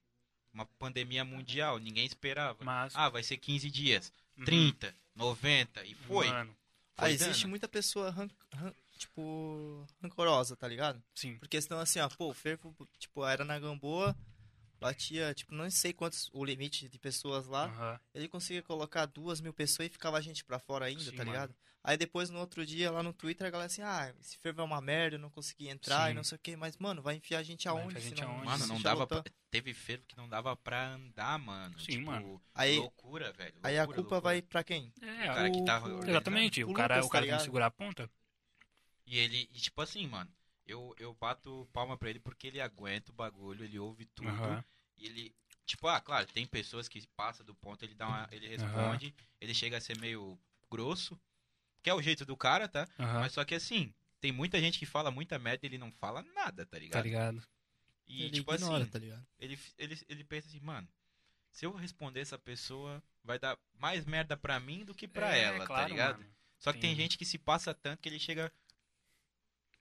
Uma pandemia mundial. Ninguém esperava. Mas. Ah, vai ser 15 dias. Uhum. 30, 90. E foi. Mano, Foi Ah, existe dando. muita pessoa, ran- ran- tipo, rancorosa, tá ligado? sim. Por questão assim, ó, pô, o Fervo, tipo, era na Gamboa, Batia, tipo, não sei quantos o limite de pessoas Tá lá. Aham. Ele conseguia colocar duas mil pessoas e ficava a gente pra fora ainda, Sim, tá mano. ligado? Aí depois, no outro dia, lá no Twitter, a galera assim, ah, esse fervo é uma merda, eu não consegui entrar Sim. e não sei o quê. Mas, mano, vai enfiar a gente Vai aonde? enfiar a gente se não- aonde? Mano, se não já dava lotar- pra, Teve fervo que não dava pra andar, mano. Sim, tipo, mano. Aí- loucura, velho. Aí a loucura, culpa loucura. vai pra quem? É, O cara que o- tava o- organizando. Exatamente. O O cara, Lucas, tá o cara tem que ligado? segurar a ponta. E ele, e tipo assim, mano, eu, eu bato palma pra ele porque ele aguenta o bagulho, ele ouve tudo. Aham. E ele, tipo, ah, claro, tem pessoas que passam do ponto, ele dá uma, ele responde, ele chega a ser meio grosso, que é o jeito do cara, tá? Aham. Mas só que assim, tem muita gente que fala muita merda e ele não fala nada, tá ligado? Tá ligado? E ele tipo ignora, assim, tá ligado? ele, ele, ele pensa assim, mano, se eu responder essa pessoa, vai dar mais merda pra mim do que pra É, ela, tá claro, ligado? mano. Só que tem Tem- gente que se passa tanto que ele chega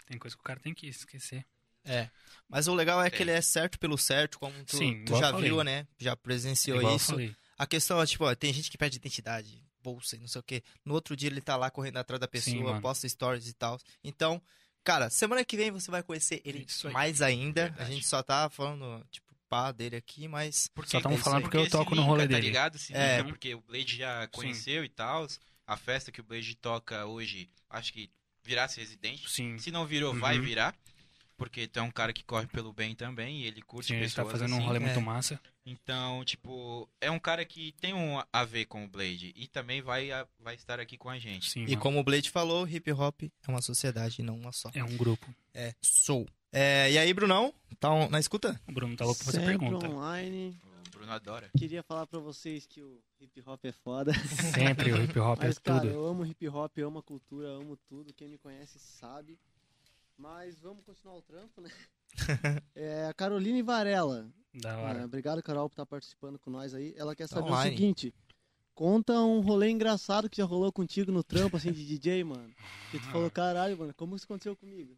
Tem coisa que o cara tem que esquecer. É. Mas o legal é É. que ele é certo pelo certo, como tu, Sim, tu igual já eu falei. viu, né? Já Então presenciou é Igual eu isso. falei. A questão é, tipo, ó, tem gente que perde identidade, bolsa e não sei o quê. No outro dia ele tá lá correndo atrás da Sim, pessoa, mano. posta stories e tal. Então, cara, semana que vem você vai conhecer ele Isso aí. mais ainda. A Verdade. gente só tá falando, tipo, pá dele aqui, mas. Porque Só tamo isso falando aí. porque eu toco se no linka, rolê Tá dele. ligado? Se É. linka porque o Blade já conheceu e tal. A festa que o Blade toca hoje, acho que virasse residente. Sim. Se não virou, vai Uhum. virar. Porque tu é um cara que corre pelo bem também e ele curte Sim, ele tá pessoas fazendo assim. um rolê é. muito massa. Então, tipo, é um cara que tem um a ver com o Blade e também vai, a- vai estar aqui com a gente. Sim, E mano. como o Blade falou, hip hop é uma sociedade, não uma só. É um grupo. É, sou. É, e aí, Brunão? Tá um- na escuta? O Bruno tá louco pra fazer Sempre pergunta. online. O Bruno adora. Queria falar pra vocês que o hip hop é foda. Sempre o hip hop é Mas, cara, tudo. eu amo hip hop, eu amo a cultura, eu amo tudo. Quem me conhece sabe. Mas vamos continuar o trampo, né? é, a Caroline Varela. Da hora. É, obrigado, Carol, por estar participando com nós aí. Ela quer Tá saber online. o seguinte. Conta um rolê engraçado que já rolou contigo no trampo, assim, de DJ, mano. Que tu falou, caralho, mano, como isso aconteceu comigo?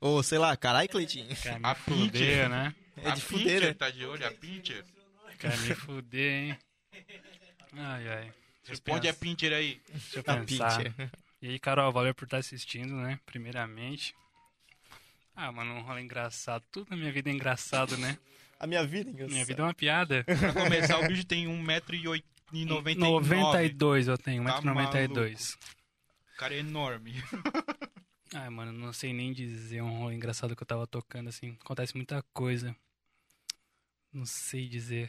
Ou sei lá, carai, Cleitinho. Quer A me Ah, fuder, né? É a de fuder, Pinter né? tá de olho, a Pinter. Quer me fuder, hein? Ai, ai. Deixa eu Responde a pensar, Pinter aí. Deixa eu A pensar. Pinter. E aí, Carol, valeu por estar assistindo, né? Primeiramente. Ah, mano, um rolê engraçado. Tudo na minha vida é engraçado, né? A minha vida, engraçado. Minha vida é uma piada. Pra começar, o bicho tem 1,99m. 92 eu tenho, Tá 1,92m. O cara é enorme. Ai, mano, não sei nem dizer um rolê engraçado que eu tava tocando, assim. Acontece muita coisa. Não sei dizer.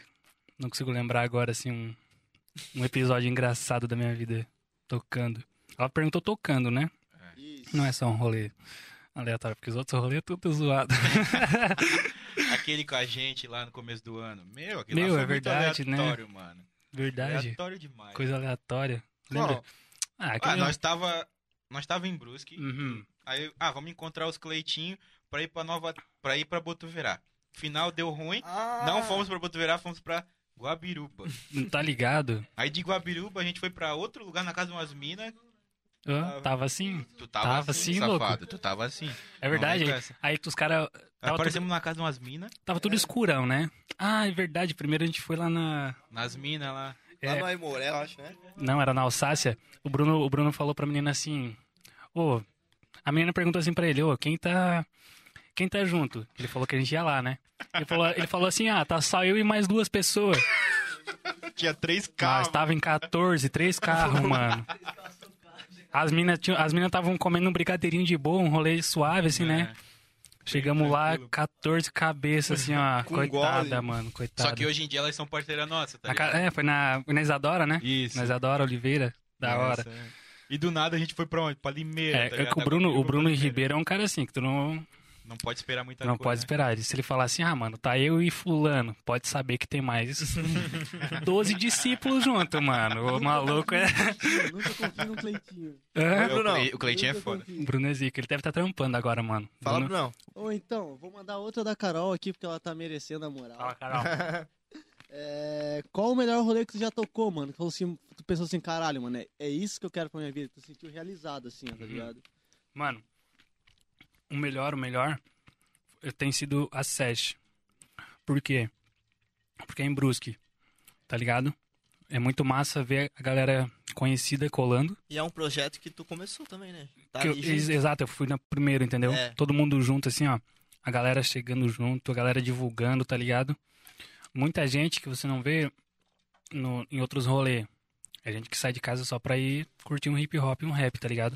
Não consigo lembrar agora, assim, um, um episódio engraçado da minha vida tocando. Ela perguntou tocando, né? Isso. Não é só um rolê aleatório, porque os outros rolês é tudo zoado. Aquele com a gente lá no começo do ano. Meu, aquele Meu, lá foi é muito verdade, né? aleatório, mano. Verdade. Aleatório demais. Coisa aleatória. Lembra? Qual? Ah, Ah, aquele... nós tava, nós tava em Brusque. Uhum. Aí, ah, vamos encontrar os Cleitinho pra ir pra Nova, pra ir pra Botuverá. Final deu ruim. Não fomos pra Botuverá, fomos pra Guabiruba. Não tá ligado? Aí de Guabiruba a gente foi pra outro lugar na casa de umas minas. Ah. Hã? tava assim? Tu tava, Tava assim, assim, safado. louco. Tu tava assim. É verdade. Não, Aí, não é essa. aí os caras. Tava, tudo, Aparecemos na casa de umas minas. tava tudo escurão, né? Ah, é verdade. Primeiro a gente foi lá na. Nas minas lá. Lá É. no Aimoré, eu acho, né? Não, era na Alsácia. O Bruno, o Bruno falou pra menina assim: Ô. a menina perguntou assim pra ele: Ô, quem tá. Quem tá junto? Ele falou que a gente ia lá, né? Ele falou, ele falou assim: Ah, tá só eu e mais duas pessoas. Tinha três Nós tava em 14, três carros, mano. As minas as mina estavam comendo um brigadeirinho de boa, um rolê suave, assim, É. né? Chegamos lá, tranquilo. 14 cabeças, assim, ó. Com coitada, gole. mano, coitada. Só que hoje em dia elas são parceira nossa, tá Na ca- ligado? É, foi na, foi na Isadora, né? Isso. Na Isadora Oliveira. Da hora. Nossa, é. E do nada a gente foi pra onde? Pra Limeira. É, tá é ligado? que o Da Bruno, o Guabiruba Bruno pra Limeira. Ribeiro é um cara assim, que tu não, Não pode esperar muita não coisa. pode né? esperar. Se ele falar assim, ah, mano, tá eu e fulano, pode saber que tem mais 12 discípulos junto, mano. O maluco é... Eu nunca confio num Cleitinho. Hã? É, o Bruno. Cle- O Cleitinho é Nunca foda. O confio. Bruno é zica, ele deve estar trampando agora, mano. Fala, Bruno... Brunão. Ou então, vou mandar outra da Carol aqui, porque ela tá merecendo a moral. Fala, Ah. Carol. É, qual o melhor rolê que tu já tocou, mano? Que falou assim, tu pensou assim, caralho, mano, é, é isso que eu quero pra minha vida. Tu se sentiu realizado, assim, Uhum. ó, tá ligado? Mano, o melhor, o melhor eh, tem sido a SESH. Por quê? Porque é em Brusque, tá ligado? É muito massa ver a galera conhecida colando. E é um projeto que tu começou também, né? Tá Que eu- ali ex- junto. exato, eu fui na primeira, entendeu? É. Todo mundo junto, assim, ó. a galera chegando junto, a galera divulgando, tá ligado? Muita gente que você não vê no, em outros rolês. É gente que sai de casa só pra ir curtir um hip hop e um rap, tá ligado?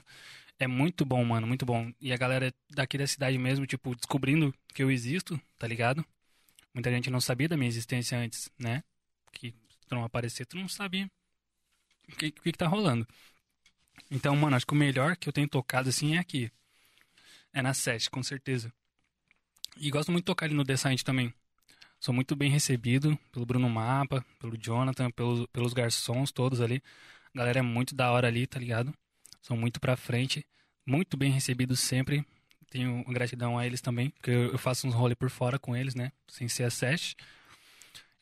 É muito bom, mano, muito bom. E a galera daqui da cidade mesmo, tipo, descobrindo que eu existo, tá ligado? Muita gente não sabia da minha existência antes, né? Que se tu não aparecer, tu não sabia o que, o que que tá rolando. Então, mano, acho que o melhor que eu tenho tocado, assim, é aqui. É na SESC, com certeza. E gosto muito de tocar ali no Descent também. Sou muito bem recebido pelo Bruno Mapa, pelo Jonathan, pelos, pelos garçons todos ali. A galera é muito da hora ali, tá ligado? São muito pra frente. Muito bem recebido sempre. Tenho gratidão a eles também, porque eu eu faço uns rolê por fora com eles, né? Sem ser a SESH.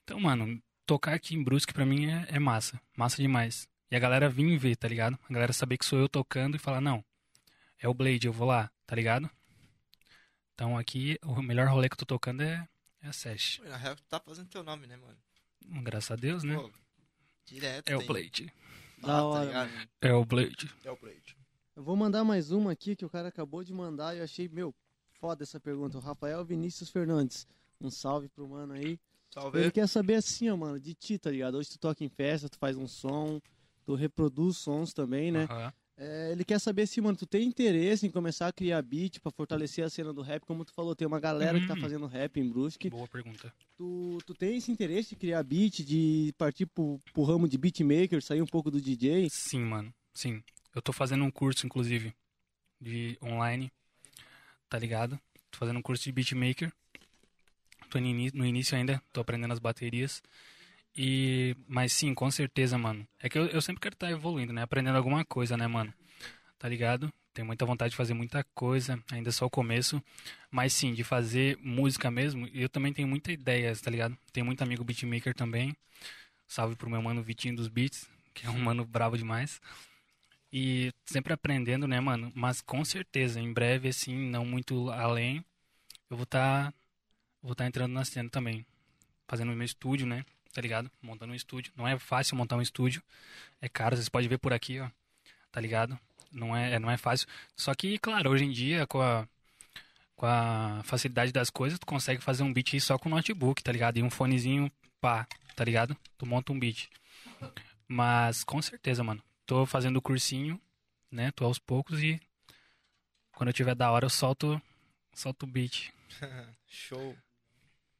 Então, mano, tocar aqui em Brusque pra mim é, é massa. Massa demais. E a galera vir ver, tá ligado? A galera saber que sou eu tocando e falar, não, é o Blade, eu vou lá, tá ligado? Então aqui, o melhor rolê que eu tô tocando é, é a Sesh. Pô, Na real, tu tá fazendo teu nome, né, mano? Graças a Deus, né? Pô, direto. É o tem- Blade. Ah, Da hora, ligado? É o Blade. É o Blade. Eu vou mandar mais uma aqui que o cara acabou de mandar e eu achei, meu, foda essa pergunta. O Rafael Vinícius Fernandes. Um salve pro mano aí. Ele Salve. quer saber assim, ó, mano, de ti, tá ligado? Hoje tu toca em festa, tu faz um som, tu reproduz sons também, né? Aham. É, ele quer saber se, mano, tu tem interesse em começar a criar beat pra fortalecer a cena do rap. Como tu falou, tem uma galera que tá Hum. fazendo rap em Brusque. Boa pergunta. Tu, tu tem esse interesse de criar beat, de partir pro, pro ramo de beatmaker, sair um pouco do DJ? Sim, mano. Sim. Eu tô fazendo um curso, inclusive, de online. Tá ligado? Tô fazendo um curso de beatmaker. Tô no, ini- no início ainda, tô aprendendo as baterias. E, mas sim, com certeza, mano. É que eu, eu sempre quero estar evoluindo, né? Aprendendo alguma coisa, né, mano? Tá ligado? Tenho muita vontade de fazer muita coisa, ainda é só o começo. Mas sim, de fazer música mesmo, eu também tenho muita ideia, tá ligado? Tenho muito amigo beatmaker também. Salve pro meu mano Vitinho dos Beats, que é um mano brabo demais. E sempre aprendendo, né, mano? Mas com certeza, em breve, assim, não muito além, eu vou estar vou tá entrando na cena também. Fazendo meu estúdio, né? Tá ligado? Montando um estúdio. Não é fácil montar um estúdio. É caro, vocês podem ver por aqui, ó. Tá ligado? Não é, é- não é fácil. Só que, claro, hoje em dia, com a, com a facilidade das coisas, tu consegue fazer um beat aí só com notebook, tá ligado? E um fonezinho, pá, tá ligado? Tu monta um beat. Mas com certeza, mano. Tô fazendo o cursinho, né? Tô aos poucos e quando eu tiver da hora eu solto, solto o beat. Show.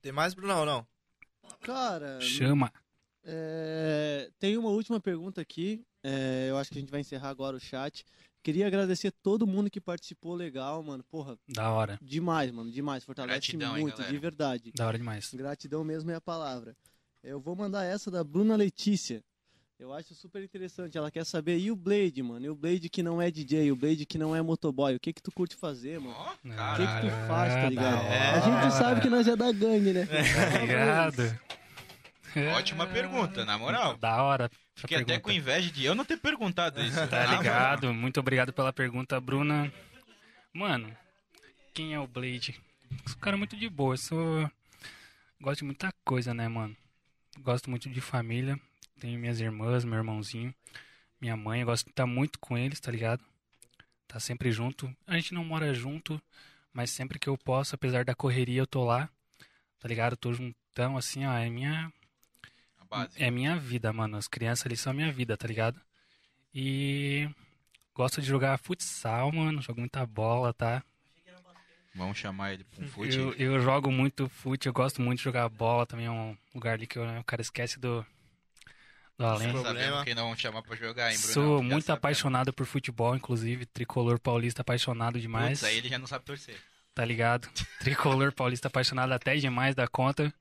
Tem mais, Bruno? Não, não. Cara, Chama. É, tem uma última pergunta aqui. É, eu acho que a gente vai encerrar agora o chat. Queria agradecer todo mundo que participou, legal, mano. Porra, Da hora. demais, mano, demais. Fortalece Gratidão, hein, muito, galera. de verdade. Da hora demais. Gratidão mesmo é a palavra. Eu vou mandar essa da Bruna Letícia. Eu acho super interessante. Ela quer saber, e o Blade, mano? E o Blade que não é DJ, o Blade que não é motoboy, o que que tu curte fazer, mano? Ó, É. O que cara. que tu faz, tá ligado? da É. A gente hora. É, sabe que nós é da gangue, né? Obrigado. Ótima pergunta, na moral. Da hora. essa Fiquei até É. Tá pergunta. com inveja de eu não ter perguntado isso. Tá Na moral. ligado? Muito obrigado pela pergunta, Bruna. Mano, quem é o Blade? Sou um cara muito de boa, sou. Gosto de muita coisa, né, mano? Gosto muito de família. Tenho minhas irmãs, meu irmãozinho, minha mãe. Eu gosto de estar muito com eles, tá ligado? Tá sempre junto. A gente não mora junto, mas sempre que eu posso, apesar da correria, eu tô lá. Tá ligado? Tô juntão, assim, ó. É minha, A base. é minha vida, mano. As crianças ali são a minha vida, tá ligado? E gosto de jogar futsal, mano. Jogo muita bola, tá? Vamos chamar ele pra um fute. Eu, eu jogo muito fute, eu gosto muito de jogar bola também. É um lugar ali que eu- o cara esquece do, do além. Sabemos problema. quem não vamos chamar pra jogar, hein, Bruno? Sou Já né? muito sabemos. apaixonado por futebol, inclusive. Tricolor paulista apaixonado demais. Putz, aí ele já não sabe torcer. tá ligado? Tricolor paulista apaixonado até demais da conta,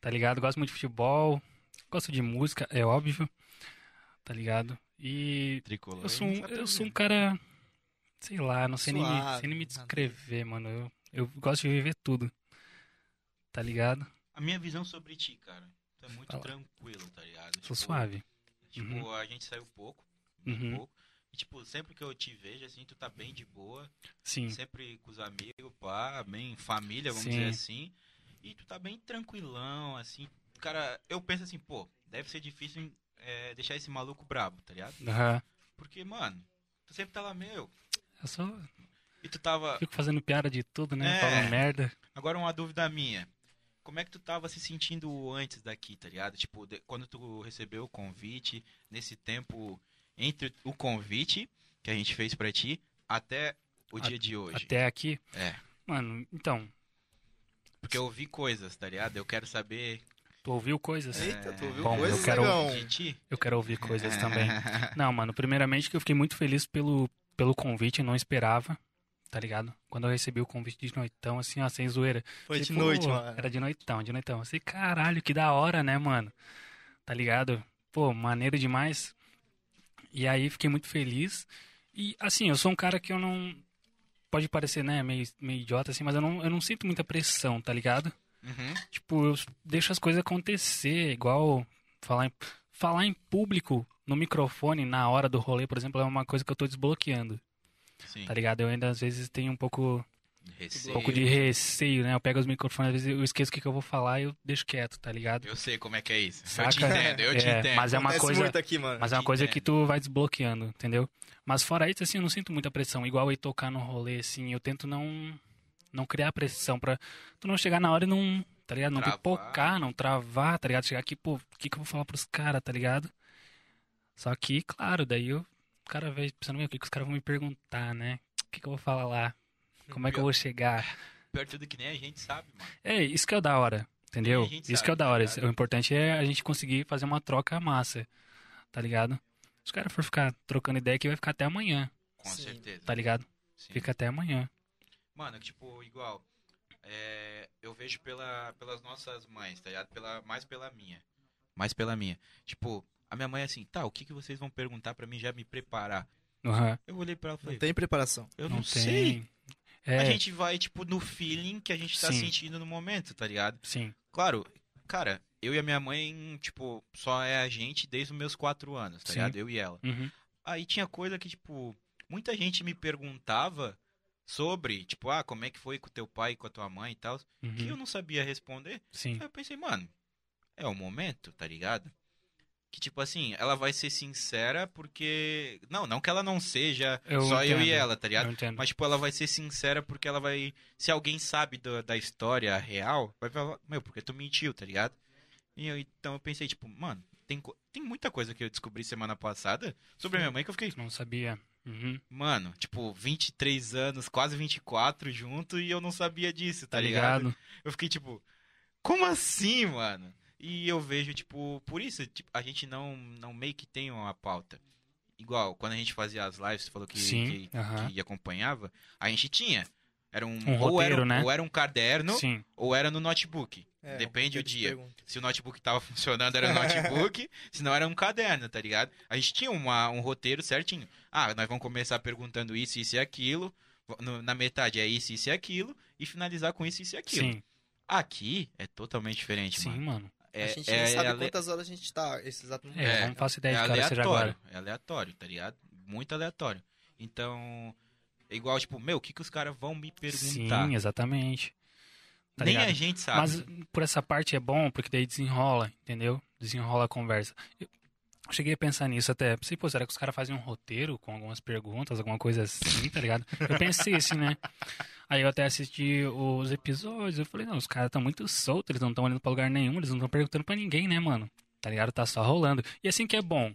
tá ligado? Gosto muito de futebol, gosto de música, é óbvio, tá ligado? E Tricolor. eu sou um, Ele não sabe eu sou um torcer. cara, sei lá, não sei nem, me, Suave, sei nem me nada. descrever, mano. Eu, eu gosto de viver tudo, tá ligado? A minha visão sobre ti, cara. Tu é muito Fala. tranquilo, tá ligado? Tipo, Sou suave. Tipo, Uhum. a gente saiu pouco. Uhum. Muito pouco. E, tipo, sempre que eu te vejo, assim, tu tá bem de boa. Sim, Sempre com os amigos, pá, bem família, vamos Sim. dizer assim. E tu tá bem tranquilão, assim. Cara, eu penso assim, pô, deve ser difícil é, deixar esse maluco brabo, tá ligado? aham. Porque, mano, tu sempre tá lá, meu, Eu sou, e tu tava. Fico fazendo piada de tudo, né? É. Falando merda. Agora uma dúvida minha. Como é que tu tava se sentindo antes daqui, tá ligado? Tipo, de- quando tu recebeu o convite, nesse tempo entre o convite que a gente fez pra ti até o A- dia de hoje. Até aqui. É. Mano, então, Porque eu ouvi coisas, tá ligado? Eu quero saber é, tu ouviu coisas? Eita, tu ouviu É. Bom, eu coisas, quero- um negão? de ti. Eu quero ouvir coisas também. Não, mano, primeiramente que eu fiquei muito feliz pelo, pelo convite, eu não esperava, tá ligado? Quando eu recebi o convite de noitão, assim, ó, sem zoeira. Foi de Tipo, noite, mano. Era de noitão, de noitão. Eu falei, caralho, que da hora, né, mano? Tá ligado? Pô, maneiro demais. E aí fiquei muito feliz. E, assim, eu sou um cara que eu não. Pode parecer, né, meio, meio idiota, assim, mas eu não, eu não sinto muita pressão, tá ligado? Uhum. Tipo, eu deixo as coisas acontecer, igual falar em, falar em público no microfone na hora do rolê, por exemplo, é uma coisa que eu tô desbloqueando, Sim. tá ligado? Eu ainda às vezes tenho um pouco, um Receio. pouco de receio, né? Eu pego os microfones, às vezes eu esqueço o que, que eu vou falar e eu deixo quieto, tá ligado? Eu sei como é que é isso. Saca? Eu te entendo, eu te É, entendo. mas é uma Acontece coisa- muito aqui, mano. Mas é uma te coisa entendo. que tu vai desbloqueando, entendeu? Mas fora isso, assim, eu não sinto muita pressão. Igual eu ir tocar no rolê, assim, eu tento não não criar pressão pra tu não chegar na hora e não, tá ligado? Não Travar. pipocar, não travar, tá ligado? Chegar aqui, pô, o que que eu vou falar pros caras, tá ligado? Só que, claro, daí eu, o cara vai pensando, meu, o que que os caras vão me perguntar, né? O que que eu vou falar lá? Como é que eu vou chegar? Pior tudo que nem a gente sabe, mano. É, isso que é o da hora, entendeu? A gente Isso sabe, que é o da tá hora. ligado? O importante é a gente conseguir fazer uma troca massa, tá ligado? Se o cara for ficar trocando ideia aqui, vai ficar até amanhã, Com Sim. certeza. tá ligado? Sim. Fica até amanhã. Mano, que, tipo, igual. é, eu vejo pela, pelas nossas mães, tá ligado? Pela, mais pela minha. Mais pela minha. Tipo, a minha mãe é assim, tá, o que, que vocês vão perguntar pra mim já me preparar? Aham, Eu olhei pra ela e Não falei, tem preparação. eu Não, não, tem. sei. É, A gente vai, tipo, no feeling que a gente tá Sim. sentindo no momento, tá ligado? sim. Claro, cara, eu e a minha mãe, tipo, só é a gente desde os meus quatro anos, tá Sim. ligado? Eu e ela. Uhum. Aí tinha coisa que, tipo, muita gente me perguntava sobre, tipo, ah, como é que foi com teu pai, com a tua mãe e tal, uhum, que eu não sabia responder. Sim. Aí eu pensei, mano, é o momento, tá ligado? Que, tipo assim, ela vai ser sincera porque... Não, não que ela não seja Eu só eu e entendo. Uhum. ela, tá ligado? Eu entendo. Mas, tipo, ela vai ser sincera porque ela vai. Se alguém sabe do- da história real, vai falar, meu, porque tu mentiu, tá ligado? E eu, então eu pensei, tipo, mano, tem, co- tem muita coisa que eu descobri semana passada sobre a minha mãe que eu fiquei, Não sabia. Uhum, mano, tipo, 23 anos, quase 24 junto e eu não sabia disso, tá, Tá ligado? ligado? Eu fiquei tipo, como assim, mano? E eu vejo, tipo, por isso, tipo, a gente não, não meio que tem uma pauta. Igual, quando a gente fazia as lives, você falou que, Sim, que, aham. que acompanhava, a gente tinha. Era um, Um ou roteiro, era, um- né? Ou era um caderno, Sim. ou era no notebook. É, Depende eu do te dia. pergunto. Se o notebook tava funcionando, era no notebook, se não era um caderno, tá ligado? A gente tinha uma, um roteiro certinho. Ah, nós vamos começar perguntando isso, isso e aquilo. no- na metade é isso, isso e aquilo. E finalizar com isso, isso e aquilo. Sim. Aqui é totalmente diferente, Sim, mano. mano. É, a gente é, nem sabe é ale- quantas horas a gente tá esse exato momento. É, É, eu não faço é ideia de cara seja aleatório. agora. É aleatório, tá ligado? Muito aleatório. Então, é igual, tipo, meu, o que, que os caras vão me perguntar? Sim, exatamente. Tá Nem ligado? a gente sabe. Mas por essa parte é bom, porque daí desenrola, entendeu? Desenrola a conversa. Eu cheguei a pensar nisso até. Pensei, pô, será que os caras fazem um roteiro com algumas perguntas, alguma coisa assim, tá ligado? Eu pensei assim, né? Aí eu até assisti os episódios, eu falei, não, os caras estão muito soltos, eles não estão olhando pra lugar nenhum, eles não estão perguntando pra ninguém, né, mano? Tá ligado? Tá só rolando. E assim que é bom.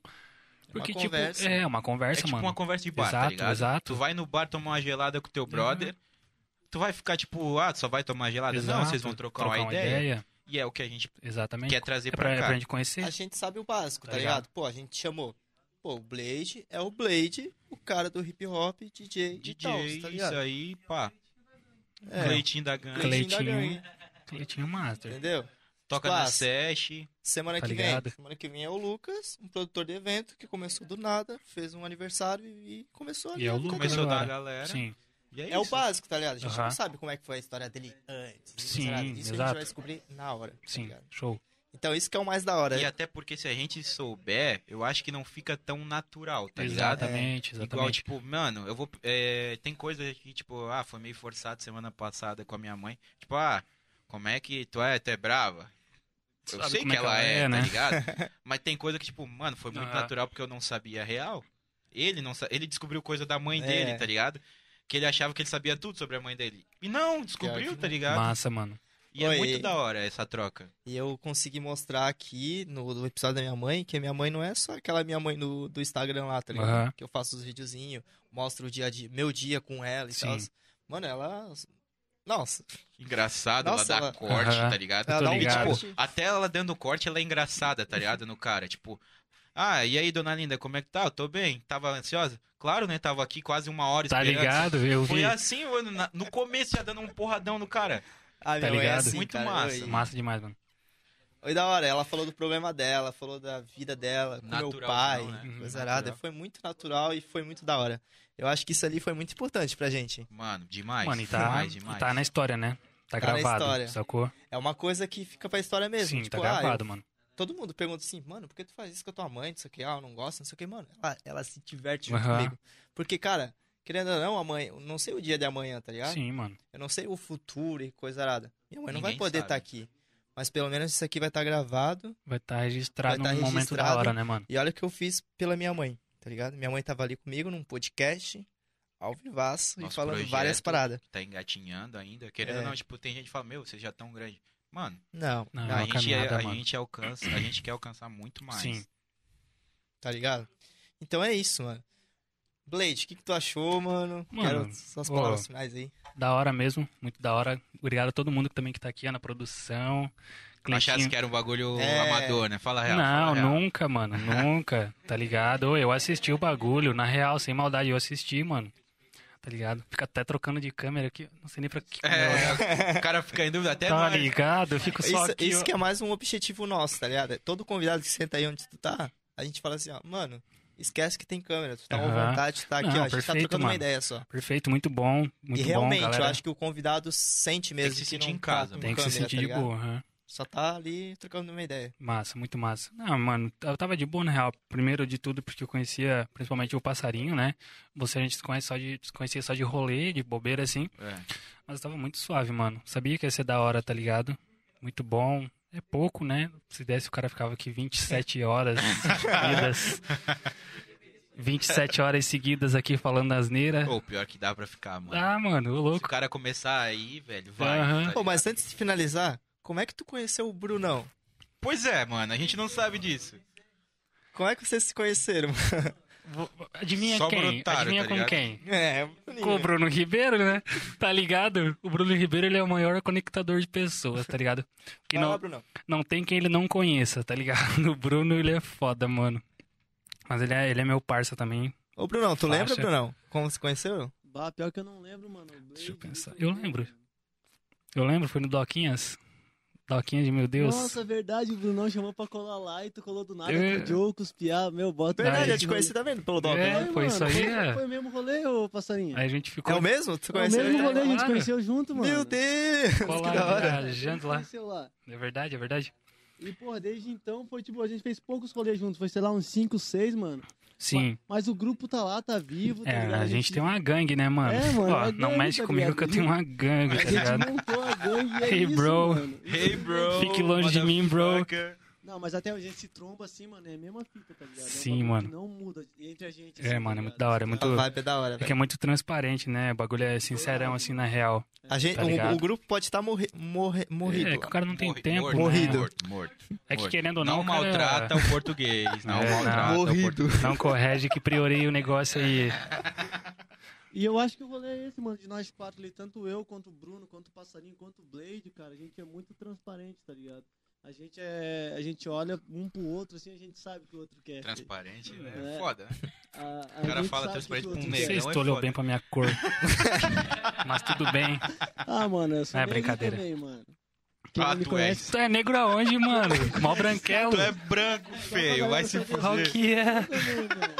Porque, tipo, conversa. é uma é conversa, tipo mano. uma conversa de bar, tá Exato, ligado? exato. Uhum. Tu vai no bar tomar uma gelada com teu brother. Tu vai ficar tipo, ah, tu só vai tomar gelada? Não, vocês vão Exato. trocar, uma ideia. E é o que a gente Exatamente. quer trazer é pra, pra, é cá. pra gente conhecer. A gente sabe o básico, Tá tá, ligado? Pô, a gente chamou. Pô, o Blade é o Blade, o cara do hip hop, DJ, e tal, DJ, tá isso ligado? aí, pá. É. Cleitinho da Gangue. Cleitinho. Cleitinho da gangue, Cleitinho um Master. entendeu? Toca Tipo, na ah, Sesh. Semana Tá que ligado? vem. Semana que vem é o Lucas, um produtor de evento que começou do nada, fez um aniversário e começou ali. E é o a Lucas Começou a conversar. dar a agora. galera. Sim. E é, É o isso. básico, tá ligado? A gente Aham. não sabe como é que foi a história dele antes. não Sim, sei nada. Isso a exato. gente vai descobrir na hora. tá Sim, ligado? show. Então isso que é o mais da hora. E até porque se a gente souber, eu acho que não fica tão natural, tá ligado? exatamente, Igual, exatamente. tipo, mano, eu vou. é, tem coisa que, tipo, ah, foi meio forçado semana passada com a minha mãe. Tipo, ah, como é que tu é? Tu é brava? Eu Sabe sei como que é ela é, né? tá ligado? Mas tem coisa que, tipo, mano, foi muito Aham. natural porque eu não sabia a real. Ele não sa- ele descobriu coisa da mãe É. dele, tá ligado? que ele achava que ele sabia tudo sobre a mãe dele. E não, Pior descobriu, que tá não. ligado? Massa, mano. E é Oi, muito e- da hora essa troca. E eu consegui mostrar aqui no, no episódio da minha mãe que a minha mãe não é só aquela minha mãe no- do Instagram lá, tá ligado? Aham. Que eu faço os videozinhos, mostro o dia a dia, meu dia com ela e Sim. tal. Mano, ela. Nossa, Engraçado, Nossa, ela dá ela- corte, Aham. tá ligado? ela tô dá um ligado. Pô, corte. até ela dando corte, ela é engraçada, tá ligado? No cara, tipo... Ah, e aí, dona Linda, como é que tá? Eu tô bem. Tava ansiosa? Claro, né? Tava aqui quase uma hora Tá esperando. ligado? Eu Foi vi. assim, mano, na- no começo já dando um porradão no cara. A minha mãe é Tá ligado? assim, Muito cara, massa, Oi. Massa demais, mano. Oi, da hora. Ela falou do problema dela, falou da vida dela, com meu Naturalzão, pai, né? coisa Uhum, arada. natural. Foi muito natural e foi muito da hora. Eu acho que isso ali foi muito importante pra gente. Mano, demais. mano, e tá, demais, e demais. tá na história, né? Tá, Tá na gravado, história. sacou? É uma coisa que fica pra história mesmo. Sim, tipo, tá ah, eu gravado, mano. Todo mundo pergunta assim, mano, por que tu faz isso com a tua mãe? Não sei o que, ah, eu não gosto, não sei o que, mano. Ela, ela se diverte junto Aham. comigo. Porque, cara, querendo ou não, a mãe, eu não sei o dia de amanhã, tá ligado? Sim, mano. Eu não sei o futuro e coisa arada. Minha mãe não vai Ninguém poder sabe. estar aqui. Mas pelo menos isso aqui vai estar gravado. Vai estar registrado Vai tá num momento da registrado. hora, né, mano? E olha o que eu fiz pela minha mãe, tá ligado? Minha mãe tava ali comigo num podcast, ao vivaço, e Nosso falando projeto. várias paradas. Tá engatinhando ainda. Querendo É. ou não, tipo, tem gente que fala, meu, vocês já tão grande. Mano, Não, Não, é a, uma gente, é- caminhada, a mano. gente alcança, a gente quer alcançar muito mais. Sim. tá ligado? Então é isso, mano. Blade, o que, que tu achou, mano? Mano, Quero suas ó, palavras finais aí. Da hora mesmo, muito da hora. Obrigado a todo mundo que também que tá aqui ó, na produção. Achasse Cleitinho. que era um bagulho É. amador, né? Fala a real. fala a Não, real. nunca, mano. Nunca, tá ligado? Ô, Eu assisti o bagulho, na real, sem maldade, eu assisti, mano. Tá ligado? Fica até trocando de câmera aqui. Não sei nem pra que câmera. É, o cara fica em dúvida até Tá nós. ligado? Eu fico só Isso, aqui. isso ó. que é mais um objetivo nosso, tá ligado? Todo convidado que senta aí onde tu tá, a gente fala assim, ó, mano, esquece que tem câmera, tu tá à Aham. vontade, tu tá aqui, Não, ó, a gente tá perfeito, trocando uma mano. ideia só. Perfeito, muito bom. Muito e bom, realmente, galera. eu acho que o convidado sente mesmo se que sentir não em tá casa, com mano. Tem que se câmera, sentir tá de ligado? boa, aham. Só tá ali trocando uma ideia. Massa, muito massa. Ah, mano, eu tava de boa, na real. Primeiro de tudo, porque eu conhecia principalmente o passarinho, né? Você a gente se conhece só de, se conhecia só de rolê, de bobeira, assim. É. Mas eu tava muito suave, mano. Sabia que ia ser da hora, tá ligado? Muito bom. É pouco, né? Se desse, o cara ficava aqui 27 horas seguidas. 27 horas seguidas aqui falando asneira. Pô, pior que dá pra ficar, mano. Ah, mano, ô Se o louco. cara começar aí, velho, vai. Aham. tá Pô, mas ligado? antes de finalizar, como é que tu conheceu o Brunão? Pois é, mano, a gente não sabe disso. Como é que vocês se conheceram? Vou- Adivinha Só quem? brotário, Adivinha tá com ligado? quem? É, Com o Bruno Ribeiro, né? Tá ligado? O Bruno Ribeiro ele é o maior conectador de pessoas, tá ligado? Que Vai lá, não, Brunão. não tem quem ele não conheça, tá ligado? O Bruno ele é foda, mano. Mas ele é, ele é meu parça também. Ô, Brunão, tu lembra, Faixa. Brunão? Como se conheceu? Bah, pior que eu não lembro, mano. O Blade, eu pensar. muito Eu bom, lembro. mano. Eu lembro, foi no Doquinhas. Doquinhas de meu Deus. Nossa, verdade, o Brunão chamou pra colar lá e tu colou do nada Eu- com o Joe, cuspiar, meu, bota. Verdade, é Aí, eu te conheci também pelo Doc. É, né? foi isso aí, Foi, é. foi o mesmo rolê, ô passarinho? Aí a gente É ficou o mesmo? Tu Foi o conheceu mesmo ele? rolê, a gente se Claro. conheceu junto, mano. Meu Deus, que da colado, hora. viajando lá. Conheceu lá. É verdade, é verdade. E, porra, desde então foi tipo, a gente fez poucos rolês juntos, foi sei lá uns 5, 6, mano. Sim. Mas o grupo tá lá, tá vivo, tá É, ligado? a gente tem uma gangue, né, mano? É, mano, Ó, é não gangue, mexe tá comigo ligado? que eu tenho uma gangue, A tá gente ligado? montou a gangue e é Hey, isso, bro. mano. Hey, bro. Fique longe de mim, bro. motherfucker. Não, mas até hoje a gente se tromba assim, mano, é a mesma fita, tá ligado? É um Sim, bagulho que mano. Não muda entre a gente. É, assim, mano, tá é muito ligado? da hora, é muito. A vibe é da hora, É que é velho. muito transparente, né? O bagulho é sincerão, assim, na real. A gente, Tá o, ligado? o grupo pode estar morre, morre, morrido. É que o cara não tem Morri- tempo, morto, né? Morrido. Morto, morto. É que morto. querendo ou não, Não o cara- maltrata o português. Não É, maltrata o É, português. Não correge que priorei o negócio aí. E eu acho que o rolê é esse, mano, de nós quatro ali, tanto eu, quanto o Bruno, quanto o Passarinho, quanto o Blade, cara, a gente é muito transparente, tá ligado? A gente é. A gente olha um pro outro assim, a gente sabe o que o outro quer. Transparente, né? É. Foda. né? A, a O cara gente fala sabe o que transparente o pra um outro Não negro. quer. sei se Negão é tu olhou foda. bem pra minha cor. Mas tudo bem. Ah, mano, eu sou É negro brincadeira. também, mano. Quem Ah, não me tu conhece Tu é negro aonde, mano? Mó branquelo. Tu é branco, feio. Vai se Só pra Qual fuder. que é? também, mano.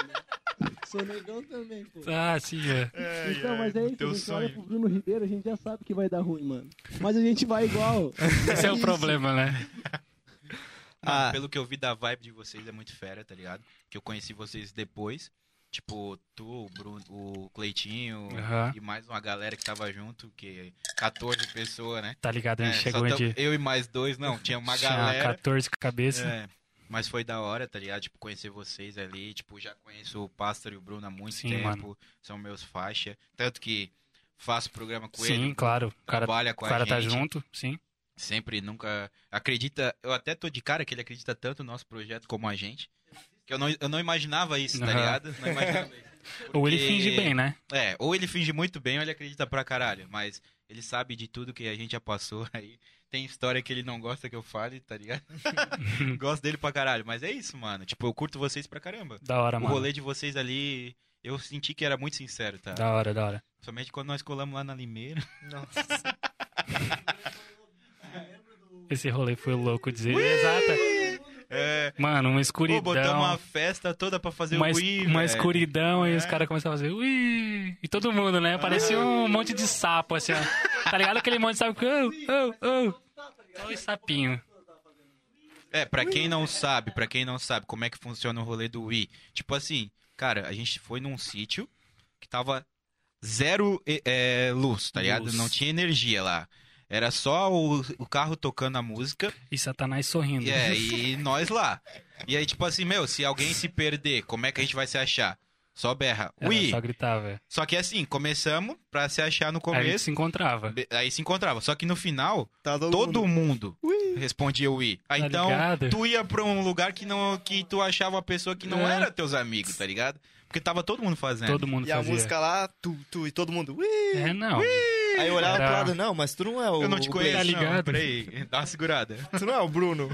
Sou negão também, pô. Ah, sim, é. Ai, Então, ai, mas é isso, Teu a gente olha sonho. pro Bruno Ribeiro, a gente já sabe que vai dar ruim, mano. Mas a gente vai igual. Esse é o isso. problema, né? Ah. Mano, Pelo que eu vi da vibe de vocês é muito fera, tá ligado? Que eu conheci vocês depois. Tipo, tu, o Bruno, o Cleitinho Aham. e mais uma galera que tava junto, que 14 pessoas, né? Tá ligado? A É, gente só chegou tamo- de. Eu e mais dois, não, tinha uma Tinha galera. 14 cabeças. É. Mas foi da hora, tá ligado? Tipo, conhecer vocês ali. Tipo, já conheço o Pássaro e o Bruno há muito Sim, tempo. mano. São meus faixa. Tanto que faço programa com Sim, ele. claro. O cara, trabalha com o cara a gente. tá junto, sim. Sempre, nunca. Acredita. Eu até tô de cara que ele acredita tanto no nosso projeto como a gente. Que eu não, eu não imaginava isso, tá Aham. ligado? Não imaginava isso. Ou ele Porque- finge bem, né? É, ou ele finge muito bem ou ele acredita pra caralho. Mas ele sabe de tudo que a gente já passou aí. Tem história que ele não gosta que eu fale, tá ligado? Gosto dele pra caralho. Mas é isso, mano. Tipo, eu curto vocês pra caramba. Da hora, Tá, O mano. rolê de vocês ali, eu senti que era muito sincero, tá? Da hora, da hora. Somente quando nós colamos lá na Limeira. Nossa. Esse rolê foi louco dizer. Exata. É, Mano, uma pô, escuridão. botamos uma festa toda pra fazer uma, o es- Wii, uma velho. escuridão e os É. caras começaram a fazer ui. E todo mundo, né? Parecia um monte de sapo, assim, ó. Tá ligado? Aquele monte de sapo que. Oh, oh, oh. Olha os sapinhos. É, pra quem não sabe, pra quem não sabe como é que funciona o rolê do Wii. Tipo assim, cara, a gente foi num sítio que tava zero e- é, luz, tá ligado? Luz. Não tinha energia lá. Era só o, o carro tocando a música E Satanás sorrindo. e, é, e nós lá. E aí, tipo assim, meu, se alguém se perder, como é que a gente vai se achar? Só berra. Era Wii! Só gritava. Só que assim, começamos pra se achar no Aí a gente começo, se encontrava. be- aí se encontrava. Só que no final, Tá todo mundo respondia o I. Aí Tá então, ligado? tu ia pra um lugar que, não, que tu achava uma pessoa que não É. era teus amigos, tá ligado? Porque tava todo mundo fazendo. Todo mundo E a fazia. música lá, tu, tu e todo mundo. Ui! É, não. Aí eu olhava Era- pro lado, não, mas tu não é o. Eu não te o conheço, Tá não. ligado? Peraí, dá uma segurada. Blade, Tu não é o Bruno.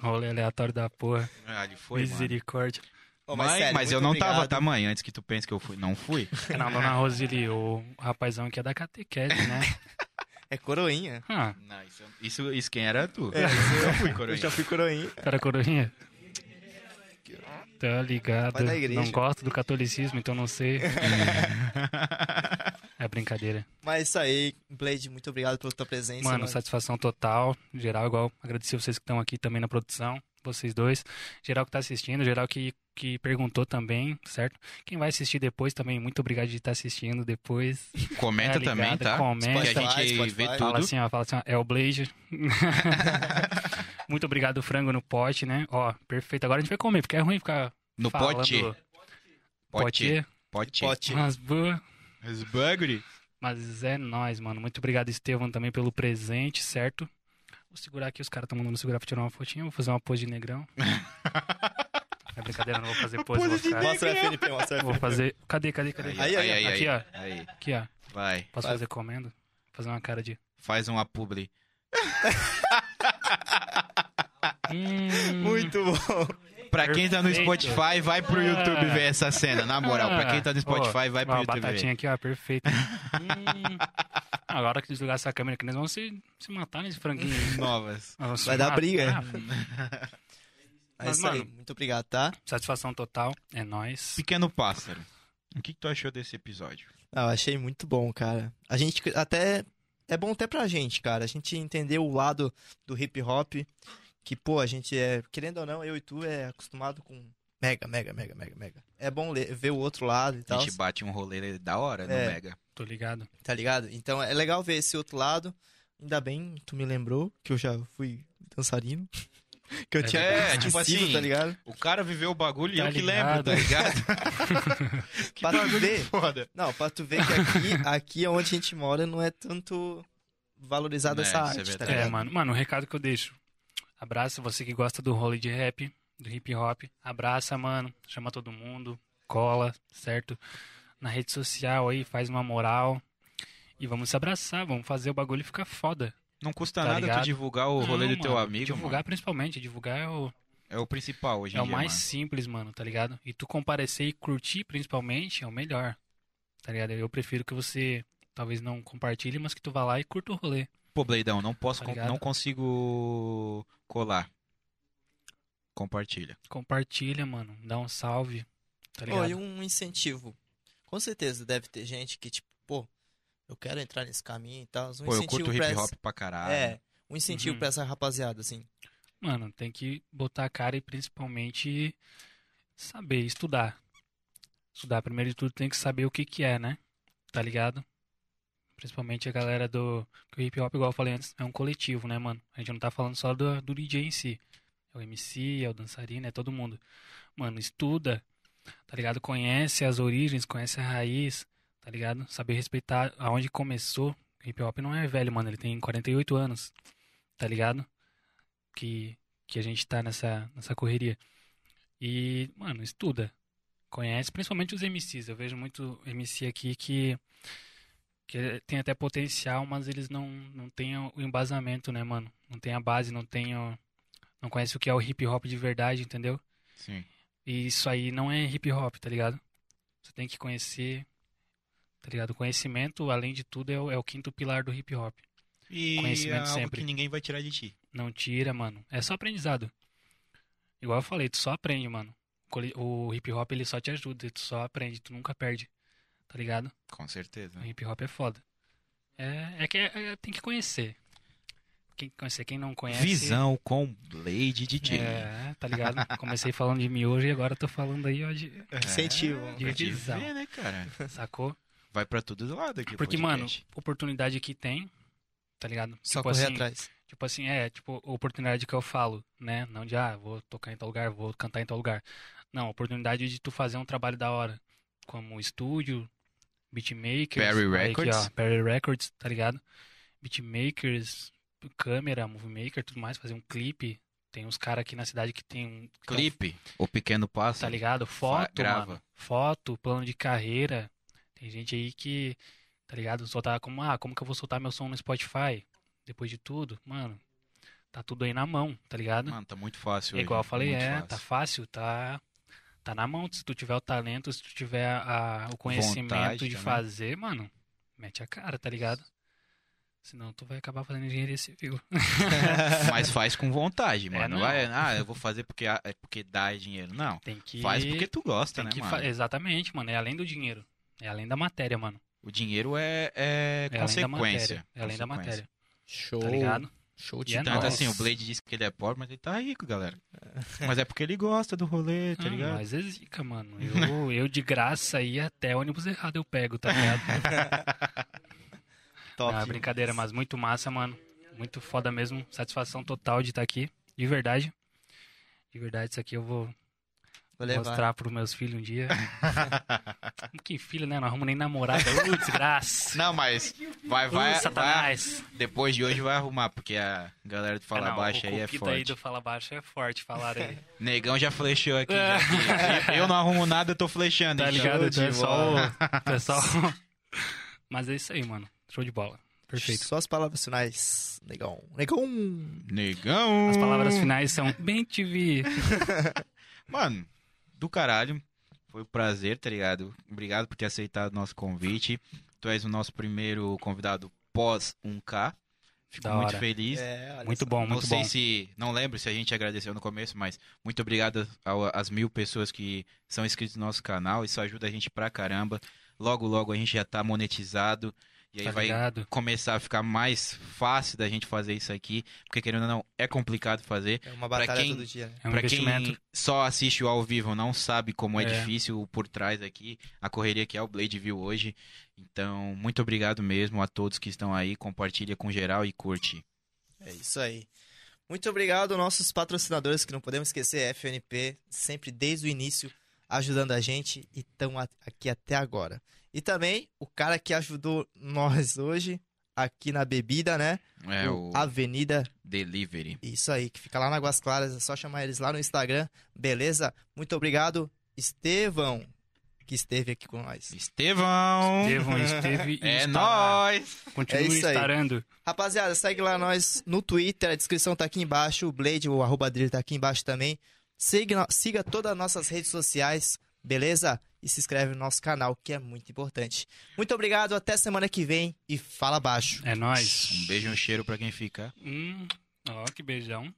Rolê aleatório da porra. Ah, ele foi, mano. Misericórdia. Ô, mas sério, mas eu muito não tava, obrigado. tá, mãe? Antes que tu pense que eu fui. Não fui. Não, dona Roseli, o rapazão que é da catequese, né? É coroinha. Ah, Não, isso, isso, isso quem era tu. É, eu fui, Eu coroinha. já fui coroinha. cara coroinha. Tá ligado. Vai da igreja. Não gosto do catolicismo, então não sei. É brincadeira. Mas isso aí, Blade, muito obrigado pela tua presença. Mano, satisfação total. Geral, igual. Agradecer vocês que estão aqui também na produção. Vocês dois. Geral que tá assistindo, geral que, que perguntou também, certo? Quem vai assistir depois também, muito obrigado de estar assistindo depois. Comenta Tá também, ligado? tá? Comenta. Porque a gente Spotify, vê Spotify. tudo. Fala assim, ó, fala assim, ó, é o Blaze. Muito obrigado, frango no pote, né? Ó, perfeito. Agora a gente vai comer, porque é ruim ficar No falando. pote. Pote. Pote. Pote. Mas boa. Os bagre. Mas é nóis, mano. Muito obrigado, Estevam, também pelo presente, certo? Vou segurar aqui, os caras estão mandando segurar pra tirar uma fotinha. Vou fazer uma pose de negrão. é brincadeira, eu não vou fazer pose, vou ficar. Mostra o FNP, mostra o Vou FNP. fazer. Cadê, cadê, cadê? Aí, aí, aí. aqui, ó. Aí, Aqui, ó. vai. Posso Vai. fazer comendo? Fazer uma cara de. Faz uma publi. Hum, Muito bom. Pra quem tá no Perfeito. Spotify, vai pro YouTube Ah. ver essa cena, na moral. Pra quem tá no Spotify, Ó, vai ó, pro a YouTube batatinha ver. aqui, ó, perfeita. Hum. Agora que desligar essa câmera aqui, nós vamos se, se matar nesse franguinho. ah, Novas. Nós vamos Vai se dar matar. briga. É Mas, isso aí, mano- muito obrigado, tá? Satisfação total, é nóis. Pequeno Pássaro, o que, que tu achou desse episódio? Ah, eu achei muito bom, cara. A gente até. É bom até pra gente, cara. A gente entendeu o lado do hip hop. Que, pô, a gente é. Querendo ou não, eu e tu é acostumado com. Mega, mega, mega, mega, mega. É bom le- ver o outro lado e A tal. gente bate um rolê da hora no Tá É. Mega. Tô ligado. Tá ligado? Então é legal ver esse outro lado. Ainda bem, tu me lembrou que eu já fui dançarino. Que eu É tinha verdade. É, tipo esquecido, assim, tá ligado? O cara viveu o bagulho e Tá eu que lembro, ligado. tá ligado? que Pra tu ver. foda. Não, pra tu ver que aqui, aqui onde a gente mora não é tanto valorizada É, essa isso é arte, tá verdade. É, ligado? mano. Mano, o recado que eu deixo. Abraça você que gosta do rolê de rap, do hip hop. Abraça, mano. Chama todo mundo. Cola, certo? Na rede social aí, faz uma moral. E vamos se abraçar, vamos fazer o bagulho ficar foda. Não custa Tá nada tu ligado? divulgar o rolê Não, do teu mano, amigo, Divulgar principalmente, divulgar é o, mano. É o principal hoje em é o dia, mais mano. simples, mano, tá ligado? E tu comparecer e curtir principalmente é o melhor. Tá ligado? Eu prefiro que você talvez não compartilhe, mas que tu vá lá e curta o rolê. Pô, Bleidão, não posso, Tá com- ligado? não consigo colar. Compartilha. Compartilha, mano. Dá um salve. Tá Pô, ligado? e um incentivo. Com certeza deve ter gente que, tipo, pô, eu quero entrar nesse caminho e tal. Um Pô, eu incentivo curto hip pra hop essa- pra caralho. É, um incentivo Uhum. pra essa rapaziada, assim. Mano, tem que botar a cara e principalmente saber, estudar. Estudar, primeiro de tudo, tem que saber o que que é, né? Tá ligado? Principalmente a galera do. Que o hip hop, igual eu falei antes, é um coletivo, né, mano? A gente não tá falando só do, do DJ em si. é o MC, é o dançarino, é todo mundo. Mano, estuda, tá ligado? Conhece as origens, conhece a raiz, tá ligado? Saber respeitar aonde começou. Hip hop não é velho, mano, ele tem 48 anos, tá ligado? Que, que a gente tá nessa, nessa correria. E, mano, estuda. Conhece, principalmente os MCs. Eu vejo muito MC aqui que que tem até potencial, mas eles não, não têm o embasamento, né, mano? Não tem a base, não tem o, não conhece o que é o hip hop de verdade, entendeu? Sim. E isso aí não é hip hop, tá ligado? Você tem que conhecer, tá ligado? O conhecimento, além de tudo, é o, é o quinto pilar do hip hop. E Conhecimento é algo sempre. que ninguém vai tirar de ti. Não tira, mano. É só aprendizado. Igual eu falei, tu só aprende, mano. O cole- O hip hop ele só te ajuda, tu só aprende, tu nunca perde, tá ligado? Com certeza. O hip hop é foda. É, é que é- é- tem que conhecer. Quem conhecer, quem não conhece. Visão com Blade DJ. É, tá ligado? Comecei falando de miojo e agora tô falando aí, ó, de, É. É. Incentivo. de Pra te é. visão. ver, né, cara? Sacou? Vai pra todos os lados aqui. o Porque, mano, podcast. oportunidade que tem, tá ligado? Só tipo correr assim, atrás. Tipo assim, é, tipo, oportunidade que eu falo, né? Não de, ah, vou tocar em tal lugar, vou cantar em tal lugar. Não, oportunidade de tu fazer um trabalho da hora, como estúdio, beatmakers, Perry olha Records. aqui, ó, Perry Records, tá ligado? Beatmakers, câmera, movie maker, tudo mais, fazer um clipe. Tem uns caras aqui na cidade que tem um que tem um Clipe, o pequeno passo. tá ligado? Foto, grava. mano. Foto, plano de carreira. Tem gente aí que, tá ligado? Soltar como, ah, como que eu vou soltar meu som no Spotify? Depois de tudo, mano, tá tudo aí na mão, tá ligado? Mano, tá muito fácil. é hoje, igual eu falei, muito é, fácil. tá fácil, tá tá na mão. Se tu tiver o talento, se tu tiver a- o conhecimento Vontade de também. fazer, mano, mete a cara, tá ligado? Senão tu vai acabar fazendo engenharia civil. Mas faz com vontade, mano. É, não. não vai, ah, eu vou fazer porque, ah, é porque dá dinheiro. Não. Tem que Faz porque tu gosta, tem né, que mano? fa- exatamente, mano, é além do dinheiro, é além da matéria, mano. O dinheiro é, é É além da consequência. matéria. É além da consequência. matéria. Show. Tá ligado? Show E é de Tanto Nossa. assim, o Blade disse que ele é pobre, mas ele tá rico, galera. Mas é porque ele gosta do rolê, tá Ah, ligado? mas é zica, mano. Eu, eu de graça aí até ônibus errado eu pego, tá ligado? Top. Não, é brincadeira, mas muito massa, mano. Muito foda mesmo. Satisfação total de estar aqui. De verdade. De verdade, isso aqui eu vou Vou levar. mostrar pros meus filhos um dia. que filho, né? Não arrumo nem namorada. Ô, desgraça. Não, mas vai, Ô, vai, vai. satanás. Depois de hoje vai arrumar, porque a galera de Fala Ah, não, Baixo o aí é cupido forte. aí do Fala Baixo é forte, falaram aí. Negão já flechou aqui. já que- eu não arrumo nada, eu tô flechando. É. Tá então. ligado? de Então é só bola. o pessoal. Mas é isso aí, mano. Show de bola. Perfeito. Só as palavras finais. Negão. Negão. Negão. As palavras Hum. finais são bem te vi. Mano, do caralho. Foi um prazer, tá ligado? Obrigado por ter aceitado o nosso convite. Tu és o nosso primeiro convidado pós 1K. Fico Da muito hora. feliz. É, olha Muito só. bom, não muito sei bom. se. Não lembro se a gente agradeceu no começo, mas muito obrigado ao- às mil pessoas que são inscritas no nosso canal. Isso ajuda a gente pra caramba. Logo, logo a gente já tá monetizado. E aí Tá vai ligado? começar a ficar mais fácil da gente fazer isso aqui. Porque, querendo ou não, é complicado fazer. É uma Pra batalha quem- todo dia, né? É um Pra investimento. quem só assiste o ao vivo não sabe como é, É. difícil o por trás aqui, a correria que é o Blade viu hoje. Então, muito obrigado mesmo a todos que estão aí, compartilha com geral e curte. É isso aí. Muito obrigado aos nossos patrocinadores que não podemos esquecer, FNP, sempre desde o início ajudando a gente e estão aqui até agora. E também o cara que ajudou nós hoje aqui na bebida, né? É o Avenida delivery. Isso aí, que fica lá na Águas Claras, é só chamar eles lá no Instagram, beleza? Muito obrigado, Estevão, que esteve aqui com nós. Estevão. Estevão esteve e É estará. nóis! Continue É isso aí. estarando. Rapaziada, segue lá nós no Twitter, a descrição tá aqui embaixo, o Blade, o arroba dele tá aqui embaixo também. Siga, siga todas as nossas redes sociais, beleza? E se inscreve no nosso canal, que é muito importante. Muito obrigado, até semana que vem e fala baixo. É nóis. Um beijo e um cheiro pra quem fica. Hum, ó, que beijão.